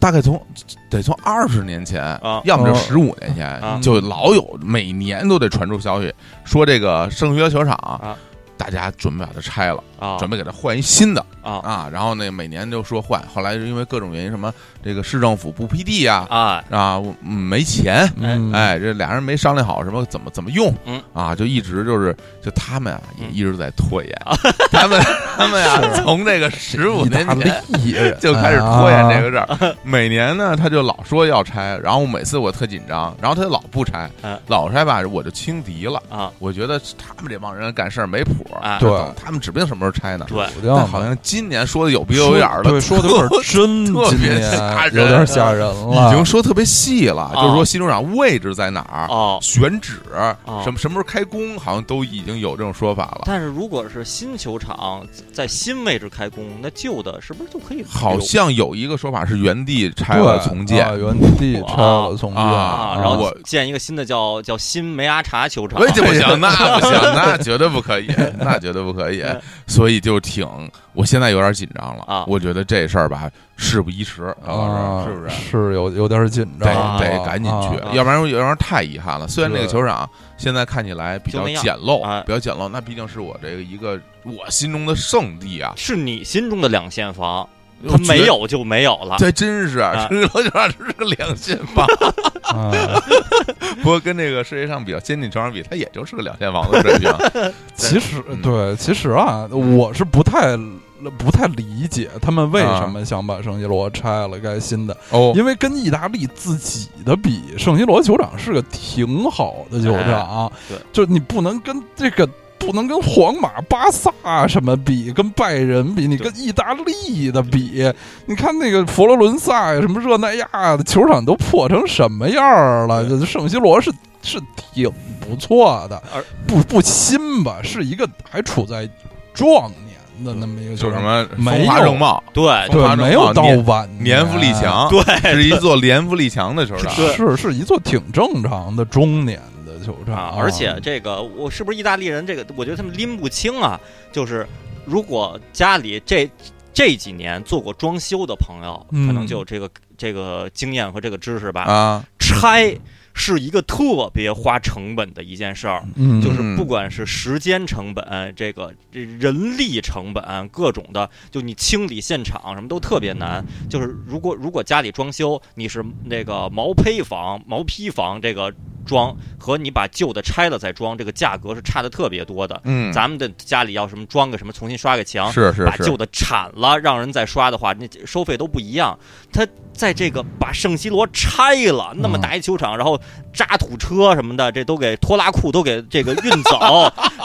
S1: 大概从得从二十年前
S2: 啊，
S1: 要么就
S3: 哦
S1: 十五年前
S2: 啊，
S1: 就老有每年都得传出消息说这个圣修罗球场
S2: 啊，
S1: 大家准备把它拆了，
S2: 啊
S1: 准备给它换一新的。
S2: 啊
S1: 啊，然后呢，每年就说换，后来是因为各种原因，什么这个市政府不批地呀，
S2: 啊
S1: 啊，我嗯没钱，
S3: 嗯，
S1: 哎，这俩人没商量好什么怎么怎么用，
S2: 嗯
S1: 啊，就一直就是就他们啊也
S2: 嗯啊
S1: 一直在拖延， 他们他们 呀、从这个十五
S3: 意
S1: 年
S3: 大利
S1: 前。 就开始拖延这
S3: 个。
S1: 个事
S2: 啊
S1: 儿，每年呢他就老说要拆，然后每次我特紧张，然后他就老不拆
S2: 嗯，
S1: 老拆吧我就轻敌了，
S2: 啊
S1: 我觉得他们这帮人干事儿没谱儿，
S2: 啊
S3: 对
S1: 他们指不定什么时候拆呢。
S2: 对
S3: 我觉得
S1: 但好像今年说的有鼻有眼儿了，
S3: 对，说的有 点真，
S1: 特
S3: 今
S1: 别
S3: 年
S1: 吓人
S3: 有点吓人了，
S1: 已经说特别细了，
S2: 哦
S1: 就是说新球场位置在哪儿，
S2: 哦。
S1: 选址
S2: 哦，
S1: 什么什么时候开工，好像都已经有这种说法了。
S2: 但是如果是新球场在新位置开工，那旧的是不是就可以留？
S1: 好像有一个说法是原地拆
S3: 对
S1: 了重建
S2: 哎
S3: 啊，原地拆了重建
S1: 啊
S2: 啊，然后
S1: 我
S2: 建一个新的叫叫新梅阿查球场
S1: 喂，这不行，那不行，那绝对不 可以，那绝对不可以。所以就挺，我现在有点紧张了
S2: 啊
S1: 我觉得这事儿吧，事不宜迟，高老
S3: 啊，
S1: 师是不是？
S3: 是有有点紧
S1: 得
S3: 张了，
S1: 得赶紧去，
S2: 啊
S1: 要不然要不然太遗憾了。虽然这个
S3: 对
S1: 球场现在看起来比较
S2: 就那样
S1: 简陋，
S2: 哎
S1: 比较简陋，那毕竟是我这个一个我心中的圣地啊。
S2: 是你心中的两线房，
S1: 我
S2: 它
S1: 觉得
S2: 没，有就没有了。
S1: 这真是
S2: 啊
S1: 这楼球场是个良心 房，
S3: 啊。
S1: 不过跟这个世界上比较先进球场比，它也就是个两线房的水平。
S3: 其实
S1: 嗯
S3: 对，其实啊，我是不太不太理解他们为什么想把圣西罗拆了盖新的，
S1: 哦，
S3: 因为跟意大利自己的
S1: 哎
S3: 比，圣西罗球场是个挺好的球场，啊
S2: 对
S3: 就你不能跟这个不能跟皇马、巴萨什么比，跟拜仁比，你跟意大利的比，你看那个佛罗伦萨呀、什么热那亚的球场都破成什么样了？这圣西罗是是挺不错的
S2: 而，
S3: 不不新吧，是一个还处在壮年的那么一个球
S1: 就
S3: 场，
S1: 什么哎
S3: 没
S1: 风华
S3: 有
S1: 正茂，
S2: 对
S1: 中
S3: 对，
S1: 华中
S3: 没有
S1: 国
S3: 到
S1: 年
S3: 晚
S1: 年富力
S3: 年
S1: 强，
S2: 对
S1: 是一座年富力强的球场。
S2: 对
S3: 是是一座挺正常的中年的球场，
S2: 啊，而且这个我是不是意大利人？这个我觉得他们拎不清啊。就是如果家里这这几年做过装修的朋友，
S3: 嗯
S2: 可能就有这个这个经验和这个知识吧。
S1: 啊，
S2: 拆是一个特别花成本的一件事儿。
S3: 嗯，
S2: 就是不管是时间成本、这个这人力成本、各种的，就你清理现场什么都特别难。就是如果如果家里装修，你是那个毛坯房、毛坯房这个装，和你把旧的拆了再装，这个价格是差的特别多的。
S1: 嗯，
S2: 咱们的家里要什么装个什么，重新刷个墙，
S1: 是是
S2: 把
S1: 是
S2: 旧，的铲了，让人再刷的话，那收费都不一样。他在这个把圣西罗拆了，那
S1: 嗯
S2: 么大一球场，然后渣土车什么的，这都给拖拉库都给这个运走，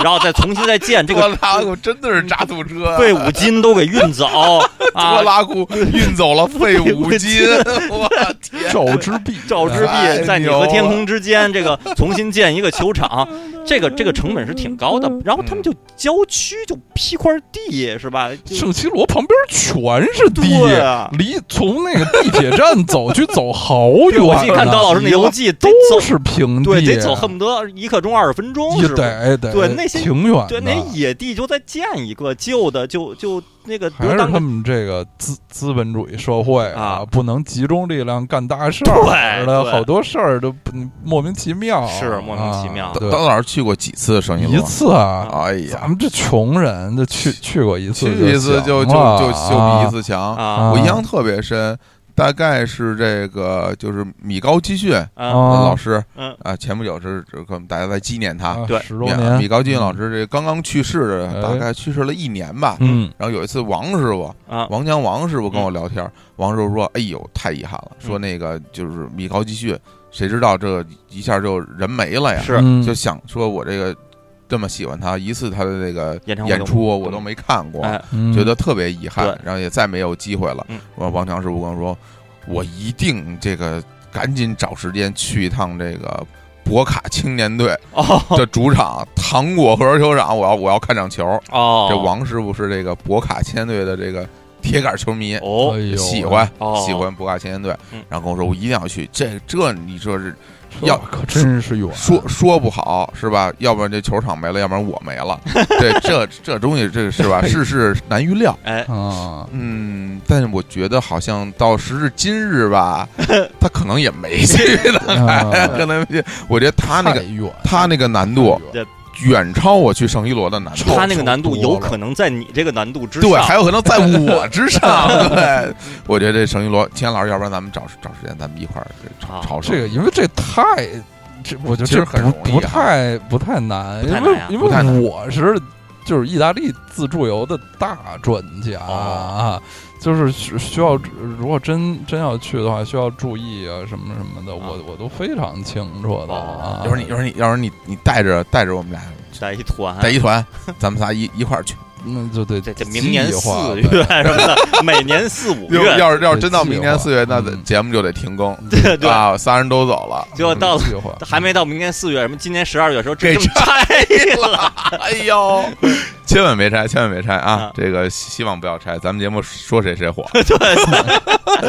S2: 然后再重新再建这
S1: 拖
S2: 个
S1: 拉库真的是渣土 车，
S2: 废五金都给运 走
S1: 拖
S2: 啊。
S1: 拉库运走了废五金， 我天，
S3: 赵之哎璧，
S2: 哎赵之
S1: 太
S2: 璧在你
S1: 牛
S2: 和天
S1: 了
S2: 空之间，这个重新建一个球场，这个这个成本是挺高
S1: 嗯
S2: 的。然后他们就郊区就批块地是吧？就
S3: 圣西罗旁边全是地，
S2: 对啊
S3: 离从那个地铁站走去走好
S1: 啊
S3: 远呢。
S2: 我自己看刀老师那游记，得
S3: 都
S2: 走
S3: 是平地，
S2: 对，得走恨不得一刻钟二十分钟，
S3: 也
S2: 是吧？
S3: 得得
S2: 对那些
S3: 挺远的，
S2: 对，那野地就再建一个旧的，就就那个，比
S3: 还
S2: 如
S3: 是
S2: 当
S3: 他
S2: 个
S3: 们这个资资本主义社会
S2: 啊
S3: 不能集中力量干大事
S2: 对
S3: 儿，
S2: 对
S3: 了好多事儿都不莫名其妙，
S2: 是莫名其妙
S3: 啊
S1: 刀
S3: 对
S1: 刀老师去过几次圣西
S3: 一
S1: 罗？
S3: 次啊，
S1: 哎
S3: 咱
S1: 呀，
S3: 们这穷人这去去过一次啊
S1: 去一次就就
S3: 行了
S1: 就就比一次强。
S2: 啊
S1: 我印象特别深，大概是这个就是米高基训
S2: 啊
S3: 啊
S1: 老师
S2: 嗯
S1: 啊，前不久是这个大家在纪念他
S3: 啊，
S2: 对
S3: 十
S1: 米
S3: 多年，嗯
S1: 米高基训老师这刚刚去世
S3: 哎
S1: 的，大概去世了一年吧。
S3: 嗯，
S1: 然后有一次王师傅，
S2: 啊
S1: 王江王师傅跟我聊天，王师傅说：“哎呦，太遗憾了，
S2: 嗯
S1: 说那个就是米高基训，谁知道这一下就人没了呀？
S2: 是
S3: 嗯
S1: 就想说我这个这么喜欢他，一次他的那个
S2: 演唱会
S1: 演
S2: 都
S1: 出我都没看过，
S2: 哎
S3: 嗯
S1: 觉得特别遗憾
S2: 对，
S1: 然后也再没有机会了
S2: 嗯。
S1: 我王强师傅跟我说，我一定这个赶紧找时间去一趟这个博卡青年 队
S2: 哦
S1: 的主场糖果合球场，我要我要看场球。
S2: 哦，
S1: 这王师傅是这个博卡青年队的这个铁杆球迷。
S3: 哎
S2: 哦
S3: 呦
S1: 喜欢
S2: 哦
S1: 喜欢博卡青年队
S2: 嗯，
S1: 然后跟我说我一定要去，这这你说是
S3: 这
S1: 要
S3: 可真是远，啊
S1: 说说不好是吧？要不然这球场没了，要不然我没 了。这这这东西，这是吧？世事难预料。
S2: 哎
S3: 啊，
S1: 嗯，但是我觉得好像到时至今日 吧，他可能也没去呢，
S2: 嗯
S3: 啊
S1: 可能没去我觉得他那
S3: 太
S1: 个
S3: 远，
S1: 他那个难度
S3: 太远
S1: 远超我去圣一罗的难度，
S2: 他那个难度
S3: 超多
S2: 有
S3: 了
S2: 可能在你这个难度之上，
S1: 对，还有可能在我之 上。对，我觉得这圣一罗，钱老师，要不然咱们找找时间，咱们一块儿
S2: 啊
S1: 朝朝圣
S3: 这个，因为这太，这我觉得
S1: 其实
S3: 这
S1: 很
S3: 不不
S1: 容易啊
S3: 太不太难，
S2: 不
S3: 因
S2: 太
S3: 为
S2: 难啊
S3: 因
S1: 不太
S3: 为我是就是意大利自助游的大专家
S2: 哦
S3: 啊，就是需需要如果真真要去的话，需要注意啊什么什么的，我我都非常清楚的
S2: 哦
S3: 啊。
S1: 要是你，要是你，要是你，你带着带着我们俩
S2: 在一团，
S1: 带一 团，咱们仨一一块儿去。
S3: 那嗯就得
S2: 这这明年
S3: 计划
S2: 四
S3: 呗
S2: 月什么的，每年四五
S1: 要
S2: 月，
S1: 要是要是
S3: 对
S1: 真到
S3: 计
S1: 明年
S3: 划
S1: 四月，那
S3: 嗯
S1: 节目就得停更
S2: 对对，
S1: 啊！仨人都走了，
S2: 结果到了
S3: 计划
S2: 还没到明年四月，什么今年十二月的时候，这
S1: 给
S2: 这么拆了，
S1: 哎呦，千万别拆，千万别拆啊
S2: 啊！
S1: 这个希希望不要拆，咱们节目说谁谁 火，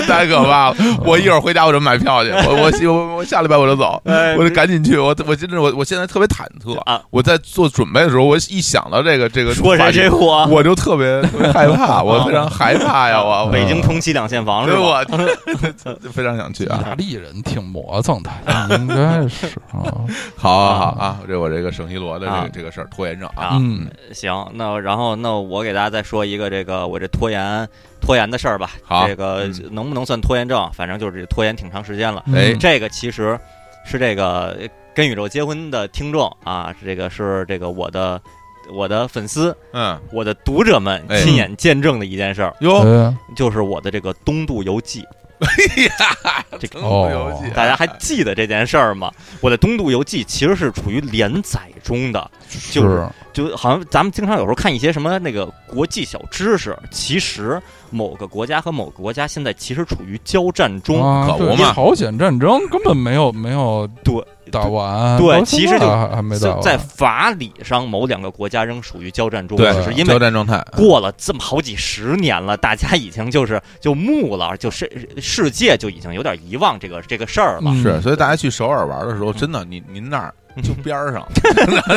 S1: 太可怕了！我一会儿回家我就买票去，我我希我我下礼拜我就走，
S2: 哎
S1: 我就赶紧去。我我真的我我现在特别忐忑
S2: 啊！
S1: 我在做准备的时候，我一想到这个这个
S2: 说
S1: 话
S2: 谁
S1: 题
S2: 谁火，啊
S1: 我就特别特别害怕，我非常害怕呀！我呃
S2: 北京通缉两线房是
S1: 对
S2: 吧？
S1: 我 非常想去
S3: 意
S1: 啊！
S3: 大利人挺磨蹭的，应该是啊，
S1: 好好好啊！这我这个圣西罗的这
S2: 啊
S1: 个这个事儿拖延症啊，
S2: 啊，
S3: 嗯，
S2: 行，那然后那我给大家再说一个这个我这拖延拖延的事儿吧。
S1: 好
S2: 这个
S1: 嗯
S2: 能不能算拖延症？反正就是拖延挺长时间了。
S1: 哎
S3: 嗯
S2: 这个其实是这个呃跟宇宙结婚的听众啊，这个是这个我的我的粉丝、
S1: 嗯
S2: 我的读者们
S1: 哎
S2: 亲眼见证的一件事儿，
S1: 哟，
S3: 哎
S2: 就是我的这个东渡游记。这
S1: 个
S3: 哦
S1: 游戏，
S2: 大家还记得这件事儿吗？我的东渡游记其实是处于连载中的，就是就好像咱们经常有时候看一些什么那个国际小知识，其实某个国家和某个国家现在其实处于交战中，
S3: 啊
S1: 可不
S3: 对
S1: 嘛
S3: 朝鲜战争根本没有没有
S2: 对
S3: 打完，
S2: 对
S3: 到现
S2: 其实就
S3: 在还还没打
S2: 在
S3: 完，
S2: 在法理上某两个国家仍属于交战中，
S1: 对
S2: 只是因为
S1: 交战状态，
S2: 过了这么好几十年了，大家已经就是就木了，就是世界就已经有点遗忘这个这个事儿了。
S3: 嗯
S1: 是，所以大家去首尔玩的时
S2: 嗯
S1: 候，真的，你您那儿就边儿 上，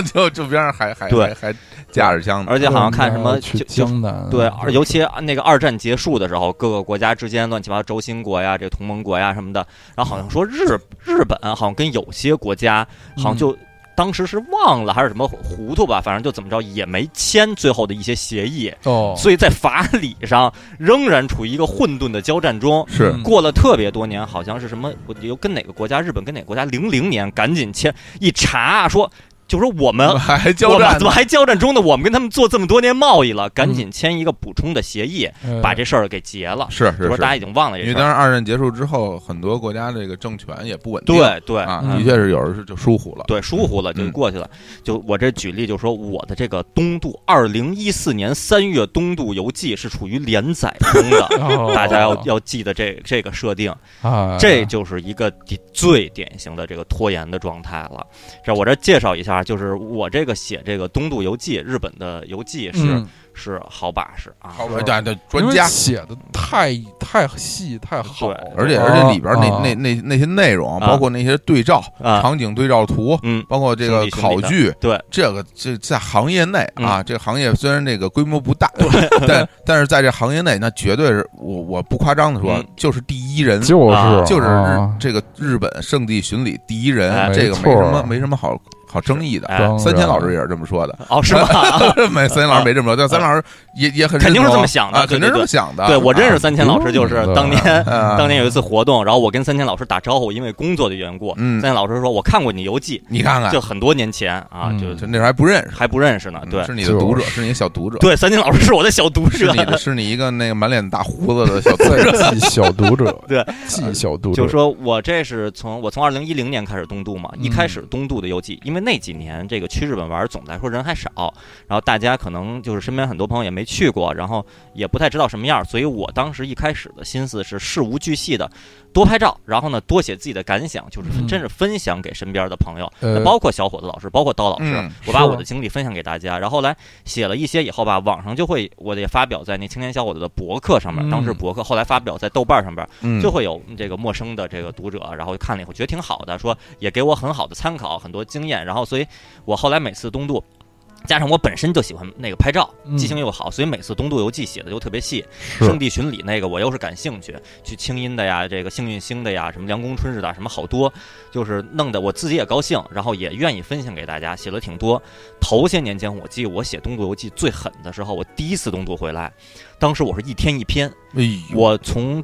S1: 就就边上还还
S2: 对
S1: 还还架着枪呢，
S2: 而且好像看什
S3: 我
S2: 么
S3: 们去
S2: 就就
S3: 江南，
S2: 对，而尤其那个二战结束的时候，各个国家之间乱七八糟轴心国呀、这个同盟国呀什么的，然后
S3: 嗯
S2: 好像说日日本好像跟有些国家好
S3: 嗯
S2: 像就。当时是忘了还是什么糊涂吧，反正就怎么着也没签最后的一些协议，
S3: 哦，
S2: 所以在法理上仍然处于一个混沌的交战中。
S1: 是
S3: 嗯
S2: 过了特别多年，好像是什么，我有跟哪个国家，日本跟哪个国家，零零年赶紧签，一查说就说我们
S1: 还
S2: 嗯我
S1: 交
S2: 们
S1: 战嗯
S2: 怎么还交战中呢？我们跟他们做这么多年贸易了，赶紧签一个补充的协议，
S3: 哎
S2: 把这事儿给结了。
S1: 是
S2: 就是说大家
S1: 是，
S2: 已经忘了
S1: 因
S2: 这
S1: 为
S2: 事
S1: 当
S2: 儿。
S1: 时二战结束之后，很多国家这个政权也不稳定，
S2: 对对
S1: 啊，
S3: 嗯，
S1: 的确是有时候就疏忽了，
S2: 对，疏忽了就
S1: 嗯
S2: 过去了。就我这举例，就说我的这个东渡，二零一四年三月东渡游记是处于连载中的
S3: 哦
S2: 大家要要记得这这个设
S1: 啊
S2: 定。
S3: 哎
S2: 这就是一个底最典型的这个拖延的状态了。这我这介绍一下，就是我这个写这个《东渡游记》，日本的游记是、
S3: 嗯
S2: 是好把式啊，
S1: 好吧，
S3: 是
S1: 哎对对，
S3: 因
S1: 专
S3: 为
S1: 家。
S3: 写的太太细太好了，
S1: 而且而且里边那、
S3: 啊
S1: 那那那些内容，
S2: 啊
S1: 包括那些对照、
S2: 啊
S1: 场景对照图，
S2: 嗯，
S1: 包括这个
S2: 兄弟兄
S1: 考
S2: 弟的
S1: 据，
S2: 对嗯
S1: 这个这在行业内啊，这个行业虽然这个规模不大， 但但是在这行业内，那绝对是我我不夸张的说
S2: 嗯，
S1: 就是第一人，
S3: 就是、
S2: 啊
S1: 就是日
S3: 啊
S1: 这个日本圣地巡礼第一人
S2: 哎，
S1: 这
S3: 没
S1: 个没
S3: 错
S1: 什么没什么好好争议的。
S2: 哎
S3: 当然
S1: 三千老师也是这么说的，
S2: 哦是 吧？
S1: 没三千老师没这么说，但三千老师也也很
S2: 肯定
S1: 认
S2: 是
S1: 同
S2: 这么想的
S1: 啊，
S2: 对
S1: 肯定
S2: 对
S1: 是这
S2: 对
S1: 么想的。
S2: 对我认识
S1: 啊
S2: 三千老师，就是
S3: 嗯
S2: 当年
S1: 啊
S2: 当年有一次活动，然后我跟三千老师打招呼，因为工作的缘故，
S1: 嗯
S2: 三千老师说我看过你游记，
S1: 你看看，
S2: 就很多年前啊，
S3: 嗯
S2: 就
S1: 就那时候还不认识，
S2: 还不认识呢，
S1: 嗯
S2: 对
S1: 是你的读者，是你的小读者，
S2: 对，三千老师是我的小读
S1: 是
S2: 者
S1: 你。的，是你一个那个满脸大胡子的小读者。
S3: 在记小读者，
S2: 对，
S3: 记小读者，
S2: 就是说我这是从我从二零一零年开始东渡嘛，
S3: 嗯
S2: 一开始东渡的游记，因为那几年这个去日本玩总的来说人还少，然后大家可能就是身边很多朋友也没去过，然后也不太知道什么样儿，所以我当时一开始的心思是事无巨细的多拍照，然后呢多写自己的感想，就是
S3: 嗯
S2: 真是分享给身边的朋友，
S3: 呃
S2: 包括小伙子老师，包括刀老师，
S1: 嗯
S2: 我把
S3: 是
S2: 我的经历分享给大家，然后后来写了一些以后吧，网上就会我也发表在那青年小伙子的博客上面，当时
S3: 嗯
S2: 博客后来发表在豆瓣上边。
S1: 嗯，
S2: 就会有这个陌生的这个读者，然后看了以后觉得挺好的，说也给我很好的参考，很多经验。然后，所以我后来每次东渡，加上我本身就喜欢那个拍照，
S3: 嗯
S2: 记性又好，所以每次东渡游记写的就特别细。
S3: 是
S2: 圣地巡礼那个我又是感兴趣，去清音的呀，这个幸运星的呀，什么凉宫春日的啊，什么好多，就是弄得我自己也高兴，然后也愿意分享给大家，写了挺多。头些年间，我记得我写东渡游记最狠的时候，我第一次东渡回来，当时我是一天一篇。
S1: 哎呦，
S2: 我从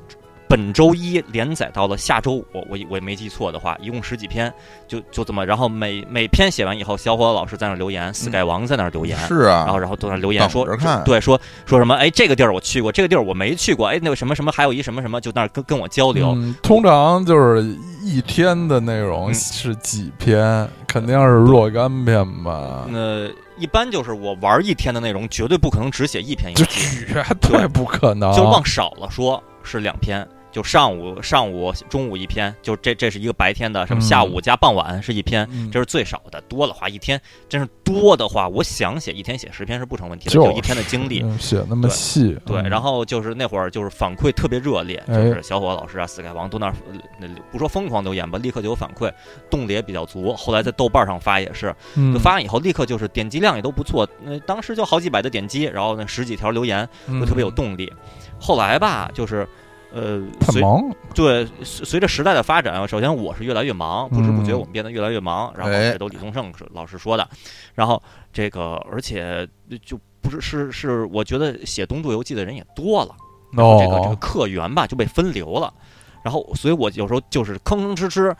S2: 本周一连载到了下周五，我我也没记错的话，一共十几篇，就就这么，然后每每篇写完以后，小伙子老师在那儿留言，Sky 王在那儿留言。
S1: 嗯是啊，
S2: 然后，然后都在那儿留言说
S1: 等着看，
S2: 对，说说什么？哎，这个地儿我去过，这个地儿我没去过。哎，那个什么什么，还有一什么什么，就那儿跟跟我交流。
S3: 嗯，通常就是一天的内容
S2: 嗯
S3: 是几篇，肯定是若干篇
S1: 嗯
S3: 吧。
S2: 那一般就是我玩一天的内容，绝对不可能只写一篇游
S3: 这
S2: 戏，
S3: 绝啊 对不可能，
S1: 啊
S2: 就往少了说是两篇，就上午上午中午一篇，就这这是一个白天的，什
S3: 嗯
S2: 么下午加傍晚是一篇，
S3: 嗯
S2: 这是最少的，多的话一天，真是多的话，我想写一天写十篇是不成问题的，
S3: 就
S2: 一天的经历。
S3: 嗯写那么细。
S2: 对，
S3: 嗯
S2: 然后就是那会儿就是反馈特别热烈，就
S3: 哎
S2: 是小伙老师啊、Sky 王都那儿呃不说疯狂留言吧，立刻就有反馈，动力也比较足。后来在豆瓣上发也是，
S3: 嗯
S2: 就发完以后立刻就是点击量也都不错，那、当时就好几百的点击，然后呢十几条留言，就特别有
S3: 嗯
S2: 动力。后来吧，就是呃，
S3: 太
S2: 随
S3: 忙了，
S2: 对，随随着时代的发展，啊首先我是越来越忙，不知不觉
S3: 嗯
S2: 我们变得越来越忙，然后
S1: 哎
S2: 这都李宗盛是老师说的，然后这个而且就不是是是，我觉得写东渡游记的人也多了，
S3: 哦，
S2: 这个这个客源吧就被分流了，然后所以我有时候就是吭吭哧哧、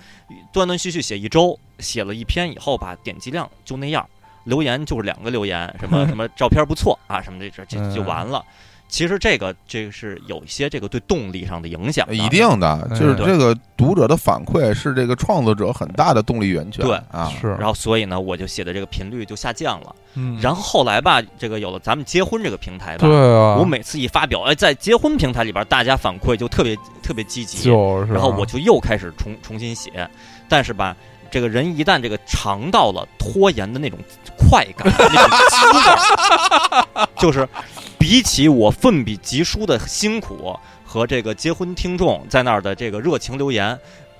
S2: 断断续续写一周，写了一篇以后吧，点击量就那样，留言就是两个留言，什么什么照片不错啊什么的，这这就
S3: 嗯
S2: 完了。其实这个这个是有一些这个对动力上的影响啊的，
S1: 一定的，就是这个读者的反馈是这个创作者很大的动力源泉。
S2: 对
S1: 啊，
S3: 是，
S2: 然后所以呢，我就写的这个频率就下降了。
S3: 嗯
S2: 然后后来吧，这个有了咱们结婚这个平台吧，
S3: 对啊，
S2: 我每次一发表，哎，在结婚平台里边，大家反馈就特别特别积极，
S3: 就是啊，
S2: 然后我就又开始重重新写，但是吧，这个人一旦这个尝到了拖延的那种快感，那种滋味儿，就是比起我奋笔疾书的辛苦和这个结婚听众在那儿的这个热情留言。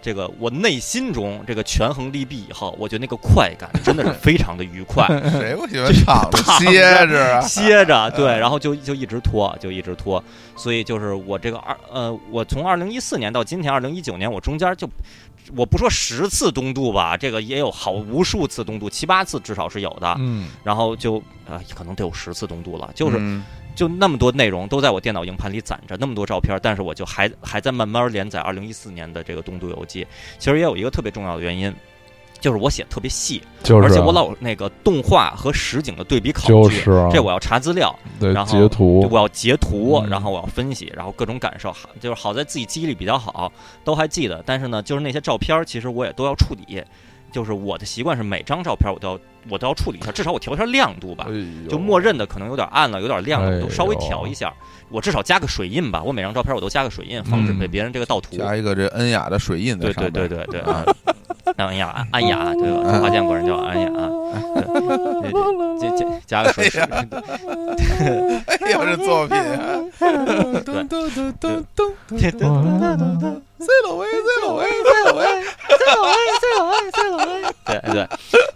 S2: 这个我内心中这个权衡利弊以后，我觉得那个快感真的是非常的愉快，
S1: 谁不喜欢躺着歇着啊？
S2: 歇
S3: 嗯
S2: 着，对，然后就就一直拖，就一直拖，所以就是我这个二呃，我从二零一四年到今天二零一九年，我中间就我不说十次东渡吧，这个也有好无数次东渡，七八次至少是有的，
S3: 嗯，
S2: 然后就呃可能得有十次东渡了，就是
S1: 嗯
S2: 就那么多内容都在我电脑硬盘里攒着，那么多照片，但是我就还还在慢慢连载二零一四年的这个东渡游记，其实也有一个特别重要的原因。就是我写特别细，
S3: 就是啊，
S2: 而且我老有那个动画和实景的对比考据，
S3: 就是啊
S2: 这我要查资料，
S3: 对
S2: 然后
S3: 截图
S2: 对，我要截图，
S3: 嗯
S2: 然后我要分析，然后各种感受，好就是好在自己记忆力比较好，都还记得。但是呢，就是那些照片儿，其实我也都要处理。就是我的习惯是每张照片我都要我都要处理一下，至少我调一下亮度吧
S3: 哎。呦
S2: 就默认的可能有点暗了，有点亮了，
S3: 哎
S2: 我都稍微
S3: 呦
S2: 调一下。我至少加个水印吧，我每张照片我都加个水印，防止被
S3: 嗯
S2: 别人这个盗图。
S1: 加一个这恩雅的水印在
S2: 对
S1: 上
S2: 对
S1: 面。
S2: 对对对，
S1: 啊
S2: 安雅安雅，对吧？中华建国人叫安雅，
S4: 예.
S2: 对对加加加个水印。
S1: 哎呀，这作 品，
S2: 对
S3: 对
S2: 对对
S1: 这老威，这老威，
S2: 对对，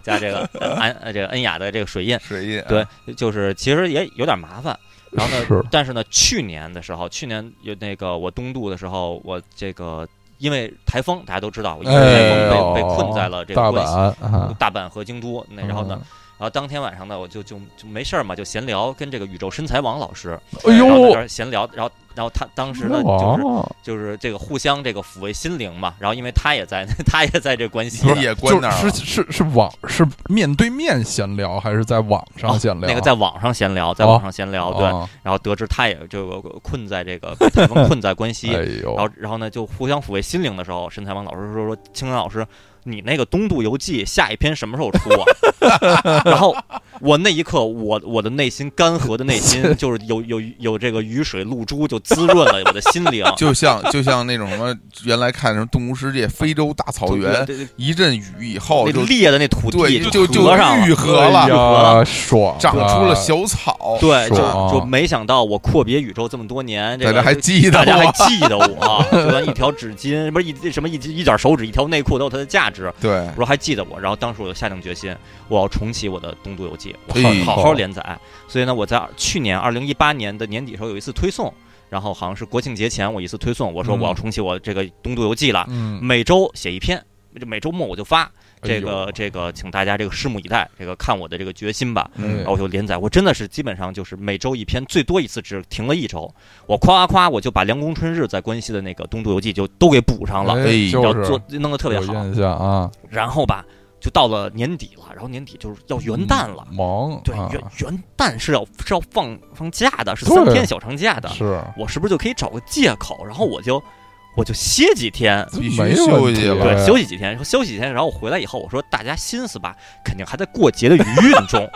S2: 加这个安呃这个恩雅的这个水印，
S1: 水印啊
S2: 对，就是其实也有点麻烦。然后呢
S3: 是，
S2: 但是呢，去年的时候，去年有那个我东渡的时候，我这个因为台风，大家都知道，因为台风被被困在了这个
S3: 哎大
S2: 关西
S3: 阪啊，嗯
S2: 大阪和京都。那然后呢，然后当天晚上呢，我就就就没事儿嘛，就闲聊，跟这个宇宙身材王老师，
S3: 嗯，哎
S2: 然后在这
S3: 呦，
S2: 儿闲聊，然后然后他当时呢就是
S3: 哇，
S2: 就是这个互相这个抚慰心灵嘛，然后因为他也在 他也在这关西
S1: 不。是也关
S3: 就
S1: 那儿
S3: 是
S1: 了。
S3: 是是网是面对面闲聊还是在网上
S2: 哦
S3: 闲聊？
S2: 那个在网上闲聊，在
S1: 哦
S2: 网上闲聊，对，
S3: 啊
S2: 然后得知他也这个困在这个被台风困在关西，
S3: 哎
S2: 然
S3: 呦，
S2: 后然后呢就互相抚慰心灵的时候，沈采王老师说说青兰老师，你那个《东渡游记》下一篇什么时候出啊？ 然后我那一刻，我我的内心干涸的内 心就是有有有这个雨水露珠就滋润了我的心灵。
S1: 就像就像那种什么，原来看什么《动物世界》，非洲大草原，
S2: 对对
S1: 一阵雨以后
S2: 那
S1: 就
S2: 裂的那土地
S1: 对，就就
S2: 合上了
S1: 愈合
S3: 哎
S1: 了，
S3: 呀，爽啊，
S1: 长出了小草。
S2: 对，就
S3: 爽
S2: 就没想到我阔别宇宙这么多年，这
S1: 大
S2: 个
S1: 家哦还记得
S2: 大家还
S1: 我？
S2: 记 得我，啊就算一条纸巾，不是一什么一一卷手指、一条内裤都有它的价值。
S1: 对
S2: 我，说还记得我，然后当时我就下定决心，我要重启我的《东渡游记》，
S1: 哎
S2: 我好好好连载。所以呢，我在去年二零一八年的年底时候有一次推送，然后好像是国庆节前我一次推送，我说
S3: 嗯
S2: 我要重启我这个《东渡游记》了，
S3: 嗯，
S2: 每周写一篇，每周末我就发。
S3: 哎呦
S2: 这个这个，请大家这个拭目以待，这个看我的这个决心吧。
S1: 嗯
S2: 然后我就连载，我真的是基本上就是每周一篇，最多一次只停了一周。我夸夸夸，我就把梁公春日在关西的那个《东渡游记》就都给补上了，
S3: 哎
S2: 然
S3: 就
S2: 后
S3: 是
S2: 做弄得特别
S3: 有
S2: 好。
S3: 印象啊，
S2: 然后吧，就到了年底了，然后年底就是要哦元旦了。
S3: 忙，
S2: 对，
S3: 嗯啊
S2: 元元旦是要是要放放假的，是三
S3: 对
S2: 天小长假的。
S3: 是
S2: 我是不是就可以找个借口，然后我就我就歇几天，
S1: 必须
S3: 没
S1: 休息了
S2: 对，
S3: 对，
S2: 休息几天，休息几天，然后我回来以后，我说大家心思吧，肯定还在过节的余韵 中，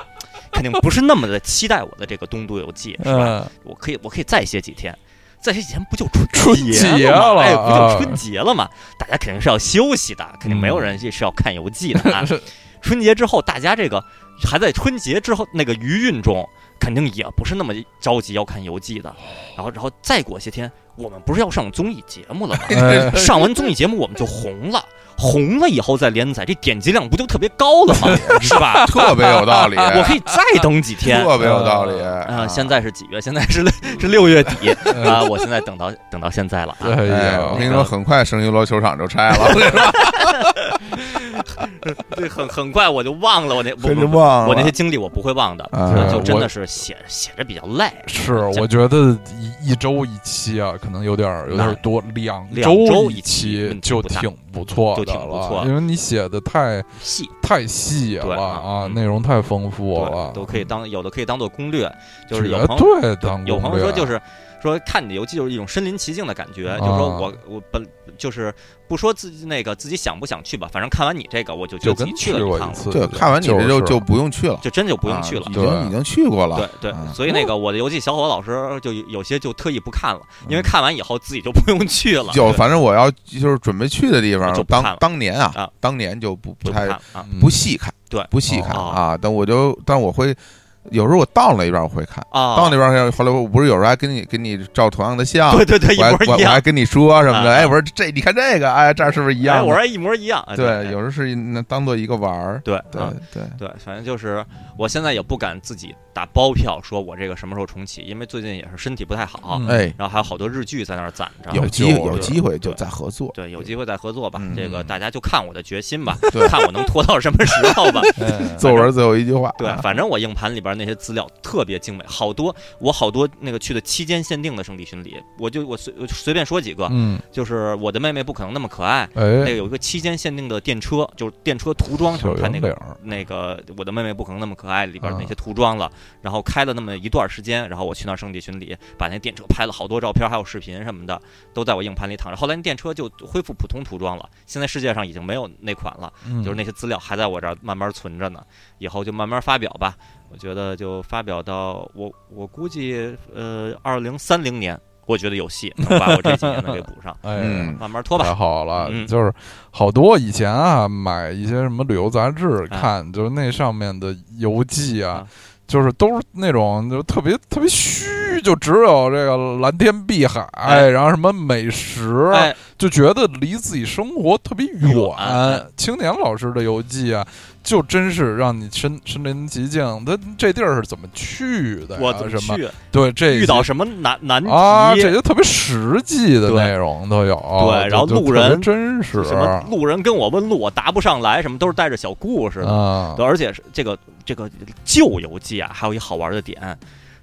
S2: 肯定不是那么的期待我的这个《东渡游记》，是吧？
S3: 嗯，
S2: 我可以，我可以再歇几天，再歇几天不就春
S3: 春节了
S2: 了吗？哎，不
S3: 啊
S2: 就春节了吗？大家肯定是要休息的，肯定没有人是要看游记的啊。
S3: 嗯
S2: 春节之后，大家这个还在春节之后那个余韵中，肯定也不是那么着急要看游记的。然后，然后再过些天，我们不是要上综艺节目了吗？
S3: 哎
S2: 上完综艺节目我们就红了，红了以后再连载，这点击量不就特别高了吗？是吧？
S1: 特别有道理，
S2: 我可以再等几 天。
S1: 特别有道理
S2: 啊、现在是几月？现在是是六 月底啊、我现在等到等到现在了啊。
S3: 哎
S1: 哎，
S3: 呀
S1: 我跟你说，很快圣一楼球场就拆了，我跟你说，
S2: 对，很很快我就忘 了我那
S1: 真是
S2: 我
S1: 忘了
S2: 我那些经历我不会忘的，
S1: 啊
S2: 就真
S3: 我
S2: 的是写写着比较累。
S3: 是，我觉得一一周一期啊，可能有点儿有点儿
S2: 那
S3: 多，两
S2: 两周
S3: 一
S2: 一期问题嗯
S3: 就
S2: 不大
S3: 挺不错
S2: 就
S3: 的
S2: 挺不
S3: 了，
S2: 错
S3: 因为你写的太
S2: 细，
S3: 太细
S2: 对
S3: 了
S2: 啊
S3: 啊，
S2: 嗯
S3: 内容太丰富了
S2: 对，，都可以当有的可以当做攻略，就是有
S3: 绝
S2: 朋友
S3: 对当
S2: 有朋友说就是是说看你的游记就是一种身临其境的感觉，
S3: 啊
S2: 就说我我本就是不说自己那个自己想不想去吧，反正看完你这个我就觉
S3: 就
S2: 得自
S3: 跟
S2: 己去
S3: 去
S2: 了
S3: 过
S2: 趟
S3: 一
S2: 了，
S3: 次，
S1: 对，看完你这
S3: 就
S1: 就是就不用去了，
S2: 就真就不用
S1: 啊
S2: 去了
S1: 已。
S3: 对
S1: 经已经去过了。
S2: 对对，
S1: 啊
S2: 所以那个我的游记小伙老师就有些就特意不看了，因为看完以后自己就不用去了，
S1: 嗯就
S2: 对
S1: 反正我要就是准备去的地方
S2: 就，不看
S1: 当
S2: 了
S1: 当年啊
S2: 啊，
S1: 当年就不不
S2: 就
S1: 太
S2: 看了啊。
S3: 嗯
S1: 不细看，
S2: 对
S1: 不细看
S2: 哦
S1: 啊。但我就但我会有时候我到了一半我会看，到
S2: 啊，
S1: 那边儿后来我不是有时候还跟你跟你照同样的相，啊
S2: 对对 对，一
S1: 我还
S2: 模
S1: 我我
S2: 一样
S1: 还。跟你说什么的，
S2: 啊
S1: 哎，我说这你看这个，哎，这儿是不是一样
S2: 哎，
S1: 的？
S2: 我说一模一样。哎
S1: 对，有
S2: 对
S1: 时候是那当做一个玩儿，
S2: 对
S1: 对
S2: 啊
S1: 对，
S2: 对，反正就是我现在也不敢自己打包票，说我这个什么时候重启，因为最近也是身体不太好，
S3: 嗯
S1: 哎，
S2: 然后还有好多日剧在那儿攒着。
S1: 有
S3: 哎
S1: 机会
S3: 就
S1: 有机会就
S2: 对
S1: 再合作，
S2: 对，有机会再合作吧。
S1: 嗯
S2: 这个大家就看我的决心吧，
S1: 对
S2: 看我能拖到什么时候吧。
S1: 作文最后一句话，
S2: 对，反正我硬盘里边那些资料特别精美，好多我好多那个去的期间限定的圣地巡礼，我就我随我随便说几个，
S3: 嗯，
S2: 就是我的妹妹不可能那么可爱，那个
S3: 哎，
S2: 有一个期间限定的电车，就是电车涂装上
S3: 小
S2: 看
S3: 圆
S2: 那
S3: 脸
S2: 个
S3: 儿，
S2: 那个我的妹妹不可能那么可爱里边
S3: 啊
S2: 那些涂装了，然后开了那么一段时间，然后我去那儿圣地巡礼，把那电车拍了好多照片，还有视频什么的，都在我硬盘里躺着。后来那电车就恢复普通涂装了，现在世界上已经没有那款了，
S3: 嗯
S2: 就是那些资料还在我这儿慢慢存着呢，以后就慢慢发表吧。我觉得就发表到我我估计呃二零三零年，我觉得有戏能把我这几年的给补
S3: ，
S2: 上
S3: 哎呀。
S1: 嗯，
S2: 慢慢拖
S3: 太
S2: 吧。
S3: 好了，
S2: 嗯
S3: 就是好多以前啊买一些什么旅游杂志
S2: 啊
S3: 看，就是那上面的游记啊，
S2: 啊
S3: 就是都是那种就特别特别虚，就只有这个蓝天碧海，
S2: 哎
S3: 然后什么美食，啊
S2: 哎，
S3: 就觉得离自己生活特别远。
S2: 远哎
S3: 青年老师的游记啊，就真是让你身身临其境，他这地儿是怎么去的呀？
S2: 我怎么
S3: 啊什么？
S2: 去？
S3: 对，这
S2: 遇到
S3: 些
S2: 什么难难题？
S3: 啊，这些特别实际的
S2: 对
S3: 内容都有。
S2: 对然后
S3: 就就
S2: 路
S3: 特别
S2: 人
S3: 真实，
S2: 什么路人跟我问路，我答不上来，什么都是带着小故事的。
S3: 啊
S2: 对，而且是这个这个旧游记啊，还有一好玩的点，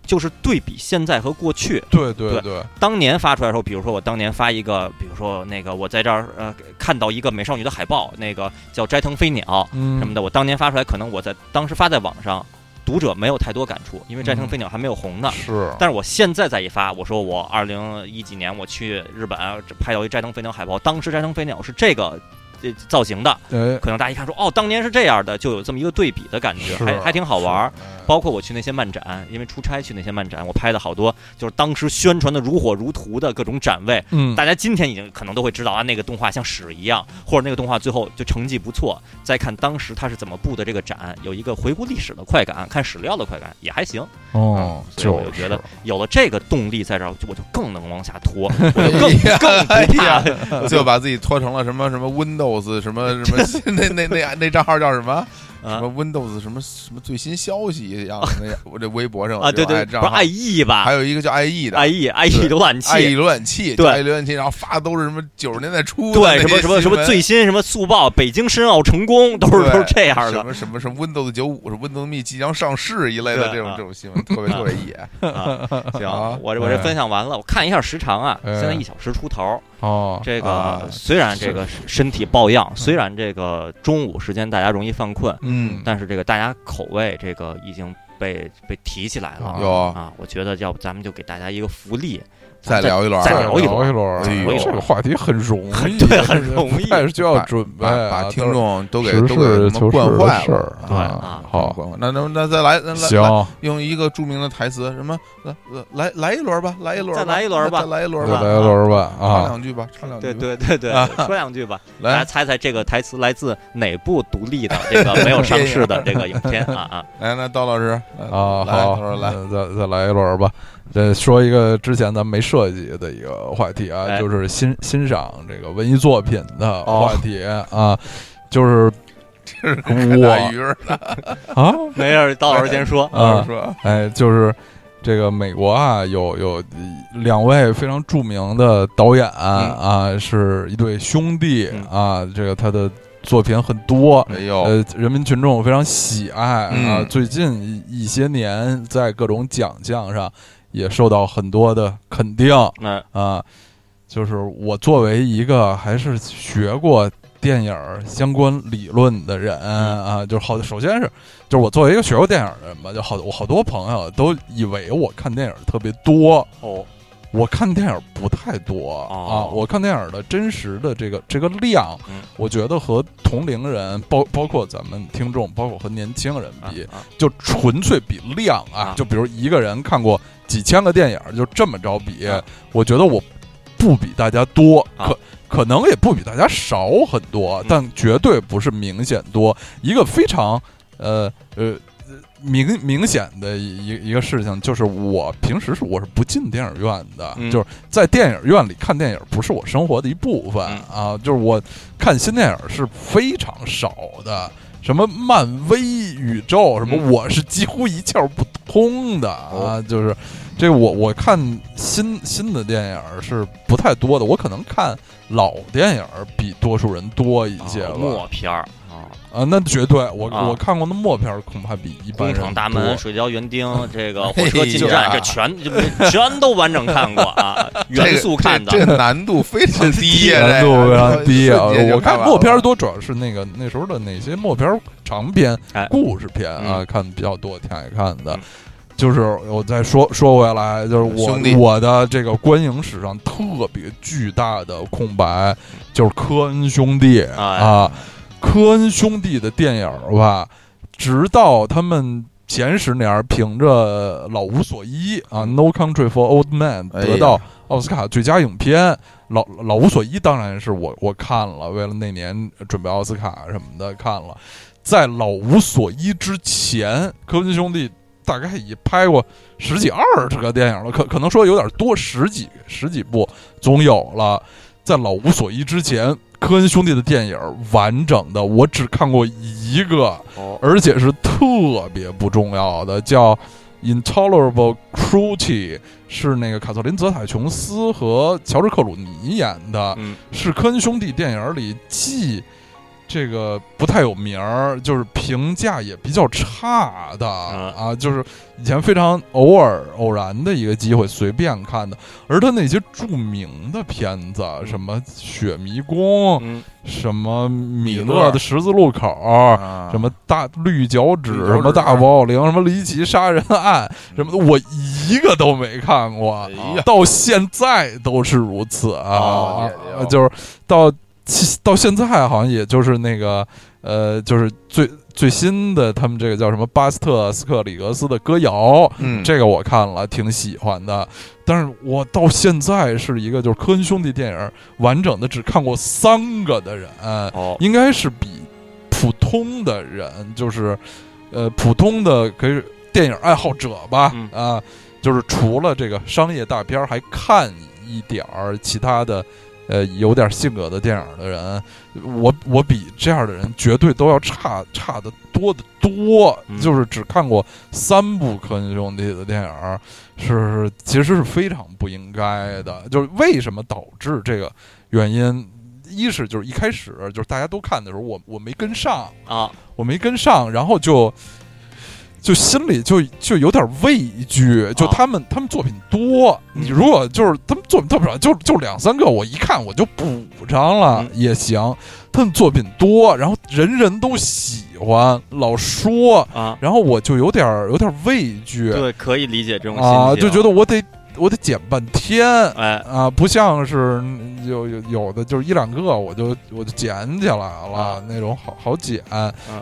S2: 就是对比现在和过去。
S3: 对对
S2: 对
S3: 对，
S2: 当年发出来的时候，比如说我当年发一个，比如说那个我在这儿呃看到一个美少女的海报，那个叫《斋藤飞鸟》
S3: 嗯
S2: 什么的，我当年发出来，可能我在当时发在网上，读者没有太多感触，因为《斋藤飞鸟》还没有红呢。
S3: 是，
S2: 但是我现在再一发，我说我二零一几年我去日本拍到一斋藤飞鸟海报，当时斋藤飞鸟是这个呃造型的，
S3: 哎，
S2: 可能大家一看说哦，当年是这样的，就有这么一个对比的感觉，
S3: 是啊
S2: 还还挺好玩儿。
S3: 是，哎
S2: 包括我去那些漫展，因为出差去那些漫展，我拍的好多就是当时宣传的如火如荼的各种展位，
S3: 嗯，
S2: 大家今天已经可能都会知道啊，那个动画像屎一样，或者那个动画最后就成绩不错。再看当时它是怎么布的这个展，有一个回顾历史的快感，看史料的快感也还行。
S3: 哦，
S2: 嗯所以我
S3: 就
S2: 就是觉得有了这个动力在这儿，我就更能往下拖， 哎我就
S1: 嗯哎
S2: 更更不怕。
S1: 就把自己拖成了什么什么 Windows 什么什么 那那那那账号叫什么什
S2: 啊
S1: 么 Windows 什么什么最新消息一样的那 我这微博上
S2: 啊，对对，
S1: 有这哎
S2: 不
S1: 账
S2: 是
S1: 号
S2: 爱意吧
S1: 还？有一个叫 IE 的
S2: 爱意，爱意
S1: 对
S2: 浏览
S1: 爱
S2: 器，
S1: 浏览器，
S2: 对
S1: 叫爱浏览器，然后发的都是什么九十年代初的
S2: 对
S1: 那
S2: 什么
S1: 些
S2: 什么什
S1: 新
S2: 么
S1: 闻
S2: 最新什么速报，北京申奥成功，都是
S1: 对
S2: 都是 这样
S1: 什
S2: 的
S1: 么什么什么 Windows 九五、Windows Me 即将上市一类的
S2: 对
S1: 这种
S2: 啊
S1: 这种新闻，特别
S2: 啊
S1: 特别野。
S2: 啊。行
S1: 啊，
S2: 我这我这
S3: 哎
S2: 分享完了，我看一下时长啊，
S3: 哎
S2: 现在一小时出头。
S3: 哦，
S2: 这
S1: 啊
S2: 个虽然这个身体抱恙，虽然这个中午时间大家容易犯困，
S1: 嗯
S2: 但是这个大家口味这个已经被被提起来了。
S1: 有
S2: 啊，我觉得要不咱们就给大家一个福利，咱
S1: 再
S2: 们
S1: 聊一轮儿，
S2: 再
S3: 再
S2: 聊一
S3: 聊
S2: 轮
S3: 一轮，
S1: 哎
S2: 呦
S3: 这个话题 很啊容易，
S2: 对很容易
S3: 但是需要准备
S1: 把
S3: 啊，
S1: 把听
S3: 都是
S1: 众都给
S3: 实
S1: 都给
S3: 事
S1: 什
S3: 求
S1: 么
S3: 是
S1: 惯
S3: 的
S1: 坏
S3: 事
S1: 了
S3: 儿。
S2: 对
S3: 啊
S2: 啊，
S1: 惯
S3: 好，
S1: 坏了。那那那再来，那来
S3: 行，
S1: 来用一个著名的台词，什么来来来一轮吧，来一轮吧，
S2: 再来一轮吧
S1: 再来一
S3: 再
S1: 轮吧，
S3: 来一轮吧
S1: 唱
S3: 啊，
S1: 两句吧，唱两句
S2: 对
S1: 吧。
S2: 对对对
S1: 啊，哎
S2: 说两句吧，大家
S1: 来
S2: 猜猜这个台词来自哪部独立的这个没有上市的这个影片啊 啊？
S1: 来，那刀老师来
S3: 啊，
S1: 来，
S3: 好
S1: 他说，来，
S3: 那再再来一轮吧。再说一个之前咱没涉及的一个话题啊，
S2: 哎
S3: 就是欣欣赏这个文艺作品的
S2: 哦
S3: 话题啊，就是
S1: 这是看大鱼儿呢，
S3: 啊，。
S2: 没事儿，到老师先说
S3: 啊
S1: 我，说
S3: 哎，就是这个美国啊，有有两位非常著名的导演啊，是一对兄弟
S2: 嗯
S3: 啊，这个他的作品很多。
S1: 哎呦，
S3: 呃，人民群众非常喜爱啊
S1: 嗯！
S3: 最近一一些年，在各种奖项上也受到很多的肯定
S2: 那
S3: 啊。就是我作为一个还是学过电影儿相关理论的人
S2: 嗯
S3: 啊，就是好，首先是就是我作为一个学过电影的人吧，就好我好多朋友都以为我看电影特别多，
S2: 哦，
S3: 我看电影不太多、啊，
S2: 哦
S3: 我看电影的真实的这个这个量，
S2: 嗯
S3: 我觉得和同龄人，包包括咱们听众，包括和年轻人
S2: 啊
S3: 比，
S2: 啊
S3: 就纯粹比量啊，
S2: 啊
S3: 就比如一个人看过几千个电影，就这么着比，
S2: 啊
S3: 我觉得我不比大家多，
S2: 啊
S3: 可可能也不比大家少很多
S2: 嗯，
S3: 但绝对不是明显多。一个非常呃呃明明显的一一一个事情，就是我平时是我是不进电影院的，
S2: 嗯
S3: 就是在电影院里看电影不是我生活的一部分、
S2: 嗯
S3: 啊，就是我看新电影是非常少的。什么漫威宇宙，什么
S2: 嗯哦
S3: 我是几乎一窍不通的啊！就是这个我我看新新的电影是不太多的，我可能看老电影比多数人多一些
S2: 啊
S3: 吧。
S2: 默片儿啊，
S3: 啊，那绝对，我
S2: 啊
S3: 我看过的默片儿恐怕比一般
S2: 工
S3: 人
S2: 厂大门、
S3: 多
S2: 水饺园丁、这个火车进
S1: 哎
S2: 站，
S1: 呀
S2: 这全这全都完整看过啊，
S1: 这
S2: 原
S1: 个
S2: 速看的
S1: 这，这个难度非 常低啊，
S3: 难度非常低啊！
S1: 这个瞬间就
S3: 我看
S1: 完了
S3: 默片儿多，主要是那个那时候的那些默片儿长篇
S2: 哎、
S3: 故事片
S1: 嗯
S3: 啊，看比较多，挺爱看的
S2: 嗯。
S3: 就是我再说说回来，就是我
S1: 兄弟
S3: 我的这个观影史上特别巨大的空白，就是科恩兄弟
S2: 哎
S3: 啊，科恩兄弟的电影儿吧，直到他们。前十年儿凭着《老无所依》啊，《No Country for Old Men》
S1: 嗯哎呀
S3: 得到奥斯卡最佳影片，老老无所依当然是我我看了，为了那年准备奥斯卡什么的看了。在老无所依之前，科恩兄弟大概也拍过十几二十个电影了，可可能说有点多，十几十几部总有了。在老无所依之前，科恩兄弟的电影完整的我只看过一个，
S2: 哦
S3: 而且是特别不重要的，叫《Intolerable Cruelty》，是那个卡瑟琳·泽塔·琼斯和乔治·克鲁尼演的，
S2: 嗯
S3: 是科恩兄弟电影里既这个不太有名儿，就是评价也比较差的
S1: 嗯
S2: 啊
S3: 啊，就是以前非常偶尔偶然的一个机会随便看的，而他那些著名的片子，
S1: 嗯
S3: 什么《雪迷宫》，
S2: 嗯
S3: 什么米
S1: 米
S3: 勒
S1: 勒
S3: 的十字路口。
S1: 啊
S3: 什么大绿脚趾，
S1: 绿脚趾嗯
S3: 什么大宝灵，什么离奇杀人案，什么的，我一个都没看过
S1: 哎，呀
S3: 到现在都是如此啊
S1: 哦哎，呦
S3: 就是到到现在好像也就是那个呃，就是最最新的他们这个叫什么巴斯特斯克里格斯的歌谣，
S1: 嗯，
S3: 这个我看了，挺喜欢的。但是我到现在是一个就是科恩兄弟电影完整的只看过三个的人，
S2: 哦
S3: 应该是比普通的人，就是呃普通的可以电影爱好者吧，
S2: 嗯
S3: 啊，就是除了这个商业大片儿还看一点儿其他的。呃，有点性格的电影的人，我我比这样的人绝对都要差差的多得多。
S2: 嗯
S3: 就是只看过三部科恩兄弟的电影儿，是其实是非常不应该的。就是为什么导致这个原因，一是就是一开始就是大家都看的时候，我我没跟上，
S2: 啊
S3: 我没跟上，然后就就心里就就有点畏惧。就
S2: 啊
S3: 他们、他们作品多，
S2: 嗯
S3: 你如果就是他们作品特别少，就就两三个，我一看我就补上了、
S2: 嗯
S3: 也行。他们作品多，然后人人都喜欢，老说，
S2: 啊，
S3: 然后我就有点儿有点儿畏惧
S2: 对，可以理解这种心
S3: 啊，
S2: 情，
S3: 就觉得我得我得剪半天。
S2: 哎
S3: 啊，不像是嗯有有有的就是一两个，我就我就捡起来了、
S2: 啊
S3: 那种好好捡，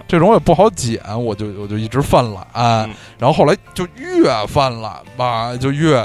S3: 这种也不好捡，我就我就一直犯懒，
S2: 嗯
S3: 然后后来就越犯懒吧，就越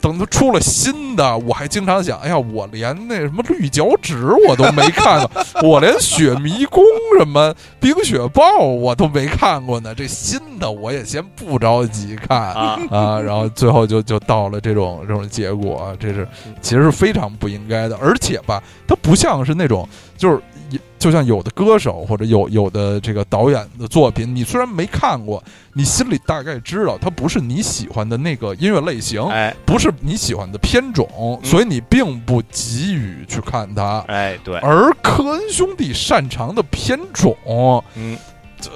S3: 等他出了新的，我还经常想，哎呀，我连那什么绿脚趾我都没看过， 我连雪迷宫什么冰雪豹我都没看过呢，这新的我也先不着急看
S2: 啊
S3: 啊，然后最后就就到了这种这种结果啊，这是
S2: 嗯
S3: 其实是非常不应该的，而且吧，它不像是那种就是也就像有的歌手或者有有的这个导演的作品，你虽然没看过，你心里大概知道它不是你喜欢的那个音乐类型，
S2: 哎
S3: 不是你喜欢的片种，
S2: 嗯
S3: 所以你并不急于去看它。
S2: 哎对，
S3: 而科恩兄弟擅长的片种，
S2: 嗯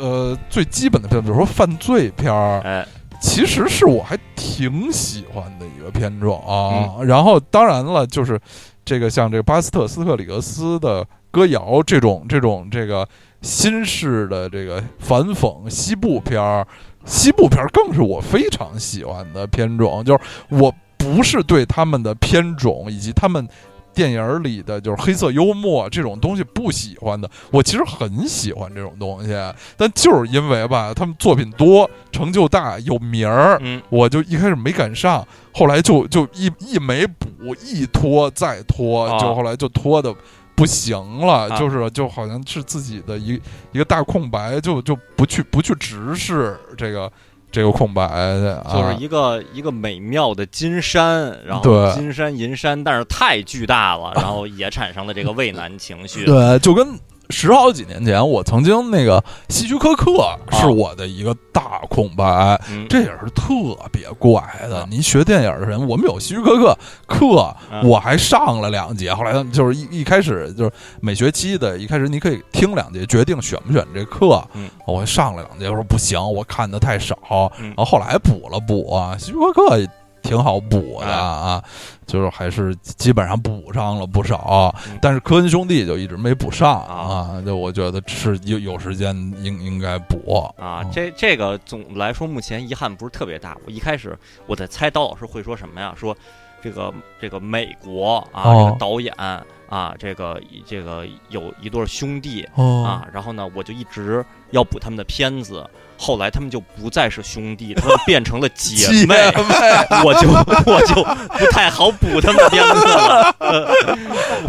S3: 呃，最基本的片，比如说犯罪片儿，
S2: 哎
S3: 其实是我还挺喜欢的一个片种啊。然后当然了，就是这个像这个巴斯特斯特里格斯的歌谣这种这种这个新式的这个反讽西部片儿，西部片儿更是我非常喜欢的片种，就是我不是对他们的片种以及他们。电影儿里的就是黑色幽默这种东西不喜欢的，我其实很喜欢这种东西，但就是因为吧，他们作品多，成就大，有名儿，
S2: 嗯，
S3: 我就一开始没赶上，后来就就一一没补，一拖再拖，
S2: 啊
S3: 就后来就拖的不行了，
S2: 啊
S3: 就是就好像是自己的一一个大空白，就就不去不去直视这个这个空白，啊、
S2: 就是一个一个美妙的金山，然后
S3: 对啊
S2: 金山银山，但是太巨大了，然后也产生了这个畏难情绪。
S3: 对，就跟十好几年前，我曾经那个希区柯克是我的一个大空白，
S2: 嗯，
S3: 这也是特别怪的
S2: 啊。
S3: 您学电影的人，我们有希区柯克课，
S2: 啊
S3: 我还上了两节。后来他们就是一一开始就是每学期的一开始，你可以听两节，决定选不选这课。哦
S2: 嗯
S3: 我还上了两节，我说不行，我看的太少。
S2: 嗯
S3: 然后后来补了补啊，希区柯克也挺好补
S2: 哎
S3: 的啊，就是还是基本上补上了不少。
S2: 嗯
S3: 但是科恩兄弟就一直没补上
S2: 啊
S3: 啊，就我觉得是有有时间应应该补。
S2: 啊
S3: 嗯，
S2: 这这个总来说，目前遗憾不是特别大。我一开始我在猜刀老师会说什么呀？说这个这个美国啊，
S3: 哦
S2: 这个导演啊，这个这个有一对兄弟
S3: 哦
S2: 啊，然后呢，我就一直要补他们的片子。后来他们就不再是兄弟，他们变成了姐妹，我就我就不太好补他们的片子了。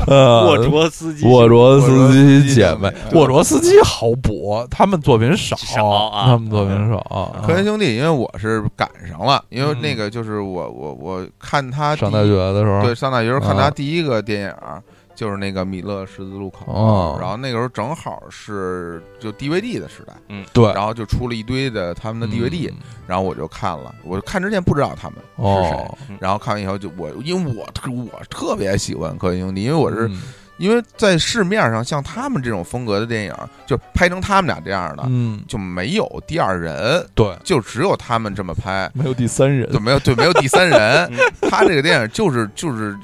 S3: 呃
S2: 沃卓斯基
S3: 沃卓
S1: 斯
S3: 斯
S1: 基
S3: 基
S1: 姐
S3: 姐
S1: 妹
S3: 妹，沃卓斯基好补，啊他们作品少，
S2: 少啊
S3: 他们作品少啊。
S1: 科恩兄弟，因为我是赶上了，因为
S3: 嗯
S1: 那个就是我我我看他
S3: 啊上
S1: 第
S3: 大
S1: 一
S3: 学的时候，
S1: 对，上大学时候看他
S3: 啊
S1: 第一个电影儿，就是那个《米勒十字路口》
S3: 哦
S1: 然后那个时候正好是就 DVD 的时代，
S3: 对，
S1: 然后就出了一堆的他们的 DVD，、
S3: 嗯
S1: 然后我就看了，我看之前不知道他们是谁，
S3: 哦，
S1: 然后看完以后就我因为我特我特别喜欢科恩兄弟，因为我是、
S3: 嗯
S1: 因为在市面上像他们这种风格的电影，就拍成他们俩这样的、
S3: 嗯，
S1: 就没有第二人，
S3: 对，
S1: 就只有他们这么拍。
S3: 没有第三人
S1: 就没有对没有第三人
S2: 嗯，
S1: 他这个电影就是就是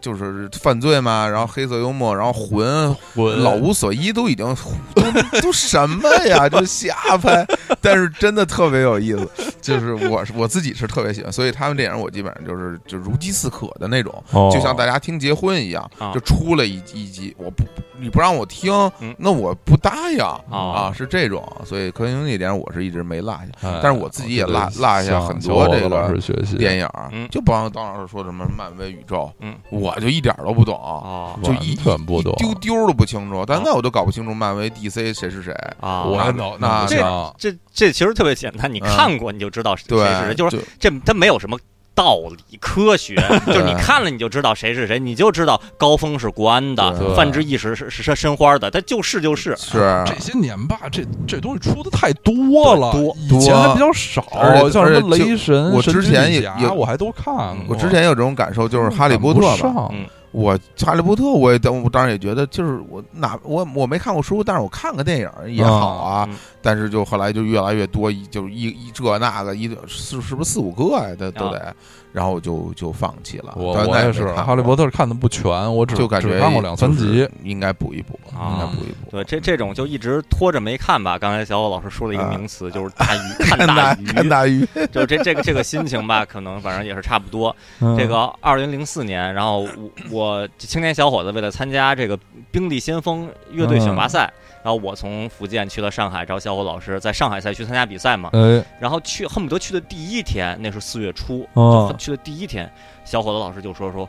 S1: 就是犯罪嘛，然后黑色幽默，然后混
S3: 混
S1: 老无所依都已经都都什么呀， 就瞎拍，但是真的特别有意思，就是我我自己是特别喜欢，所以他们电影我基本上就是就如饥似渴的那种，
S3: 哦
S1: 就像大家听结婚一样
S2: 啊，
S1: 就出了一一集，我不你不让我听
S2: 嗯，
S1: 那我不答应啊
S2: 哦，
S1: 是这种，所以科学兄弟点我是一直没落下。
S3: 哎
S1: 但是我自己也落
S3: 我觉得
S1: 落下
S3: 向
S1: 很多
S3: 向
S1: 这个
S3: 老师学习
S1: 电
S3: 影，
S1: 影儿，
S2: 嗯
S1: 就帮当老师说什么漫威宇宙，
S2: 嗯
S1: 我就一点儿都不懂，
S2: 啊
S1: 就一
S3: 完全不懂
S1: 一丢丢都不清楚。但那我都搞不清楚漫威、DC 谁是谁，
S2: 啊！
S3: 我
S1: 那
S3: 脑
S1: 那
S3: 脑子
S2: 这
S3: 上
S2: 这这其实特别简单，你
S1: 嗯
S2: 看过你就知道谁谁是
S1: 对，
S2: 谁，就是啊
S1: 是
S2: 这它没有什么道理科学，就是你看了你就知道谁是谁，你就知道高峰是国安的，
S1: 对
S2: 范志毅是是是申花的，他就是就是
S1: 是
S3: 这些年吧，这这东西出的太多了，
S1: 对多
S3: 以前还比较少
S1: 而且，
S3: 像什么
S1: 而且就
S3: 雷神，
S1: 我
S3: 神
S1: 之
S3: 之
S1: 前也
S3: 女侠
S1: 也
S3: 我还都看过，
S1: 我之前有这种感受，就是《哈利波特》
S3: 看
S1: 吧。
S3: 不上
S2: 嗯
S1: 我《哈利波特》我也当我当然也觉得，就是我哪我我没看过书，但是我看个电影儿也好啊。
S2: 嗯
S1: 但是就后来就越来越多，一就是一一这那个一是是不是四五个呀、都都得，然后就就放弃了。
S3: 我
S1: 但
S3: 我
S1: 那
S3: 也
S1: 没
S3: 是，
S1: 看
S3: 《
S1: 过
S3: 啊哈利波特》看的不全，我只
S1: 就感觉
S3: 嗯只看过两三
S1: 就
S3: 集
S1: 是。应该补一补，
S2: 啊
S1: 应该补一补。
S2: 对，这这种就一直拖着没看吧。刚才小欧老师说了一个
S1: 啊
S2: 名词，就是大鱼看
S1: 看
S2: 大
S1: 鱼，看
S2: 鱼，
S1: 大鱼，
S2: 就这这个这个心情吧，可能反正也是差不多。
S3: 嗯
S1: 嗯
S2: 这个二零零四年，然后我我这青年小伙子为了参加这个兵力先锋乐队
S1: 嗯
S2: 选拔赛，然后我从福建去了上海找小伙老师在上海赛区参加比赛嘛，
S3: 嗯，哎，
S2: 然后去恨不得去的第一天，那是四月初，
S3: 哦
S2: 去的第一天，小伙子老师就说说，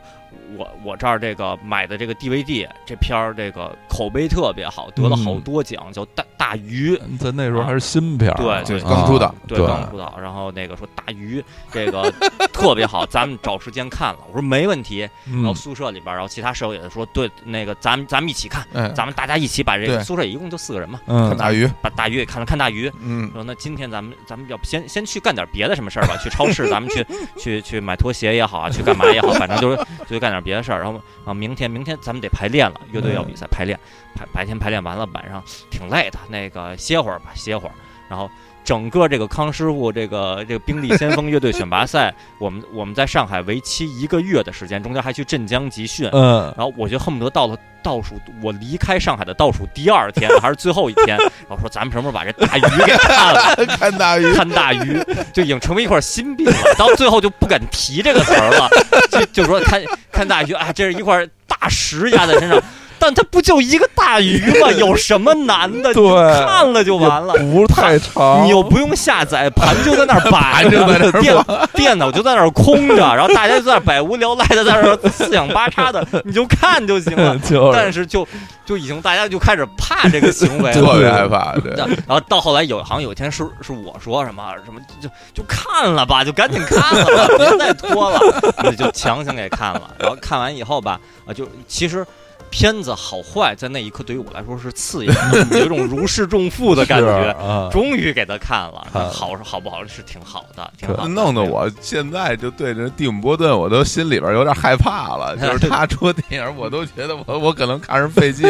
S2: 我我这儿这个买的这个 DVD 这片儿这个口碑特别好，得了好多奖，叫大大鱼。
S3: 在那时候还是新片儿啊，
S2: 对
S1: 对刚出的
S3: 啊
S2: 对，
S3: 对
S2: 刚出道，然后那个说大鱼这个特别好，咱们找时间看了。我说没问题，然后
S3: 嗯，
S2: 宿舍里边儿，然后其他舍友也说，对，那个咱们咱们一起看，
S1: 哎，
S2: 咱们大家一起把这个
S1: 对
S2: 宿舍一共就四个人嘛，
S1: 看
S3: 嗯
S1: 大鱼，
S2: 把大鱼给看了看大鱼，
S1: 嗯
S2: 说那今天咱们咱们要不先先去干点别的什么事儿吧？去超市，咱们去去去买拖鞋也好啊，去干嘛也好，反正就是 就去干点别的事儿。然后啊，明天明天咱们得排练了，乐队要比赛排练，排白天排练完了，晚上挺累的，那个歇会儿吧，歇会儿。然后整个这个康师傅这个这个兵力先锋乐队选拔赛，我们我们在上海为期一个月的时间，中间还去镇江集训。
S3: 嗯，
S2: 然后我就恨不得到了倒数，我离开上海的倒数第二天还是最后一天，然后说咱们什么时候把这大鱼给看了？
S1: 嗯看大鱼，
S2: 看大鱼就已经成为一块心病了，到最后就不敢提这个词儿了，就就说看看大鱼啊，这是一块大石压在身上，但它不就一个大鱼吗？有什么难的？
S3: 对
S2: 看了就完了。
S3: 不太长，。
S2: 你又不用下载，盘就在那儿摆
S1: 盘就在那
S2: 着，
S1: 儿
S2: 电电脑就在那儿空着，然后大家就在那儿百无聊赖的在那儿四仰八叉的，你就看就 行了
S3: 就是
S2: 但是就就已经大家就开始怕这个行
S3: 哎
S2: 为了，
S1: 特别害怕， 对，
S2: 然后到后来有好像有一天是是我说什么什么就就看了吧，就赶紧看了吧，别再拖了， 那就强行给看了。然后看完以后吧，啊，就其实片子好坏在那一刻对于我来说是次要的，有一种如释重负的感觉。
S3: 啊，
S2: 终于给他看了，
S3: 看了
S2: 好是好不好是挺好的，挺
S3: 是
S2: 好的。
S1: 弄得我现在就对着蒂姆·波顿，我都心里边有点害怕了。就是他出电影，我都觉得我我可能看着费 劲。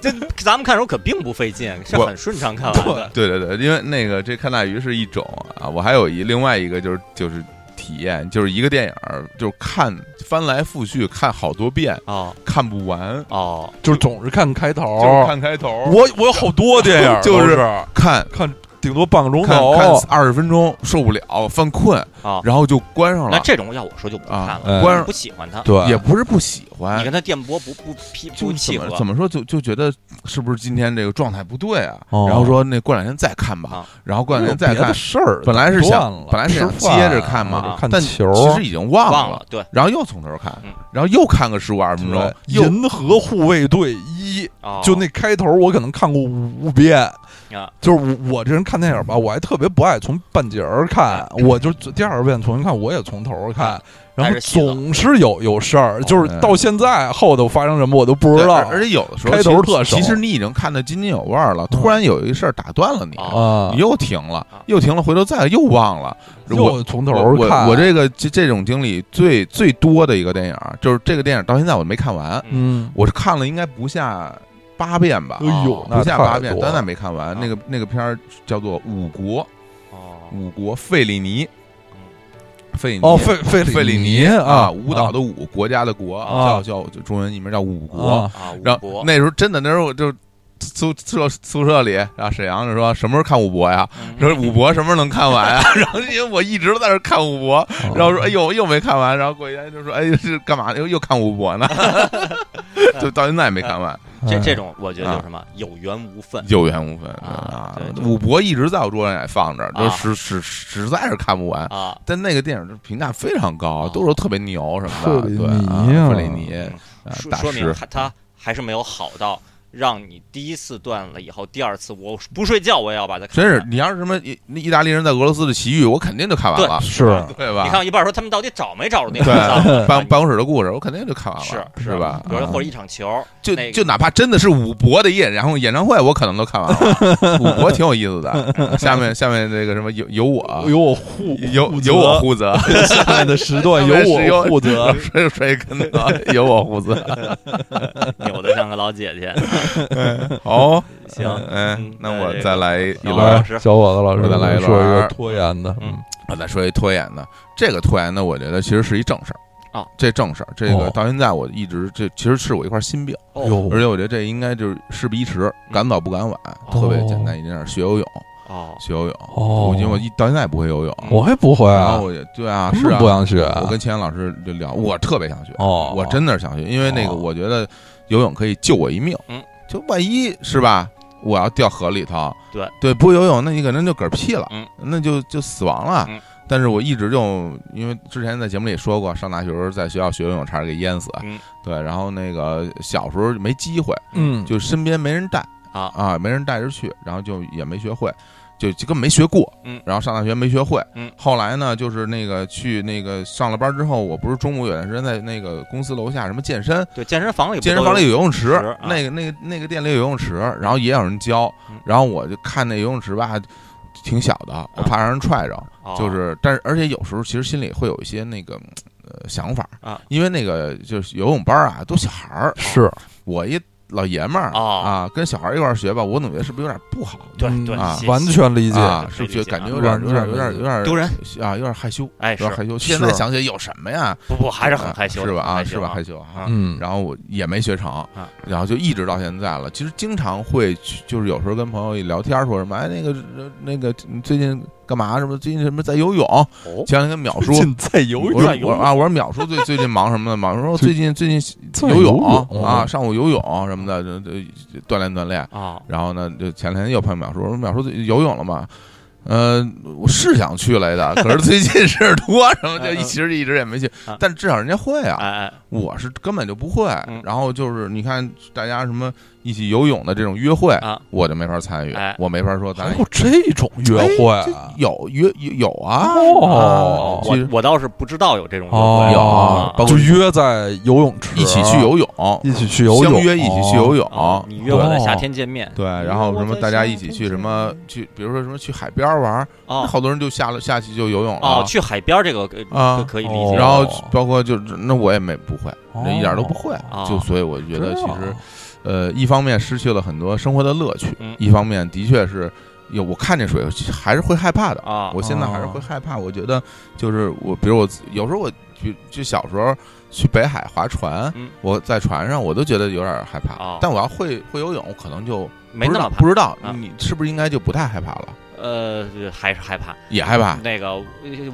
S2: 这咱们看的时候可并不费劲，是
S1: 我
S2: 很顺畅看完的。
S1: 对对对，因为那个这看大鱼是一种啊，我还有一另外一个就是就是体验，就是一个电影儿就是看翻来覆去看好多遍，
S2: 哦
S1: 看不完，
S2: 哦，
S3: 就是总是看开头，
S1: 就是看开头，
S3: 哦我我有好 多电影，
S1: 就是是看
S3: 看顶多半个钟
S1: 看
S3: 头，
S1: 看二十分钟受不了犯困
S2: 哦，
S1: 然后就关上
S2: 那
S1: 了，
S2: 这种要我说就不看
S1: 啊
S2: 了，
S1: 关上
S2: 不喜欢他。
S3: 对，
S1: 也不是不喜欢
S2: 你，跟他电波不不匹
S1: 就
S2: 不
S1: 怎
S2: 契合
S1: 么，怎么说就就觉得是不是今天这个状态不对啊？
S3: 哦
S1: 然后说那过两天再看吧
S2: 啊，
S1: 然后过两
S3: 有
S1: 天再
S3: 别的
S1: 看。
S3: 事儿，
S1: 本来是
S3: 断
S1: 想
S3: 了，
S1: 本来是想
S3: 吃饭
S1: 接着看嘛
S3: 或者
S2: 啊
S3: 看
S1: 但
S3: 球，
S1: 其实已经忘
S2: 忘
S1: 了，
S2: 对
S1: 然后又从头看
S2: 嗯，
S1: 然后又看个十五二十分钟
S3: 对，
S1: 又
S3: 银河护卫队一》
S2: 哦
S3: 就那开头，我可能看过五遍。
S2: 啊
S3: 就是我我这人看电影吧，我还特别不爱从半截儿看，我就第二遍重新看，我也从头儿看，然后
S2: 还是洗了
S3: 总是有有事儿，就是到现在后头发生什么我都不知
S1: 对
S3: 道
S1: 而而且有的时候
S3: 开
S1: 其
S3: 头
S1: 实
S3: 特熟
S1: 其实你已经看得津津有味儿了，突然有一事儿打断了你，
S2: 嗯啊
S3: 啊
S1: 你，又停了
S2: 啊，
S1: 又停了，回头再又忘了。我
S3: 又从头
S1: 我
S3: 儿看
S1: 我我这个这这种经历最最多的一个电影，就是这个电影到现在我没看完，
S3: 嗯，
S1: 我是看了应该不下八遍吧
S3: 哎，呦
S2: 哦，
S3: 那
S1: 不下
S3: 太
S1: 八遍，
S3: 多嗯
S1: 但那
S3: 了
S1: 没看完
S2: 啊。
S1: 那个那个片儿叫做《五国》，
S2: 哦
S1: 五国费里尼，费里尼
S3: 嗯哦，费费
S1: 费里
S3: 里
S1: 尼
S3: 啊，
S1: 舞蹈的舞，国家的国，
S3: 啊
S1: 叫叫就中文译名叫五国。
S3: 啊
S2: 啊，五
S1: 然后
S2: 国
S1: 那时候真的，那时候我就宿宿宿舍里，然后沈阳就说什么时候看五 国呀？
S2: 嗯
S1: 说五国什么时候能看完啊？ 然后因为我一直都在这看五国，
S2: 哦
S1: 然后说哎呦又没看完，然后过几天就说哎是干嘛又又看五国 呢？就到现在也没看完，
S2: 这
S3: 嗯
S2: 这种我觉
S1: 啊
S2: 得就是什么有缘无分
S1: 有缘无分
S2: 啊对对
S1: 五国一直在我桌上也放着，
S2: 啊
S1: 就实实实在是看不完。
S2: 啊，
S1: 但那个电影就评价非常高
S2: 啊，
S1: 都说特别牛什
S3: 费
S1: 么的，
S3: 里
S1: 对
S3: 尼啊
S1: 啊，费里尼啊
S2: 嗯说
S1: 大
S2: 说明
S1: 师，
S2: 他他还是没有好到让你第一次断了以后，第二次我不睡觉我也要把它看
S1: 真
S2: 完。
S1: 是你要是什么意意大利人在俄罗斯的奇遇，我肯定就看完了，
S3: 是
S2: 啊
S1: 对
S2: 你
S1: 吧？
S2: 看一半说他们到底找没找着那
S1: 对
S2: 个丧，
S1: 办办公室的故事，我肯定就看完了，
S2: 是
S1: 是吧？
S2: 比如说
S1: 啊
S2: 或者一场球，
S1: 就
S2: 那个
S1: 就哪怕真的是五博的演，然后演唱会，我可能都看完了。五博挺有意思的，下面下面这个什么有有我
S3: 有我护
S1: 有
S3: 护
S1: 有我
S3: 责
S1: 负责，
S3: 下面的时 段有我负责，
S1: 谁谁跟的有我负责。
S2: 扭的像个老姐 姐。
S1: 哦，
S2: 行，
S1: 嗯
S2: 嗯，
S1: 那
S2: 那
S1: 我
S2: 这
S1: 再
S2: 个
S1: 来一
S2: 小
S1: 轮
S2: 王
S1: 儿
S2: 老
S3: 来，
S2: 师
S3: 小伙子哦老师，
S1: 我再来一啊
S3: 说
S1: 轮
S3: 一
S1: 儿
S3: 个拖延的，
S2: 嗯
S1: 我再说一拖延的，这个拖延的，我觉得其实是一正事儿
S2: 啊，
S1: 这正事儿，这
S3: 哦
S1: 个到现在我一直这其实是我一块心病，
S3: 嗯哎
S2: 哦
S1: 而且我觉得这应该就是事不宜迟，赶早不赶晚，特别简单一件事儿，学游泳，
S2: 哦
S1: 学游泳，
S3: 哦
S1: 我因为我一到现在也不会游泳，
S3: 我还不会
S1: 然
S3: 啊
S1: 后，我也对啊，
S3: 根
S1: 是
S3: 本
S1: 啊
S3: 不，想学，
S1: 我跟钱老师就聊，我特别想学，
S3: 哦
S1: 我真的是想学，因为那
S3: 哦
S1: 个我觉得游泳可以救我一命，
S2: 嗯，
S1: 就万一是吧，我要掉河里头，
S2: 对
S1: 对，不游泳那你可能就嗝屁了，
S2: 嗯，
S1: 那就就死亡了。
S2: 嗯
S1: 但是我一直就因为之前在节目里也说过，上大学时候在学校学游泳差点给淹死，
S2: 嗯
S1: 对，然后那个小时候没机会，
S3: 嗯，
S1: 就身边没人带
S2: 啊
S1: 啊，没人带着去，然后就也没学会，就就根本没学过。
S2: 嗯
S1: 然后上大学没学会。
S2: 嗯
S1: 后来呢，就是那个去那个上了班之后，我不是中午有段时间在那个公司楼下什么健身，
S2: 对健身房里不
S1: 健身
S2: 都
S1: 房里
S2: 有
S1: 有游泳池，
S2: 池啊
S1: 那个那个那个店里有游泳池，然后也有人教
S2: 嗯，啊
S1: 然后我就看那游泳池吧，挺小的，我怕让人踹着。
S2: 哦
S1: 就是，但是而且有时候其实心里会有一些那个呃想法
S2: 啊，
S1: 因为那个就是游泳班啊，都小孩儿，
S3: 是
S1: 我一老爷们儿、
S2: 哦
S1: 啊，跟小孩儿一块儿学吧，我总觉得是不是有点不好？
S2: 对
S3: 嗯
S2: 对
S1: 啊，
S2: 谢
S3: 完全理解。
S1: 啊，
S2: 可
S1: 是
S2: 以
S1: 觉得
S2: 理解
S1: 感觉有
S2: 啊
S1: 点有点有点有点
S2: 丢人
S1: 啊，有点害羞，
S2: 哎
S1: 有
S2: 是
S1: 点害羞。现在
S3: 是
S1: 想起来有什么呀？
S2: 不不还是很害羞的，
S1: 是吧？
S2: 很
S1: 啊，
S2: 害羞
S1: 是吧？害羞啊。
S3: 嗯，
S1: 然后我也没学成
S2: 啊，
S1: 然后就一直到现在了。其实经常会去，就是有时候跟朋友一聊天，说什么哎那个呃那个你最近干嘛？什么最近什么在游泳？
S2: 哦，
S1: 前两天跟淼叔。
S3: 近在游
S1: 我
S3: 泳，
S1: 说
S2: 在游
S1: 我说啊，我说淼叔最最近忙什么的？淼叔说最近最近
S3: 在
S1: 游
S3: 泳
S1: 啊，，上午游泳什么的，就就锻炼锻炼。
S2: 啊，
S1: 然后呢，就前两天又碰淼叔，我说淼叔游泳了吗？呃，我是想去来的，可是最近事儿多，然后就
S3: 嗯
S1: 一其实一直也没去
S2: 啊，
S1: 但至少人家会啊，
S2: 哎哎，
S1: 我是根本就不会
S2: 嗯。
S1: 然后就是你看大家什么一起游泳的这种约会
S2: 啊，
S1: 我就没法参与
S2: 哎，
S1: 我没法说
S3: 嗯
S1: 咱
S3: 还有这种约会
S1: 哎
S3: 啊
S1: 这有约有有啊，
S3: 哦
S1: 啊其实
S2: 我我倒是不知道有这种约
S3: 哦，
S2: 会
S1: 有
S2: 啊
S1: 包括
S3: 就约在游泳池啊
S1: 一起去，游泳，
S3: 一起去游泳，
S1: 相约一起去游
S3: 泳，
S1: 泳
S2: 啊，，你约我在
S1: 哦
S2: 夏天见面
S1: 对，然后什么大家一起去什么去，比如说什么去海边玩儿，
S2: 哦
S1: 好多人就下了下去就游泳
S2: 哦，
S1: 了
S2: 去海边这个呃
S1: 啊
S2: 可可以理
S3: 哦
S2: 解，
S1: 然后包括就那我也没不会，那一点儿都不会
S2: 哦，
S1: 就所以我觉
S3: 这
S1: 得其
S3: 样
S1: 实呃，一方面失去了很多生活的乐趣
S2: 嗯，
S1: 一方面的确是有我看见水还是会害怕的。
S2: 啊，
S1: 我现在还是会害怕，我觉得就是我，比如我有时候我就就小时候去北海划船
S2: 嗯，
S1: 我在船上我都觉得有点害
S2: 哦
S1: 怕，但我要会会游泳，我可能就
S2: 没那么怕
S1: 不，知道
S2: 啊
S1: 你是不是应该就不太害怕了？
S2: 呃，还是害怕。
S1: 也害怕
S2: 那个呃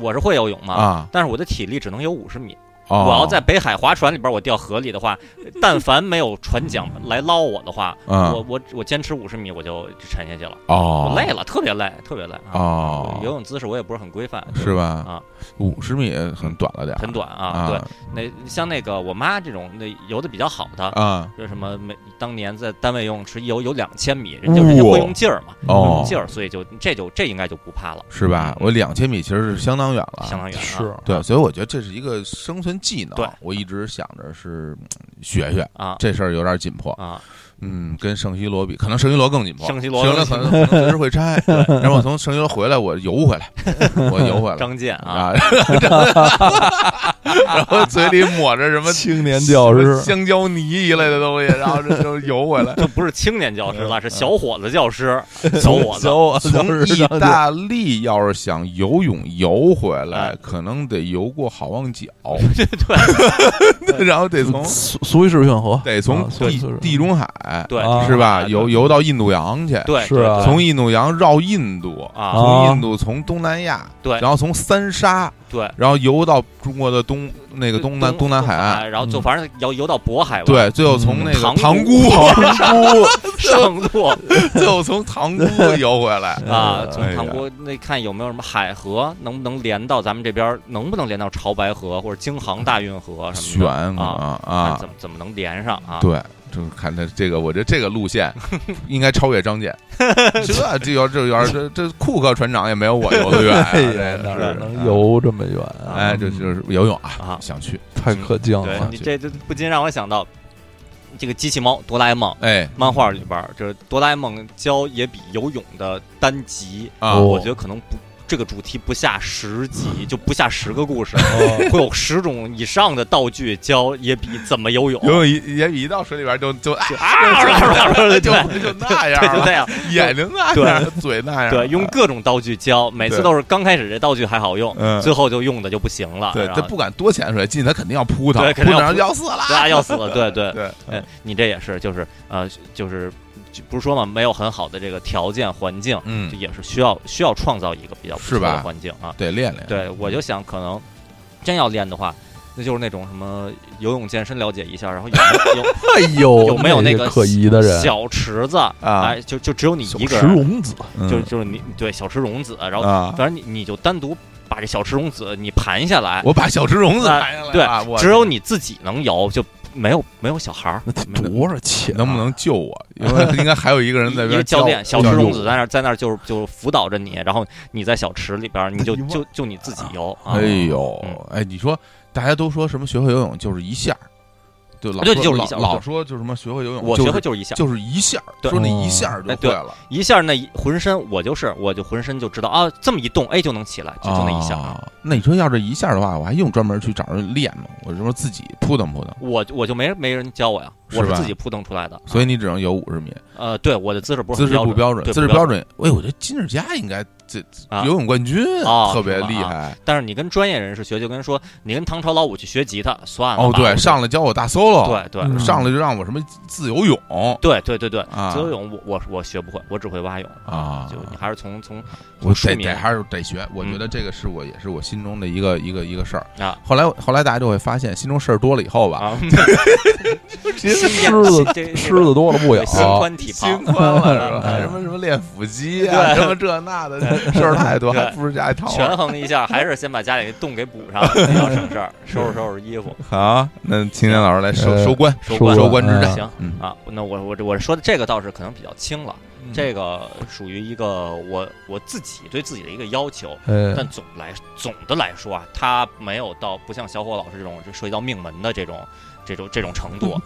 S2: 我是会游泳嘛，
S1: 啊？
S2: 但是我的体力只能有五十米。
S1: 哦
S2: 嗯我要在北海划船里边，我掉河里的话，但凡没有船桨来捞我的话，
S1: 嗯
S2: 我我我坚持五十米我就沉下去了，
S1: 哦
S2: 我累了，特别累，特别累啊。
S1: 哦
S2: 游泳姿势我也不是很规范，
S1: 是吧？
S2: 啊，
S1: 五十米很短了点儿，
S2: 很短啊。
S1: 啊
S2: 对，那像那个我妈这种那游的比较好的，
S1: 啊
S2: 就什么每当年在单位游泳池一游游两千米，人家人家会用劲儿嘛，会
S1: 哦
S2: 用劲儿，所以就这就这应该就不怕了，
S1: 是吧？我两千米其实是相当远了，
S2: 相当远啊。
S3: 是
S1: 对，所以我觉得这是一个生存技能。
S2: 对
S1: 我一直想着是嗯学学
S2: 啊
S1: 这事儿，有点紧迫。
S2: 啊，
S1: 嗯，跟圣西罗比，可能圣西罗更紧迫。
S2: 圣西罗
S1: 可能可能随时会拆。然后我从圣西罗回来，我游回来，我游回来
S2: 张健啊，
S1: 啊，然后嘴里抹 着什么
S3: 青年教
S1: 什么
S3: 师，
S1: 香蕉泥一类的东西，然后这就游回来。
S2: 这不是青年教师了，是小伙子教师，小伙子
S3: 教我
S1: 从意大利要是想游泳游回来
S2: 哎，
S1: 可能得游过好望角，
S2: 对
S1: 然后得从
S3: 苏苏伊士运河，
S1: 得从
S3: 啊苏伊
S1: 地
S3: 士运河
S1: 地中海，
S2: 对
S3: 啊
S1: 是吧？
S2: 对
S1: 游游到印度洋去，
S2: 对，
S3: 是
S2: 对
S3: 啊
S2: 对
S1: 从印度洋绕印度，
S2: 啊
S3: 啊
S1: 从印度从东南亚，
S2: 对
S1: 然后从三沙，
S2: 对
S1: 然后游到中国的东那个东南东南海岸，
S2: 哎然后就反正游游到渤海吧，
S1: 对，最后从那个
S2: 嗯
S1: 塘
S2: 塘
S1: 沽，
S3: 姑
S2: 圣路
S1: 最后从塘沽游回来
S2: 啊，从
S1: 哎呀
S2: 塘沽那看有没有什么海河，能不能连到咱们这边儿，能不能连到潮白河或者京杭大运河什
S1: 悬
S2: 么的啊
S1: 啊
S2: 看
S1: 啊
S2: 怎！么怎么能连上啊？
S1: 对，就是看他这个，我觉得这个路线应该超越张健。这这有这有这这库克船长也没有我游的远啊，
S3: 哎
S1: 这
S3: 呀，
S1: 个
S3: 哪
S1: 是
S3: 能？游这么远啊？
S1: 哎，这就是游泳啊，
S2: 啊，
S1: 想去
S3: 太可敬
S2: 对
S3: 了
S2: 你这这不禁让我想到这个机器猫哆啦 A 梦。
S1: 哎
S2: 漫画里边儿，就是哆啦 A 梦教野比游泳的单集，
S1: 啊
S3: 哦
S2: 我觉得可能不这个主题不下十集，就不下十个故事，
S3: 哦
S2: 会有十种以上的道具教野比怎么游泳。
S1: 游泳一也比一到水里边就就啊，
S2: 对
S1: 就就那
S2: 对，
S1: 样
S2: 就
S1: 了，
S2: 那样。
S1: 眼睛那样，嘴那样，
S2: 对，用各种道具教，每次
S1: 对
S2: 都是刚开始这道具还好用，
S1: 嗯
S2: 最后就用的就不行了。
S1: 对，
S2: 然
S1: 他
S2: 后
S1: 不敢多潜水进，他肯定要扑腾，
S2: 对
S1: 扑
S2: 肯定
S1: 腾上
S2: 要扑
S1: 要死了，
S2: 对啊，要死 了。对对，
S1: 对，
S2: 哎，你这也是，就是呃，就是就不是说嘛，没有很好的这个条件环境，
S1: 嗯
S2: 就，也是需要需要创造一个比较不
S1: 是
S2: 错
S1: 吧
S2: 的环境啊。
S1: 得练练，
S2: 对，我就想可能真要练的话。那就是那种什么游泳健身了解一下，然后有没 有
S3: 哎呦，
S2: 有没有那
S3: 那
S2: 个
S3: 可疑的人？
S2: 小池子
S1: 啊
S2: 哎，就就只有你一个
S3: 池
S2: 人，
S3: 荣子，
S1: 嗯
S2: 就就是你对小池荣子，然后
S1: 啊，
S2: 反正你你就单独把这小池荣子你盘下来，
S1: 我把小池荣子
S2: 啊
S1: 拍下来
S2: 对
S1: 啊，我
S2: 只有你自己能游，就没有没有小孩儿
S3: 那，得多少钱啊？
S1: 能不能救我？因为应该还有一个人在
S2: 一
S1: 边
S2: 个教练小
S1: 池
S2: 池荣子在那儿在那儿就是就是辅导着你，然后你在小池里边儿，你就
S3: 哎呦
S2: 就就你自己游啊
S1: 哎，呦
S2: 嗯，
S1: 哎，你说大家都说什么学会游泳就是一下儿，对，老
S2: 啊对
S1: 说
S2: 就是
S1: 老
S2: 一下我
S1: 老
S2: 就
S1: 说就是什么学会游泳，
S2: 我
S1: 就
S2: 学会
S1: 是
S2: 就是一下，
S1: 就是一下儿，
S2: 对
S1: 说你一下儿就
S2: 哎
S1: 会
S2: 对
S1: 了，
S2: 一下那一浑身我就是我就浑身就知道啊，这么一动哎就能起来，就就那一下。
S1: 啊。那你说要这一下儿的话，我还用专门去找人练吗？我这不是自己扑腾扑腾，
S2: 我我就没没人教我呀，
S1: 是
S2: 我是
S1: 吧
S2: 自己扑腾出来的。
S1: 所以你只能游五十米，
S2: 呃，对我的姿势不是
S1: 姿
S2: 很
S1: 势不标准，
S2: 对
S1: 姿势
S2: 不标
S1: 标准。哎，我觉得金世佳应该这
S2: 啊
S1: 游泳冠军
S2: 哦
S1: 特别
S2: 是吧
S1: 厉
S2: 啊
S1: 害。
S2: 但是你跟专业人士学，就跟说你跟唐朝老五去学吉他算了吧。
S1: 哦，对，上来教我大 solo，
S2: 对对
S3: 嗯
S1: 上来就让我什么自由泳
S2: 对对对对，
S1: 啊
S2: 自由泳我我我学不会，我只会蛙泳
S1: 啊
S2: 就你还是从从
S1: 我
S2: 说
S1: 得
S2: 明
S1: 得还是得学，我觉得这个是我也是我心中的一个一个一个事儿
S2: 嗯啊。
S1: 后来后来大家就会发现，心中事儿多了以后吧，
S2: 啊，
S1: 心
S3: 狮子狮子多了不
S2: 对心
S3: 咬，
S2: 宽体
S1: 心
S2: 胖，
S1: 宽了是吧？
S2: 嗯
S1: 还什么什么练腹肌啊，
S2: 对
S1: 什么这那的事儿太多，
S2: 对
S1: 还不如家一套 啊
S2: 权衡一下，还是先把家里的洞给补 上，比较省事儿，收拾收拾衣服。
S1: 好，那青年老师来收
S3: 呃
S1: 收官，
S2: 收
S1: 官
S2: 官
S1: 收官之战。
S2: 行
S1: 嗯
S2: 啊，那我我我说的这个倒是可能比较轻了，这个属于一个我我自己对自己的一个要求，
S3: 呃
S2: 但总来总的来说啊，他没有到不像小伙老师这种就涉及到命门的这种这种这种程 度啊。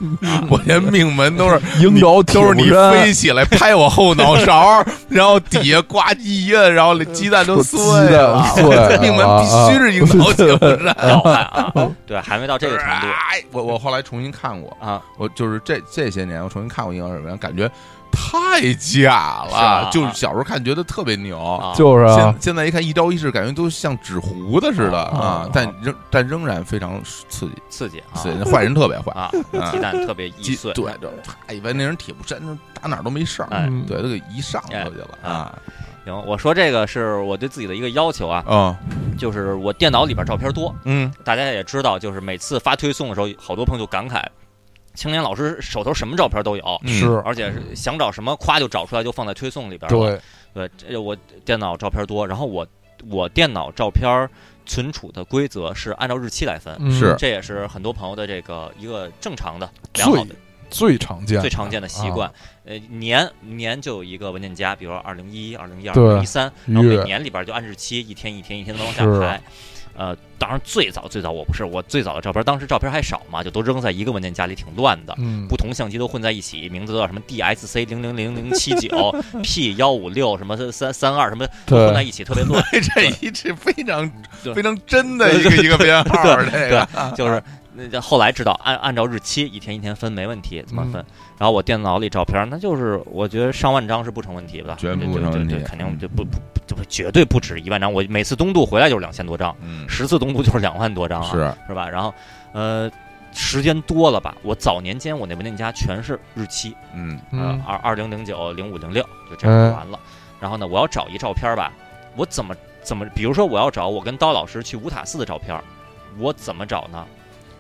S1: 我连命门都是
S3: 鹰爪挺
S1: 都是你
S3: 身
S1: 飞起来拍我后脑勺，然后底下呱唧一摁，然后鸡蛋就碎了。
S3: 鸡蛋碎了
S1: 命门必须是鹰爪挺身。
S2: 要害啊，对，还没到 这个程度
S1: 哎我我后来重新看过，
S2: 啊，
S1: 我就是这这些年我重新看过《鹰耳人》，感觉太假
S2: 是啊吧
S1: 了。就是小时候看觉得特别牛，
S2: 啊
S3: 就是啊
S1: 现，现在一看一招一式，感觉都像纸糊的似的
S3: 啊
S1: 啊，但仍但仍然非常刺激，
S2: 刺激啊
S1: 刺激。坏人特别坏，
S2: 啊，
S1: 嗯
S2: 鸡蛋特别易
S1: 鸡
S2: 碎，
S1: 对对，啪一般那人铁布衫打哪儿都没事儿，
S2: 哎
S3: 嗯
S1: 对，都给一上头去了
S2: 哎
S1: 啊，
S2: 行，我说这个是我对自己的一个要求啊，
S1: 嗯
S2: 就是我电脑里边照片多，
S1: 嗯，
S2: 大家也知道，就是每次发推送的时候，好多朋友就感慨，青年老师手头什么照片都有，
S3: 是啊
S2: 而且是想找什么夸就找出来，就放在推送里边了。
S3: 对，
S2: 对，这我电脑照片多，然后我我电脑照片存储的规则是按照日期来分，
S3: 嗯
S1: 是
S2: 这也是很多朋友的这个一个正常的、良好的、
S3: 最常见
S2: 最常见的习惯
S3: 啊。
S2: 呃，年年就有一个文件夹，比如说二零一一、二零一二、
S3: 对
S2: 二零一三，然后每
S3: 月
S2: 年里边就按日期一天一天一天的往下
S3: 是
S2: 排。呃，当然最早最早我不是，我最早的照片，当时照片还少嘛，就都扔在一个文件夹里，挺乱的。
S3: 嗯
S2: 不同相机都混在一起，名字都叫什么 DSC 零零零零七九 P 幺五六什么三三二什么都混在
S3: 对
S2: 一起，特 别乱。
S1: 这一这非常
S2: 对
S1: 非常真的一个一个编号儿，这个
S2: 就是那后来知道按按照日期一天一天分没问题，怎么分？
S3: 嗯
S2: 然后我电脑里照片，那就是我觉得上万张是不成问题的，
S1: 绝
S2: 对
S1: 不
S2: 对
S1: 成
S2: 对
S1: 问
S2: 对
S1: 题
S2: 肯定就不不不就不绝对不止一万张。我每次东渡回来就是两千多张，
S1: 嗯
S2: 十次东渡就是两万多张啊，
S1: 是
S2: 是吧？然后呃。时间多了吧？我早年间我那文件夹全是日期，
S1: 嗯
S2: 呃
S3: 嗯，
S2: 二二零零九零五零六就这样就完了。然后呢，我要找一照片儿吧，我怎么怎么，比如说我要找我跟刀老师去五塔寺的照片儿，我怎么找呢？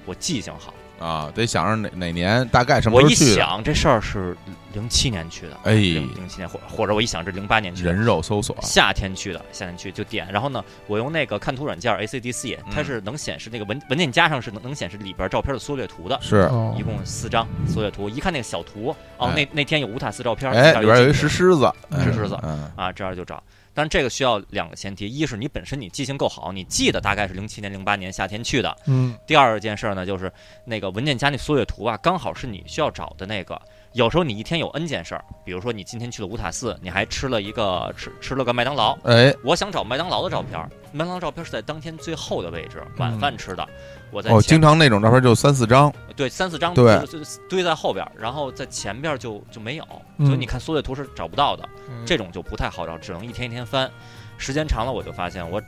S2: 我记性好，
S1: 啊，得想着哪哪年大概什么
S2: 我
S1: 时候
S2: 一
S1: 去的，
S2: 想这事儿是零七年去的，
S1: 哎，
S2: 零零七年或或者我一想这零八年去的
S1: 人。肉搜索，
S2: 夏天去的，夏天去就点，然后呢，我用那个看图软件 ACDC，它
S1: 嗯
S2: 是能显示那个文文件夹上是能能显示里边照片的缩略图的，
S1: 是，
S3: 哦
S2: 一共四张缩略图。一看那个小图，
S1: 哎
S2: 哦，那那天有五塔寺照片，
S1: 哎，
S2: 下
S1: 里边有一
S2: 景
S1: 石狮子，
S3: 石
S2: 嗯狮子
S1: 嗯，
S2: 啊，这样就找。但是这个需要两个前提，一是你本身你记性够好，你记得大概是零七年、零八年夏天去的。
S3: 嗯
S2: 第二件事儿呢，就是那个文件夹那缩略图啊，刚好是你需要找的那个。有时候你一天有 N 件事儿，比如说你今天去了五塔寺，你还吃了一个吃吃了个麦当劳。
S1: 嗯哎，
S2: 我想找麦当劳的照片儿，麦当劳照片是在当天最后的位置，
S3: 嗯
S2: 晚饭吃的。我在
S1: 哦，
S2: 前
S1: 经常那种照片就三四张，
S2: 对三四张
S1: 对
S2: 就是就是堆在后边儿，然后在前边儿就就没有，
S3: 嗯
S2: 所以你看缩略图是找不到的。
S3: 嗯
S2: 这种就不太好找，只能一天一天翻。时间长了，我就发现我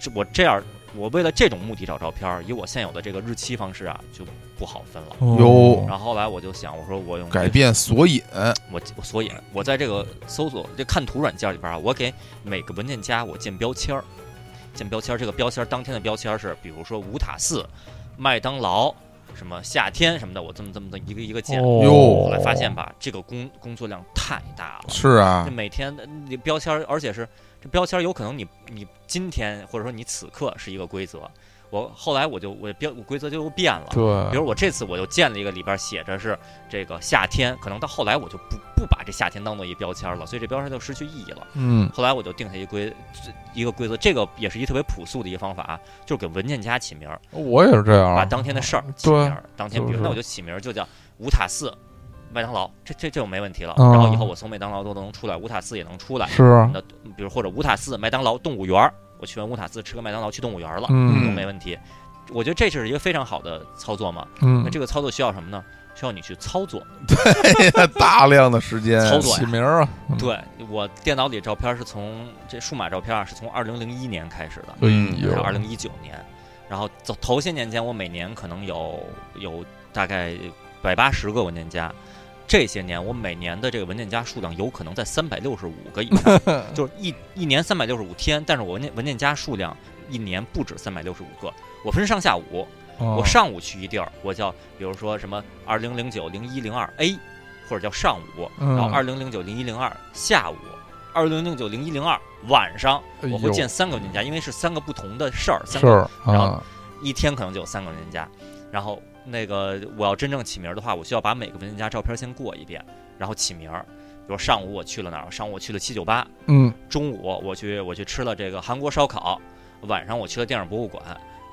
S2: 这我这样，我为了这种目的找照片儿，以我现有的这个日期方式啊，就不好分了。
S3: 哦
S1: 哟
S2: 然后后来我就想，我说我用
S1: 哦改，变索 引，哎
S2: 我我所以我在这个搜索这看图软件里边啊，我给每个文件夹我建标签儿，建标签儿，这个标签儿当天的标签儿是，比如说五塔寺、麦当劳、什么夏天什么的，我这么这么的一个一个建。
S1: 哟
S2: 后来发现吧，这个工工作量太大了，
S1: 是啊
S2: 这，每天呃你标签儿，而且是这标签儿有可能你你今天或者说你此刻是一个规则，我后来我就我标我规则就变了，
S3: 对，
S2: 比如我这次我就建了一个里边写着是这个夏天，可能到后来我就不不把这夏天当做一标签了，所以这标签就失去意义了。
S3: 嗯
S2: 后来我就定下一规一个规则，这个也是一特别朴素的一个方法，啊就是给文件夹起名儿，
S3: 我也是这样，
S2: 把当天的事儿
S3: 啊
S2: 起
S3: 对
S2: 名儿。当天，比
S3: 就
S2: 如
S3: 是
S2: 那我就起名儿就叫五塔寺麦当劳，这这这就没问题了。
S3: 嗯
S2: 然后以后我从麦当劳都能出来，五塔寺也能出来。
S3: 是，啊
S2: 那比如或者五塔寺麦当劳动物园儿，我去完五塔寺吃个麦当劳去动物园儿了，都
S3: 嗯
S2: 没问题。我觉得这是一个非常好的操作嘛。
S3: 嗯
S2: 那，这个操作需要什么呢？需要你去操作。
S1: 大量的时间
S2: 操作呀
S3: 起名儿啊，嗯，
S2: 对我电脑里照片是从这数码照片啊，是从二零零一年开始的。
S3: 哎呦
S2: 是嗯二零一九年，然后走头些年间，我每年可能有有大概百八十个文件夹。这些年，我每年的这个文件夹数量有可能在三百六十五个以上，就是一一年三百六十五天，但是我文件文件夹数量一年不止三百六十五个。我分上下午，
S3: 哦
S2: 我上午去一地儿，我叫比如说什么二零零九零一零二 A，或者叫上午，然后
S3: 嗯
S2: 二零零九零一零二下午，二零零九零一零二晚上，
S3: 哎
S2: 我
S3: 呦
S2: 会建三个文件夹，因为是三个不同的事儿，三
S3: 事
S2: 个
S3: 儿
S2: 然后
S3: 啊，
S2: 一天可能就有三个文件夹。然后那个我要真正起名儿的话，我需要把每个文件夹照片先过一遍，然后起名儿。比如上午我去了哪儿？上午我去了七九八，
S3: 嗯，
S2: 中午我去我去吃了这个韩国烧烤，晚上我去了电影博物馆。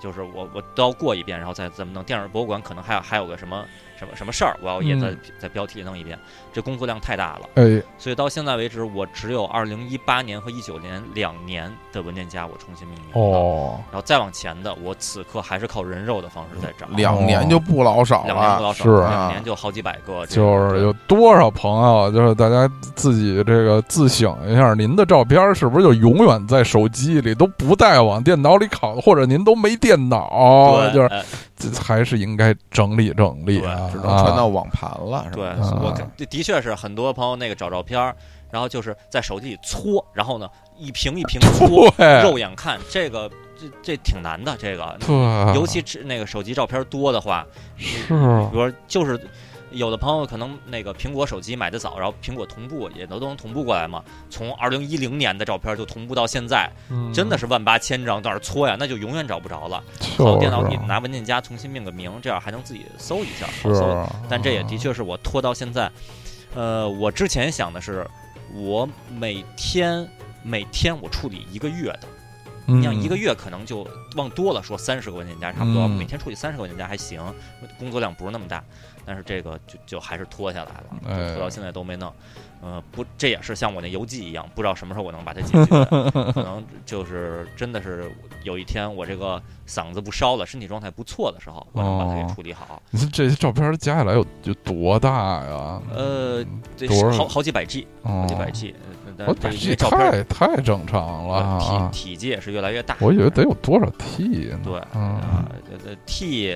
S2: 就是我我都要过一遍，然后再怎么弄？电影博物馆可能还有还有个什么什么什么事儿，我要也在、
S3: 嗯
S2: 在标题里弄一遍。这工作量太大了。
S3: 哎，
S2: 所以到现在为止，我只有二零一八年和一九年两年的文件夹我重新命名了。
S3: 哦，
S2: 然后再往前的，我此刻还是靠人肉的方式在找，
S1: 两年就不老少
S2: 两年不
S1: 了。
S2: 老少，
S3: 是
S1: 啊
S2: 两年就好几百个这
S3: 就
S2: 种，
S3: 是有多少朋友，就是大家自己这个自省一下，您的照片是不是就永远在手机里，都不带往电脑里拷，或者您都没电脑，
S2: 对，
S3: 就是
S2: 哎
S3: 这还是应该整理整理啊，
S1: 哎只能
S3: 啊
S1: 传到网盘了，是
S2: 对，
S1: 吧？
S3: 啊
S2: 我感的确是很多朋友那个找照片儿，然后就是在手机里搓，然后呢一屏一屏搓，
S3: 对
S2: 肉眼看这个这这挺难的，这
S3: 啊
S2: 个
S3: 对，
S2: 尤其嗯是那个手机照片多的话，
S3: 是
S2: 比如说就是有的朋友可能那个苹果手机买的早，然后苹果同步也都都能同步过来嘛，从二零一零年的照片就同步到现在，真的
S3: 是
S2: 是万八千张，到那儿搓呀，那就永远找不着了。
S3: 嗯就
S2: 好，
S3: 是啊
S2: 电脑你拿文件夹重新命个名，这样还能自己搜一下。好搜
S3: 是，啊
S2: 但这也的确是我拖到现在。呃，我之前想的是，我每天每天我处理一个月的，
S3: 嗯
S2: 你想一个
S3: 月
S2: 月可能就往多了说三十个文件夹差不多，
S3: 嗯
S2: 每天处理三十个文件夹还行，工作量不是那么大。但是这个就就还是拖下来了，
S3: 哎
S2: 就拖到现在都没弄。呃，不，这也是像我那邮寄一样，不知道什么时候我能把它解决。可能就是真的是有一天我这个嗓子不烧了，身体状态不错的时候，我能把它
S3: 哦
S2: 给处理好。
S3: 你说这些照片加起来有有多大呀？
S2: 呃，这
S3: 嗯多少
S2: 好好几百 G，好
S3: 哦，
S2: 几百 G，呃但
S3: 我
S2: 这
S3: 这
S2: 这照片
S3: 太太正常了
S2: 呃
S3: 啊！
S2: 体体积也是越来越大。
S3: 我以为得有多少 T 呢？
S2: 对
S3: 嗯
S2: 啊，呃呃 T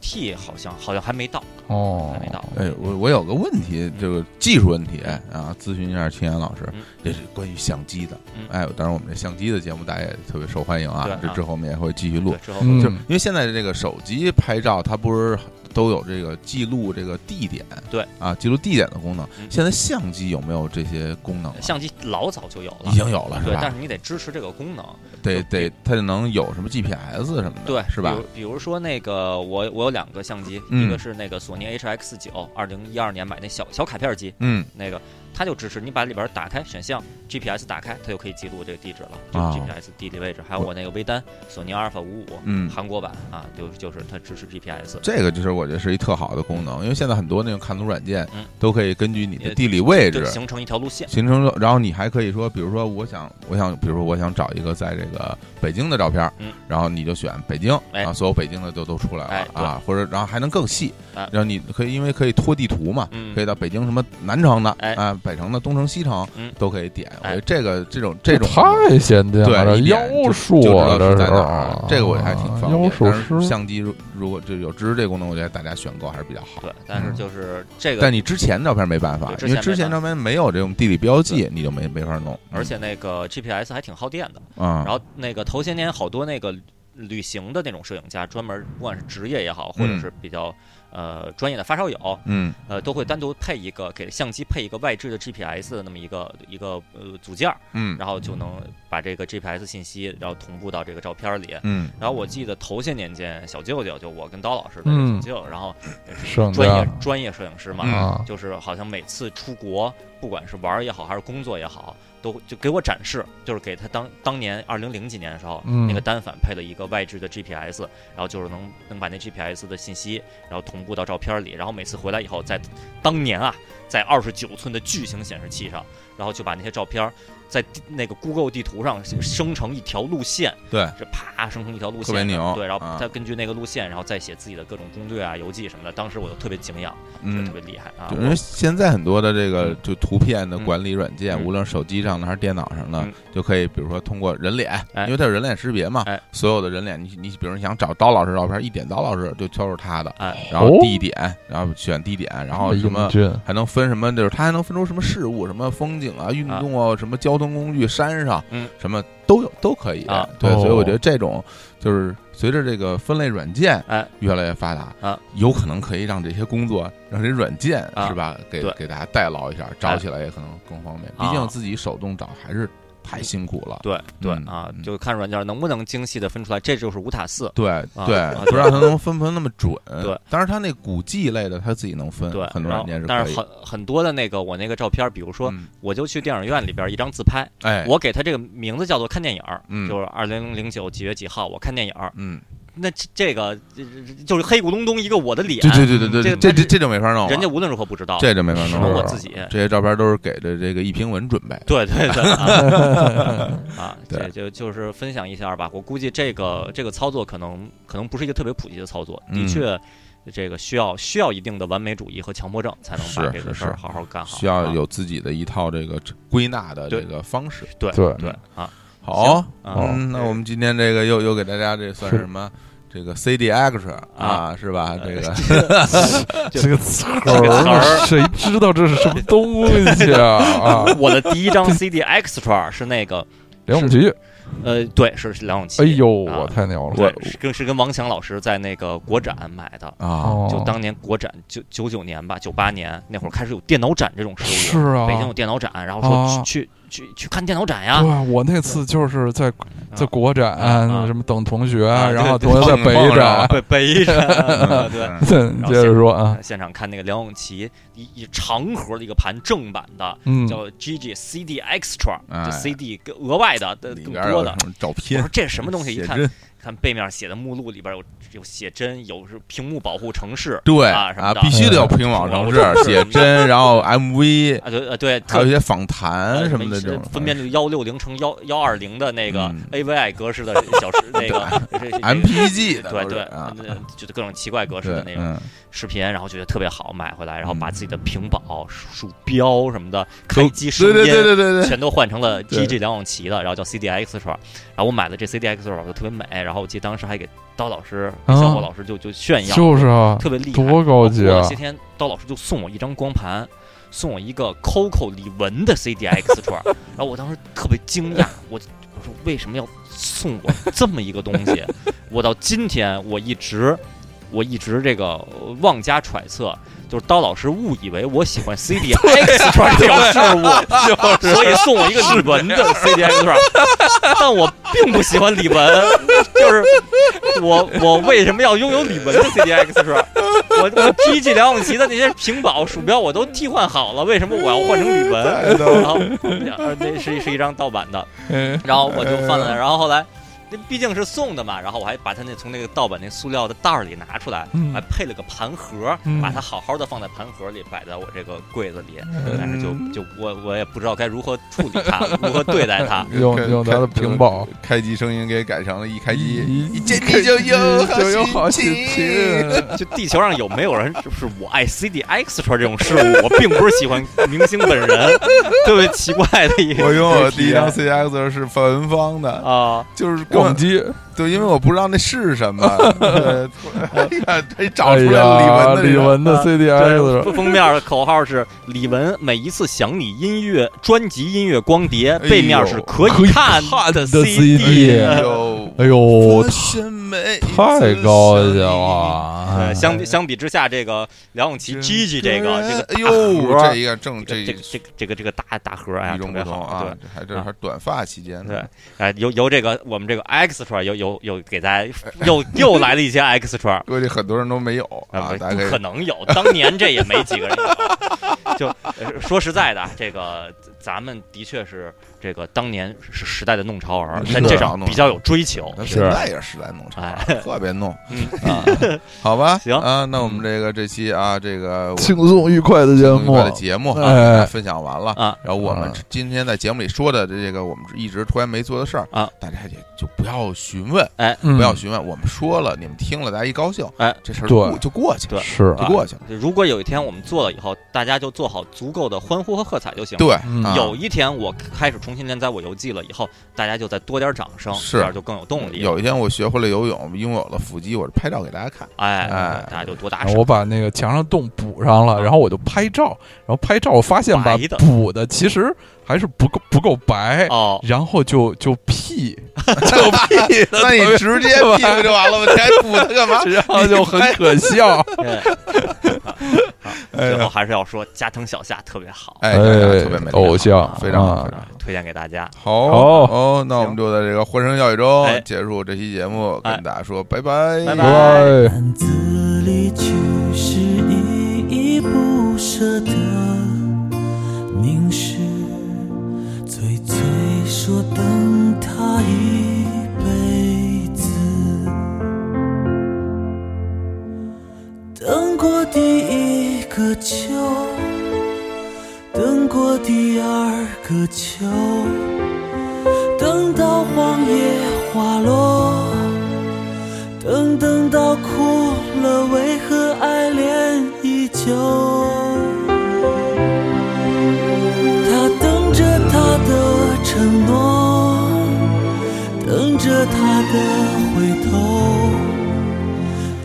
S2: T 好像好像还没到，
S3: 哦
S2: 还没到。
S1: 哎，我我有个问题，这个技术问题啊，咨询一下秦岩老师
S2: 嗯，
S1: 这是关于相机的
S2: 嗯。
S1: 哎，当然我们这相机的节目大家也特别受欢迎
S2: 对
S1: 啊
S2: 啊，
S1: 这之后我们也会继续录
S2: 对。之后
S3: 嗯
S1: 就因为现在的这个手机拍照，它不是都有这个记录这个地点，
S2: 对
S1: 啊，记录地点的功能
S2: 嗯。
S1: 现在相机有没有这些功能啊？
S2: 相机老早就有了
S1: 已，经有了是
S2: 对，但
S1: 吧？
S2: 是你得支持这个功能，
S1: 得得，它就能有什么 GPS 什么的，
S2: 对，
S1: 是吧
S2: 比？如比如说那个我我有两个相机，
S1: 嗯
S2: 一个是那个索尼 HX 九，二零一二年买那小小卡片机，
S1: 嗯，
S2: 那个它就支持你把里边打开选项 GPS 打开，它就可以记录这个地址了，就
S1: 啊
S2: GPS 地理位置。还有我那个微单索尼阿尔法五五，
S1: 嗯
S2: 韩国版啊，就是就是它支持 GPS。
S1: 这个就是我觉得是一特好的功能，因为现在很多那种看图软件
S2: 嗯
S1: 都可以根据你的地理位置
S2: 对，形成一条路线，
S1: 形成，然后你还可以说，比如说我想，我想，比如说我想找一个在这个北京的照片，
S2: 嗯，
S1: 然后你就选北京，
S2: 哎
S1: 啊，所有北京的就都出来了、
S2: 哎对
S1: 啊，或者然后还能更细，
S2: 啊
S1: 然后你可以因为可以拖地图嘛，
S2: 嗯
S1: 可以到北京什么南城的，
S2: 哎
S1: 啊，北城的东城西城，
S2: 嗯
S1: 都可以点。我
S2: 哎
S1: 觉得这个这种这种
S3: 太先进了，
S1: 对一点
S3: 妖
S1: 就
S3: 术
S1: 知
S3: 啊，
S1: 道
S3: 这
S1: 是
S3: 是
S1: 在哪儿，这个我还挺方
S3: 妖
S1: 便。
S3: 术
S1: 但是
S3: 师
S1: 相机如如果就有支持这功能，我觉得大家选购还是比较好。
S2: 对，但是就是这个，
S1: 嗯但你之前照片没办法
S2: 对，之
S1: 因为
S2: 前
S1: 之
S2: 没
S1: 前
S2: 办法
S1: 照片没有这种地理标记，你就没没法弄。
S2: 而且那个 GPS 还挺耗电的。
S1: 啊，
S2: 然后那个头些年好多那个旅行的那种摄影家，专门不管是职业也好，或者是比较呃专业的发烧友，
S1: 嗯
S2: 呃，都会单独配一个给相机配一个外置的 GPS 的那么一个一个呃组件儿，
S1: 嗯
S2: 然后就能把这个 GPS 信息然后同步到这个照片里。
S1: 嗯
S2: 然后我记得头些年间，小舅舅就我跟刀老师的小舅，然后
S3: 省
S2: 专业
S3: 的
S2: 专业摄影师嘛，
S1: 嗯
S3: 啊，
S2: 就是好像每次出国，不管是玩儿也好，还是工作也好，都就给我展示，就是给他当当年二零零几年的时候，
S3: 嗯
S2: 那个单反配了一个外置的 GPS，然后就是能能把那 GPS 的信息，然后同步到照片里，然后每次回来以后，在当年啊，在二十九寸的巨型显示器上，然后就把那些照片儿在地那个 Google 地图上生成一条路线，
S1: 对，
S2: 是啪生成一条路线，
S1: 特别牛
S2: 对，然后
S1: 啊
S2: 他根据那个路线，然后再写自己的各种攻略啊、游记什么的，当时我就特别敬仰。觉得特
S1: 嗯。
S2: 别厉害啊！
S1: 对因为现在很多的这个就图片的
S2: 嗯
S1: 管理软件，
S2: 嗯
S1: 无论手机上的还是电脑上的
S2: 嗯，
S1: 就可以比如说通过人脸，
S2: 哎
S1: 因为它有人脸识别嘛
S2: 哎，
S1: 所有的人脸，你你比如你想找刀老师照片，一点刀老师就挑出他的，
S2: 哎，
S1: 然后
S3: 哦
S1: 地点，然后选地点，然后什么
S3: 英俊
S1: 还能分什么？就是它还能分出什么事物、什么风景啊、运动啊、什么交通工具、山上，
S2: 嗯
S1: 什么都有都可以。
S2: 啊
S1: 对，
S3: 哦
S1: 所以我觉得这种就是随着这个分类软件
S2: 哎
S1: 越来越发达，
S2: 啊
S1: 有可能可以让这些工作让这些软件、
S2: 啊
S1: 是吧，给
S2: 对
S1: 给大家代劳一下，找
S2: 哎
S1: 起来也可能更方便。
S2: 啊
S1: 毕竟自己手动找还是太辛苦了。
S2: 对对
S1: 嗯
S2: 啊
S1: 嗯，
S2: 就看软件能不能精细的分出来，这就是五塔四。
S1: 对
S2: 啊
S1: 对
S2: 啊，
S1: 不知道它能分不分那么准。
S2: 对，
S1: 当然它那古迹类的它自己能分，
S2: 对，
S1: 嗯很多
S2: 然
S1: 软
S2: 后
S1: 件是
S2: 但
S1: 可
S2: 是
S1: 以。
S2: 很很多的那个我那个照片，比如说，
S1: 嗯
S2: 我就去电影院里边一张自拍，
S1: 哎，
S2: 我给它这个名字叫做看电影儿，
S1: 嗯
S2: 就是二零零九几月几号我看电影儿，
S1: 嗯，
S2: 那这这个这这就是黑咕隆咚一个我的脸，嗯
S1: 对对对对对，
S2: 这
S1: 这啊
S2: 个
S1: 这这就没法弄了，
S2: 人家无论如何不知道，
S1: 这就没法
S2: 只
S1: 弄
S2: 能
S1: 了。
S2: 我
S3: 是
S2: 自己。
S1: 这些照片都是给的这个易评文准备的。
S2: 对 对对啊啊，
S1: 对
S2: 这就就是分享一下吧。我估计这个这个操作可能可能不是一个特别普及的操作，
S1: 嗯
S2: 的确，这个需要需要一定的完美主义和强迫症才能把
S1: 是
S2: 这个
S1: 是
S2: 事儿
S1: 是
S2: 好好干好。
S1: 需要
S2: 啊
S1: 有自己的一套这个归纳的这
S2: 对
S1: 个方式。
S2: 对
S3: 对
S2: 对 啊，
S1: 好，
S2: 啊
S1: 嗯，那我们今天这个又又给大家这算是什么？这个 C D X 啊，是吧？这个
S2: 就
S3: 这个词儿，
S2: 这个词儿
S3: 谁知道这是什么东西 啊？啊，
S2: 我的第一张 CD Extra 是那个
S3: 梁咏琪，
S2: 呃，对，是是梁咏琪。
S3: 哎呦，
S2: 啊
S3: 我太牛了！
S2: 对，是跟是跟王强老师在那个国展买的。
S1: 啊，
S3: 哦，
S2: 就当年国展九九九年吧，九八年那会儿开始有电脑展这种事
S3: 是
S2: 物，
S3: 啊，
S2: 北
S1: 哦
S2: 京有电脑展，然后说
S3: 啊
S2: 去去去去看电脑展呀，
S3: 对，啊我那次就是在在国展
S2: 啊
S3: 什么等同学，
S2: 啊
S3: 然后
S2: 对
S3: 同学在北
S1: 碰上
S3: 展
S1: 了，
S2: 北北展， 对。
S1: 嗯
S3: 对，接着说啊，
S2: 现场看那个梁咏琪一一长盒的一个盘正版的，
S3: 嗯，
S2: 叫 GG CD Extra，
S1: 哎
S2: 就 CD 跟额外的的
S1: 里
S2: 呃更
S1: 边
S2: 多
S1: 有
S2: 的。
S1: 什么照
S2: 我
S1: 片
S2: 说，这是什么东西？一
S1: 写
S2: 看
S1: 真
S2: 看背面写的目录里边有有写真，有是屏幕保护城市
S1: 对
S2: 啊什么的
S1: 必须得有屏网城市写真，然后 M V，
S2: 啊，对呃对，
S1: 还有
S2: 特
S1: 一些访
S2: 呃
S1: 谈什么的这种哎
S2: 分辨率幺六零乘幺幺二零的那个
S1: 嗯
S2: AVI 格式的小 时那个这这
S1: 啊 M P G 的
S2: 对
S1: 都是
S2: 对，
S1: 啊，
S2: 嗯就是各种奇怪格式的
S1: 对
S2: 那，种。
S1: 嗯，
S2: 视频，然后觉得特别好，买回来，然后
S1: 嗯
S2: 把自己的屏保、鼠标什么的、
S1: 都
S2: 开机声
S1: 对
S2: 音
S1: 对对对对对，
S2: 全都换成 了
S1: 对
S2: GG 梁咏琪的，然后叫 CDX Extra，然后我买了这 CDX Extra 就特别美，然后我记得当时还给刀老师、
S3: 啊
S1: 哦
S2: 小伙老师就就炫耀，
S3: 就是啊，
S2: 特别厉害，
S3: 多高级
S2: 然后
S3: 啊
S2: 过了！些天，刀老师就送我一张光盘，送我一个 Coco 李玟的 CDX Extra，然后我当时特别惊讶，我我说为什么要送我这么一个东西？ 我到今天我一直我一直这个呃妄加揣测，就是刀老师误以为我喜欢 CDX Extra 这种事物，就是所以送我一个李玟的 CDX Extra，但我并不喜欢李玟，就是我我为什么要拥有李玟的 CDX Extra？我我 GG 梁咏琪的那些屏保、鼠标我都替换好了，为什么我要换成李玟？然后呃那是是一张盗版的，
S3: 嗯
S2: 然后我就放在那儿，然后后来那毕竟是送的嘛，然后我还把它那从那个盗版那塑料的袋儿里拿出来，
S3: 嗯
S2: 还配了个盘盒
S3: 嗯，
S2: 把它好好的放在盘盒里，摆在我这个柜子里，
S3: 嗯
S2: 但是就就我我也不知道该如何处理它，如何对待它。
S3: 用用他的屏保，
S1: 开机声音给改成了一开机，
S3: 一
S1: 见你就有好
S3: 就有好
S1: 心
S3: 心
S1: 情
S3: 情。
S2: 就地球上有没有人就是我爱 CD Extra 这种事物？我并不是喜欢明星本人，特别奇怪的一个。
S1: 我用我第一张 CX 是范文芳的，
S2: 啊，
S1: 就是根
S3: 逛
S1: 本
S3: 街，
S1: 对，因为我不知道那是什么，对哎呀，这找
S3: 哎
S1: 出
S3: 呀
S1: 来，李
S3: 李
S1: 玟的
S3: 玟的
S2: 啊
S3: CDS
S2: 对，封面的口号是李玟每一次想你音乐专辑音乐光碟，
S1: 哎呦
S2: 背面是可
S3: 可以
S2: 以看的
S3: 的
S2: CD。
S1: 这
S3: CD
S1: 个，哎呦，
S3: 哎呦，
S1: 发现每一次
S3: 太高级
S1: 声音。
S3: 了！哎
S2: 呃，相比相比之下，这个梁咏琪 Gigi 这个这个
S1: 哎呦，
S2: 大
S1: 这
S2: 盒
S1: 一个正
S2: 这
S1: 一
S2: 个这个这个这个大大盒儿哎呀，
S1: 与
S2: 特
S1: 众不
S2: 别
S1: 同
S2: 好，
S1: 啊！这还这
S2: 啊
S1: 还短发期间
S2: 对对
S1: 呢，，
S2: 哎，由由这个我们这个 extra 又又又给大家又又来了一 些 extra。
S1: 估计很多人都没有啊，
S2: 不
S1: 大家
S2: 不
S1: 可以
S2: 可能有，当年这也没几个人有。 就呃说实在的啊，这个咱们的确是这个当年是时代的弄潮儿，
S1: 是
S2: 在这上比较有追求。
S1: 那
S3: 是
S1: 现在也是时代弄潮，特别弄
S2: 嗯
S1: 啊， 好吧，
S2: 哎 行
S1: 啊，那我们这个这期啊，这个我
S3: 轻松愉快的节
S1: 愉
S3: 目
S1: 快，的节目啊，
S3: 哎
S1: 大家分享完了
S2: 啊，
S1: 然后我们
S3: 啊
S1: 今天在节目里说的这个，我们一直突然没做的事儿
S2: 啊，
S1: 大家也就不要询问，
S3: 不
S1: 不要询问，我们说了，你们听了，大家一高兴，
S2: 哎，
S1: 这事儿
S3: 嗯对
S1: 过就过去了，
S2: 对
S3: 是
S1: 就过去了，
S2: 如果有一天我们做了以后，大家就做好足够的欢呼和喝彩就行了。
S1: 对，
S3: 嗯
S1: 啊
S2: 有一天我开始重新连载我游记了以后，大家就再多点掌声，
S1: 是
S2: 这样就更有动力。
S1: 有一天我学会了游泳，拥有了腹肌，我是拍照给大家看。
S2: 哎，
S1: 哎
S2: 大家就多打
S3: 然后
S2: 赏。
S3: 我把那个墙上洞补上了，然后我就拍照，然后拍照我发现吧
S2: 白的，
S3: 补的其实还是不够不够白，
S2: 哦，
S3: 然后就就 P 就 P 了，
S1: 那你直接屁股就完了吧？你还补它 干嘛？
S3: 然
S2: 哦
S3: 后就很可 笑。
S2: 哎 好最后还是要说加藤小夏特别好，
S1: 哎，特别美，
S3: 偶像
S2: 啊
S1: 非常好
S3: 啊
S1: 非常好。
S2: 推荐给大家。
S1: 好
S3: 好
S1: 哦，那我们就在这个欢声笑语中
S2: 哎
S1: 结束这期节目，
S2: 哎
S1: 跟大家说拜拜，
S2: 拜拜
S3: 拜。
S2: 哎
S4: 但字里曲是依依不舍的凝视，最最说等他一辈子。等过第一个秋，等过第二个秋，等到黄叶花落。等等到哭了，为何爱恋依旧？他等着他的承诺，等着他的回头，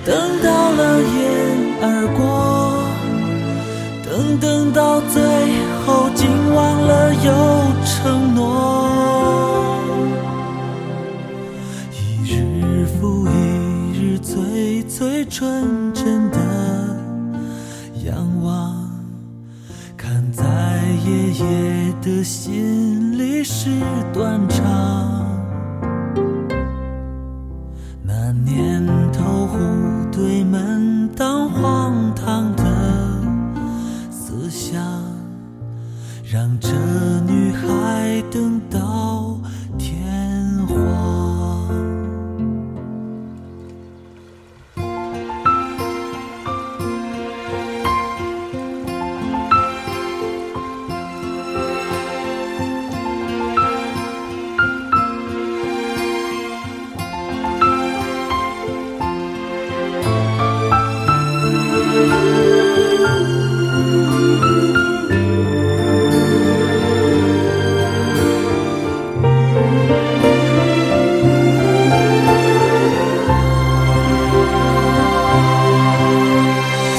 S4: 等到了雁而过，等等到最后竟忘了有承诺。一日复一日，最最纯真的仰望，看在爷爷的心里是断肠。那年头，户对门当荒唐的思想，让这女孩等到天荒。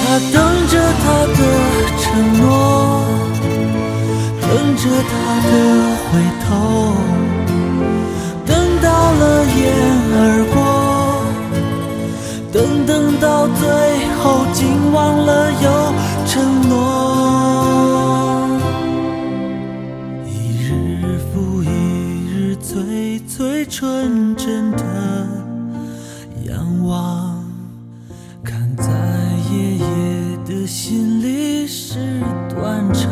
S4: 他等着他的承诺，等着他的回头，等到了雁而过，等等到最后竟忘了有承诺。一日复一日，最最纯真的仰望。看在爷爷的心里是断肠。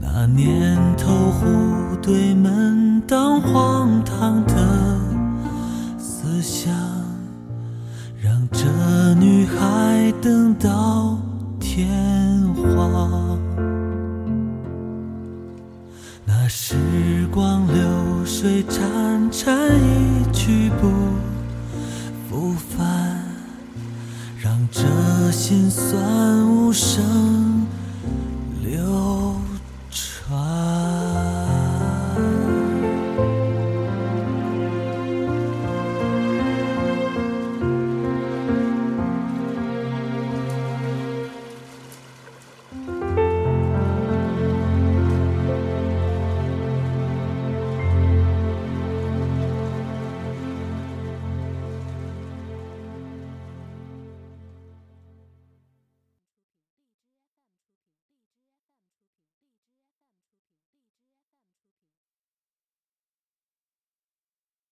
S4: 那年头，户对门当荒唐的思想，让这女孩等到天荒。那时光流水潺潺，一去不。不凡，让这心酸无声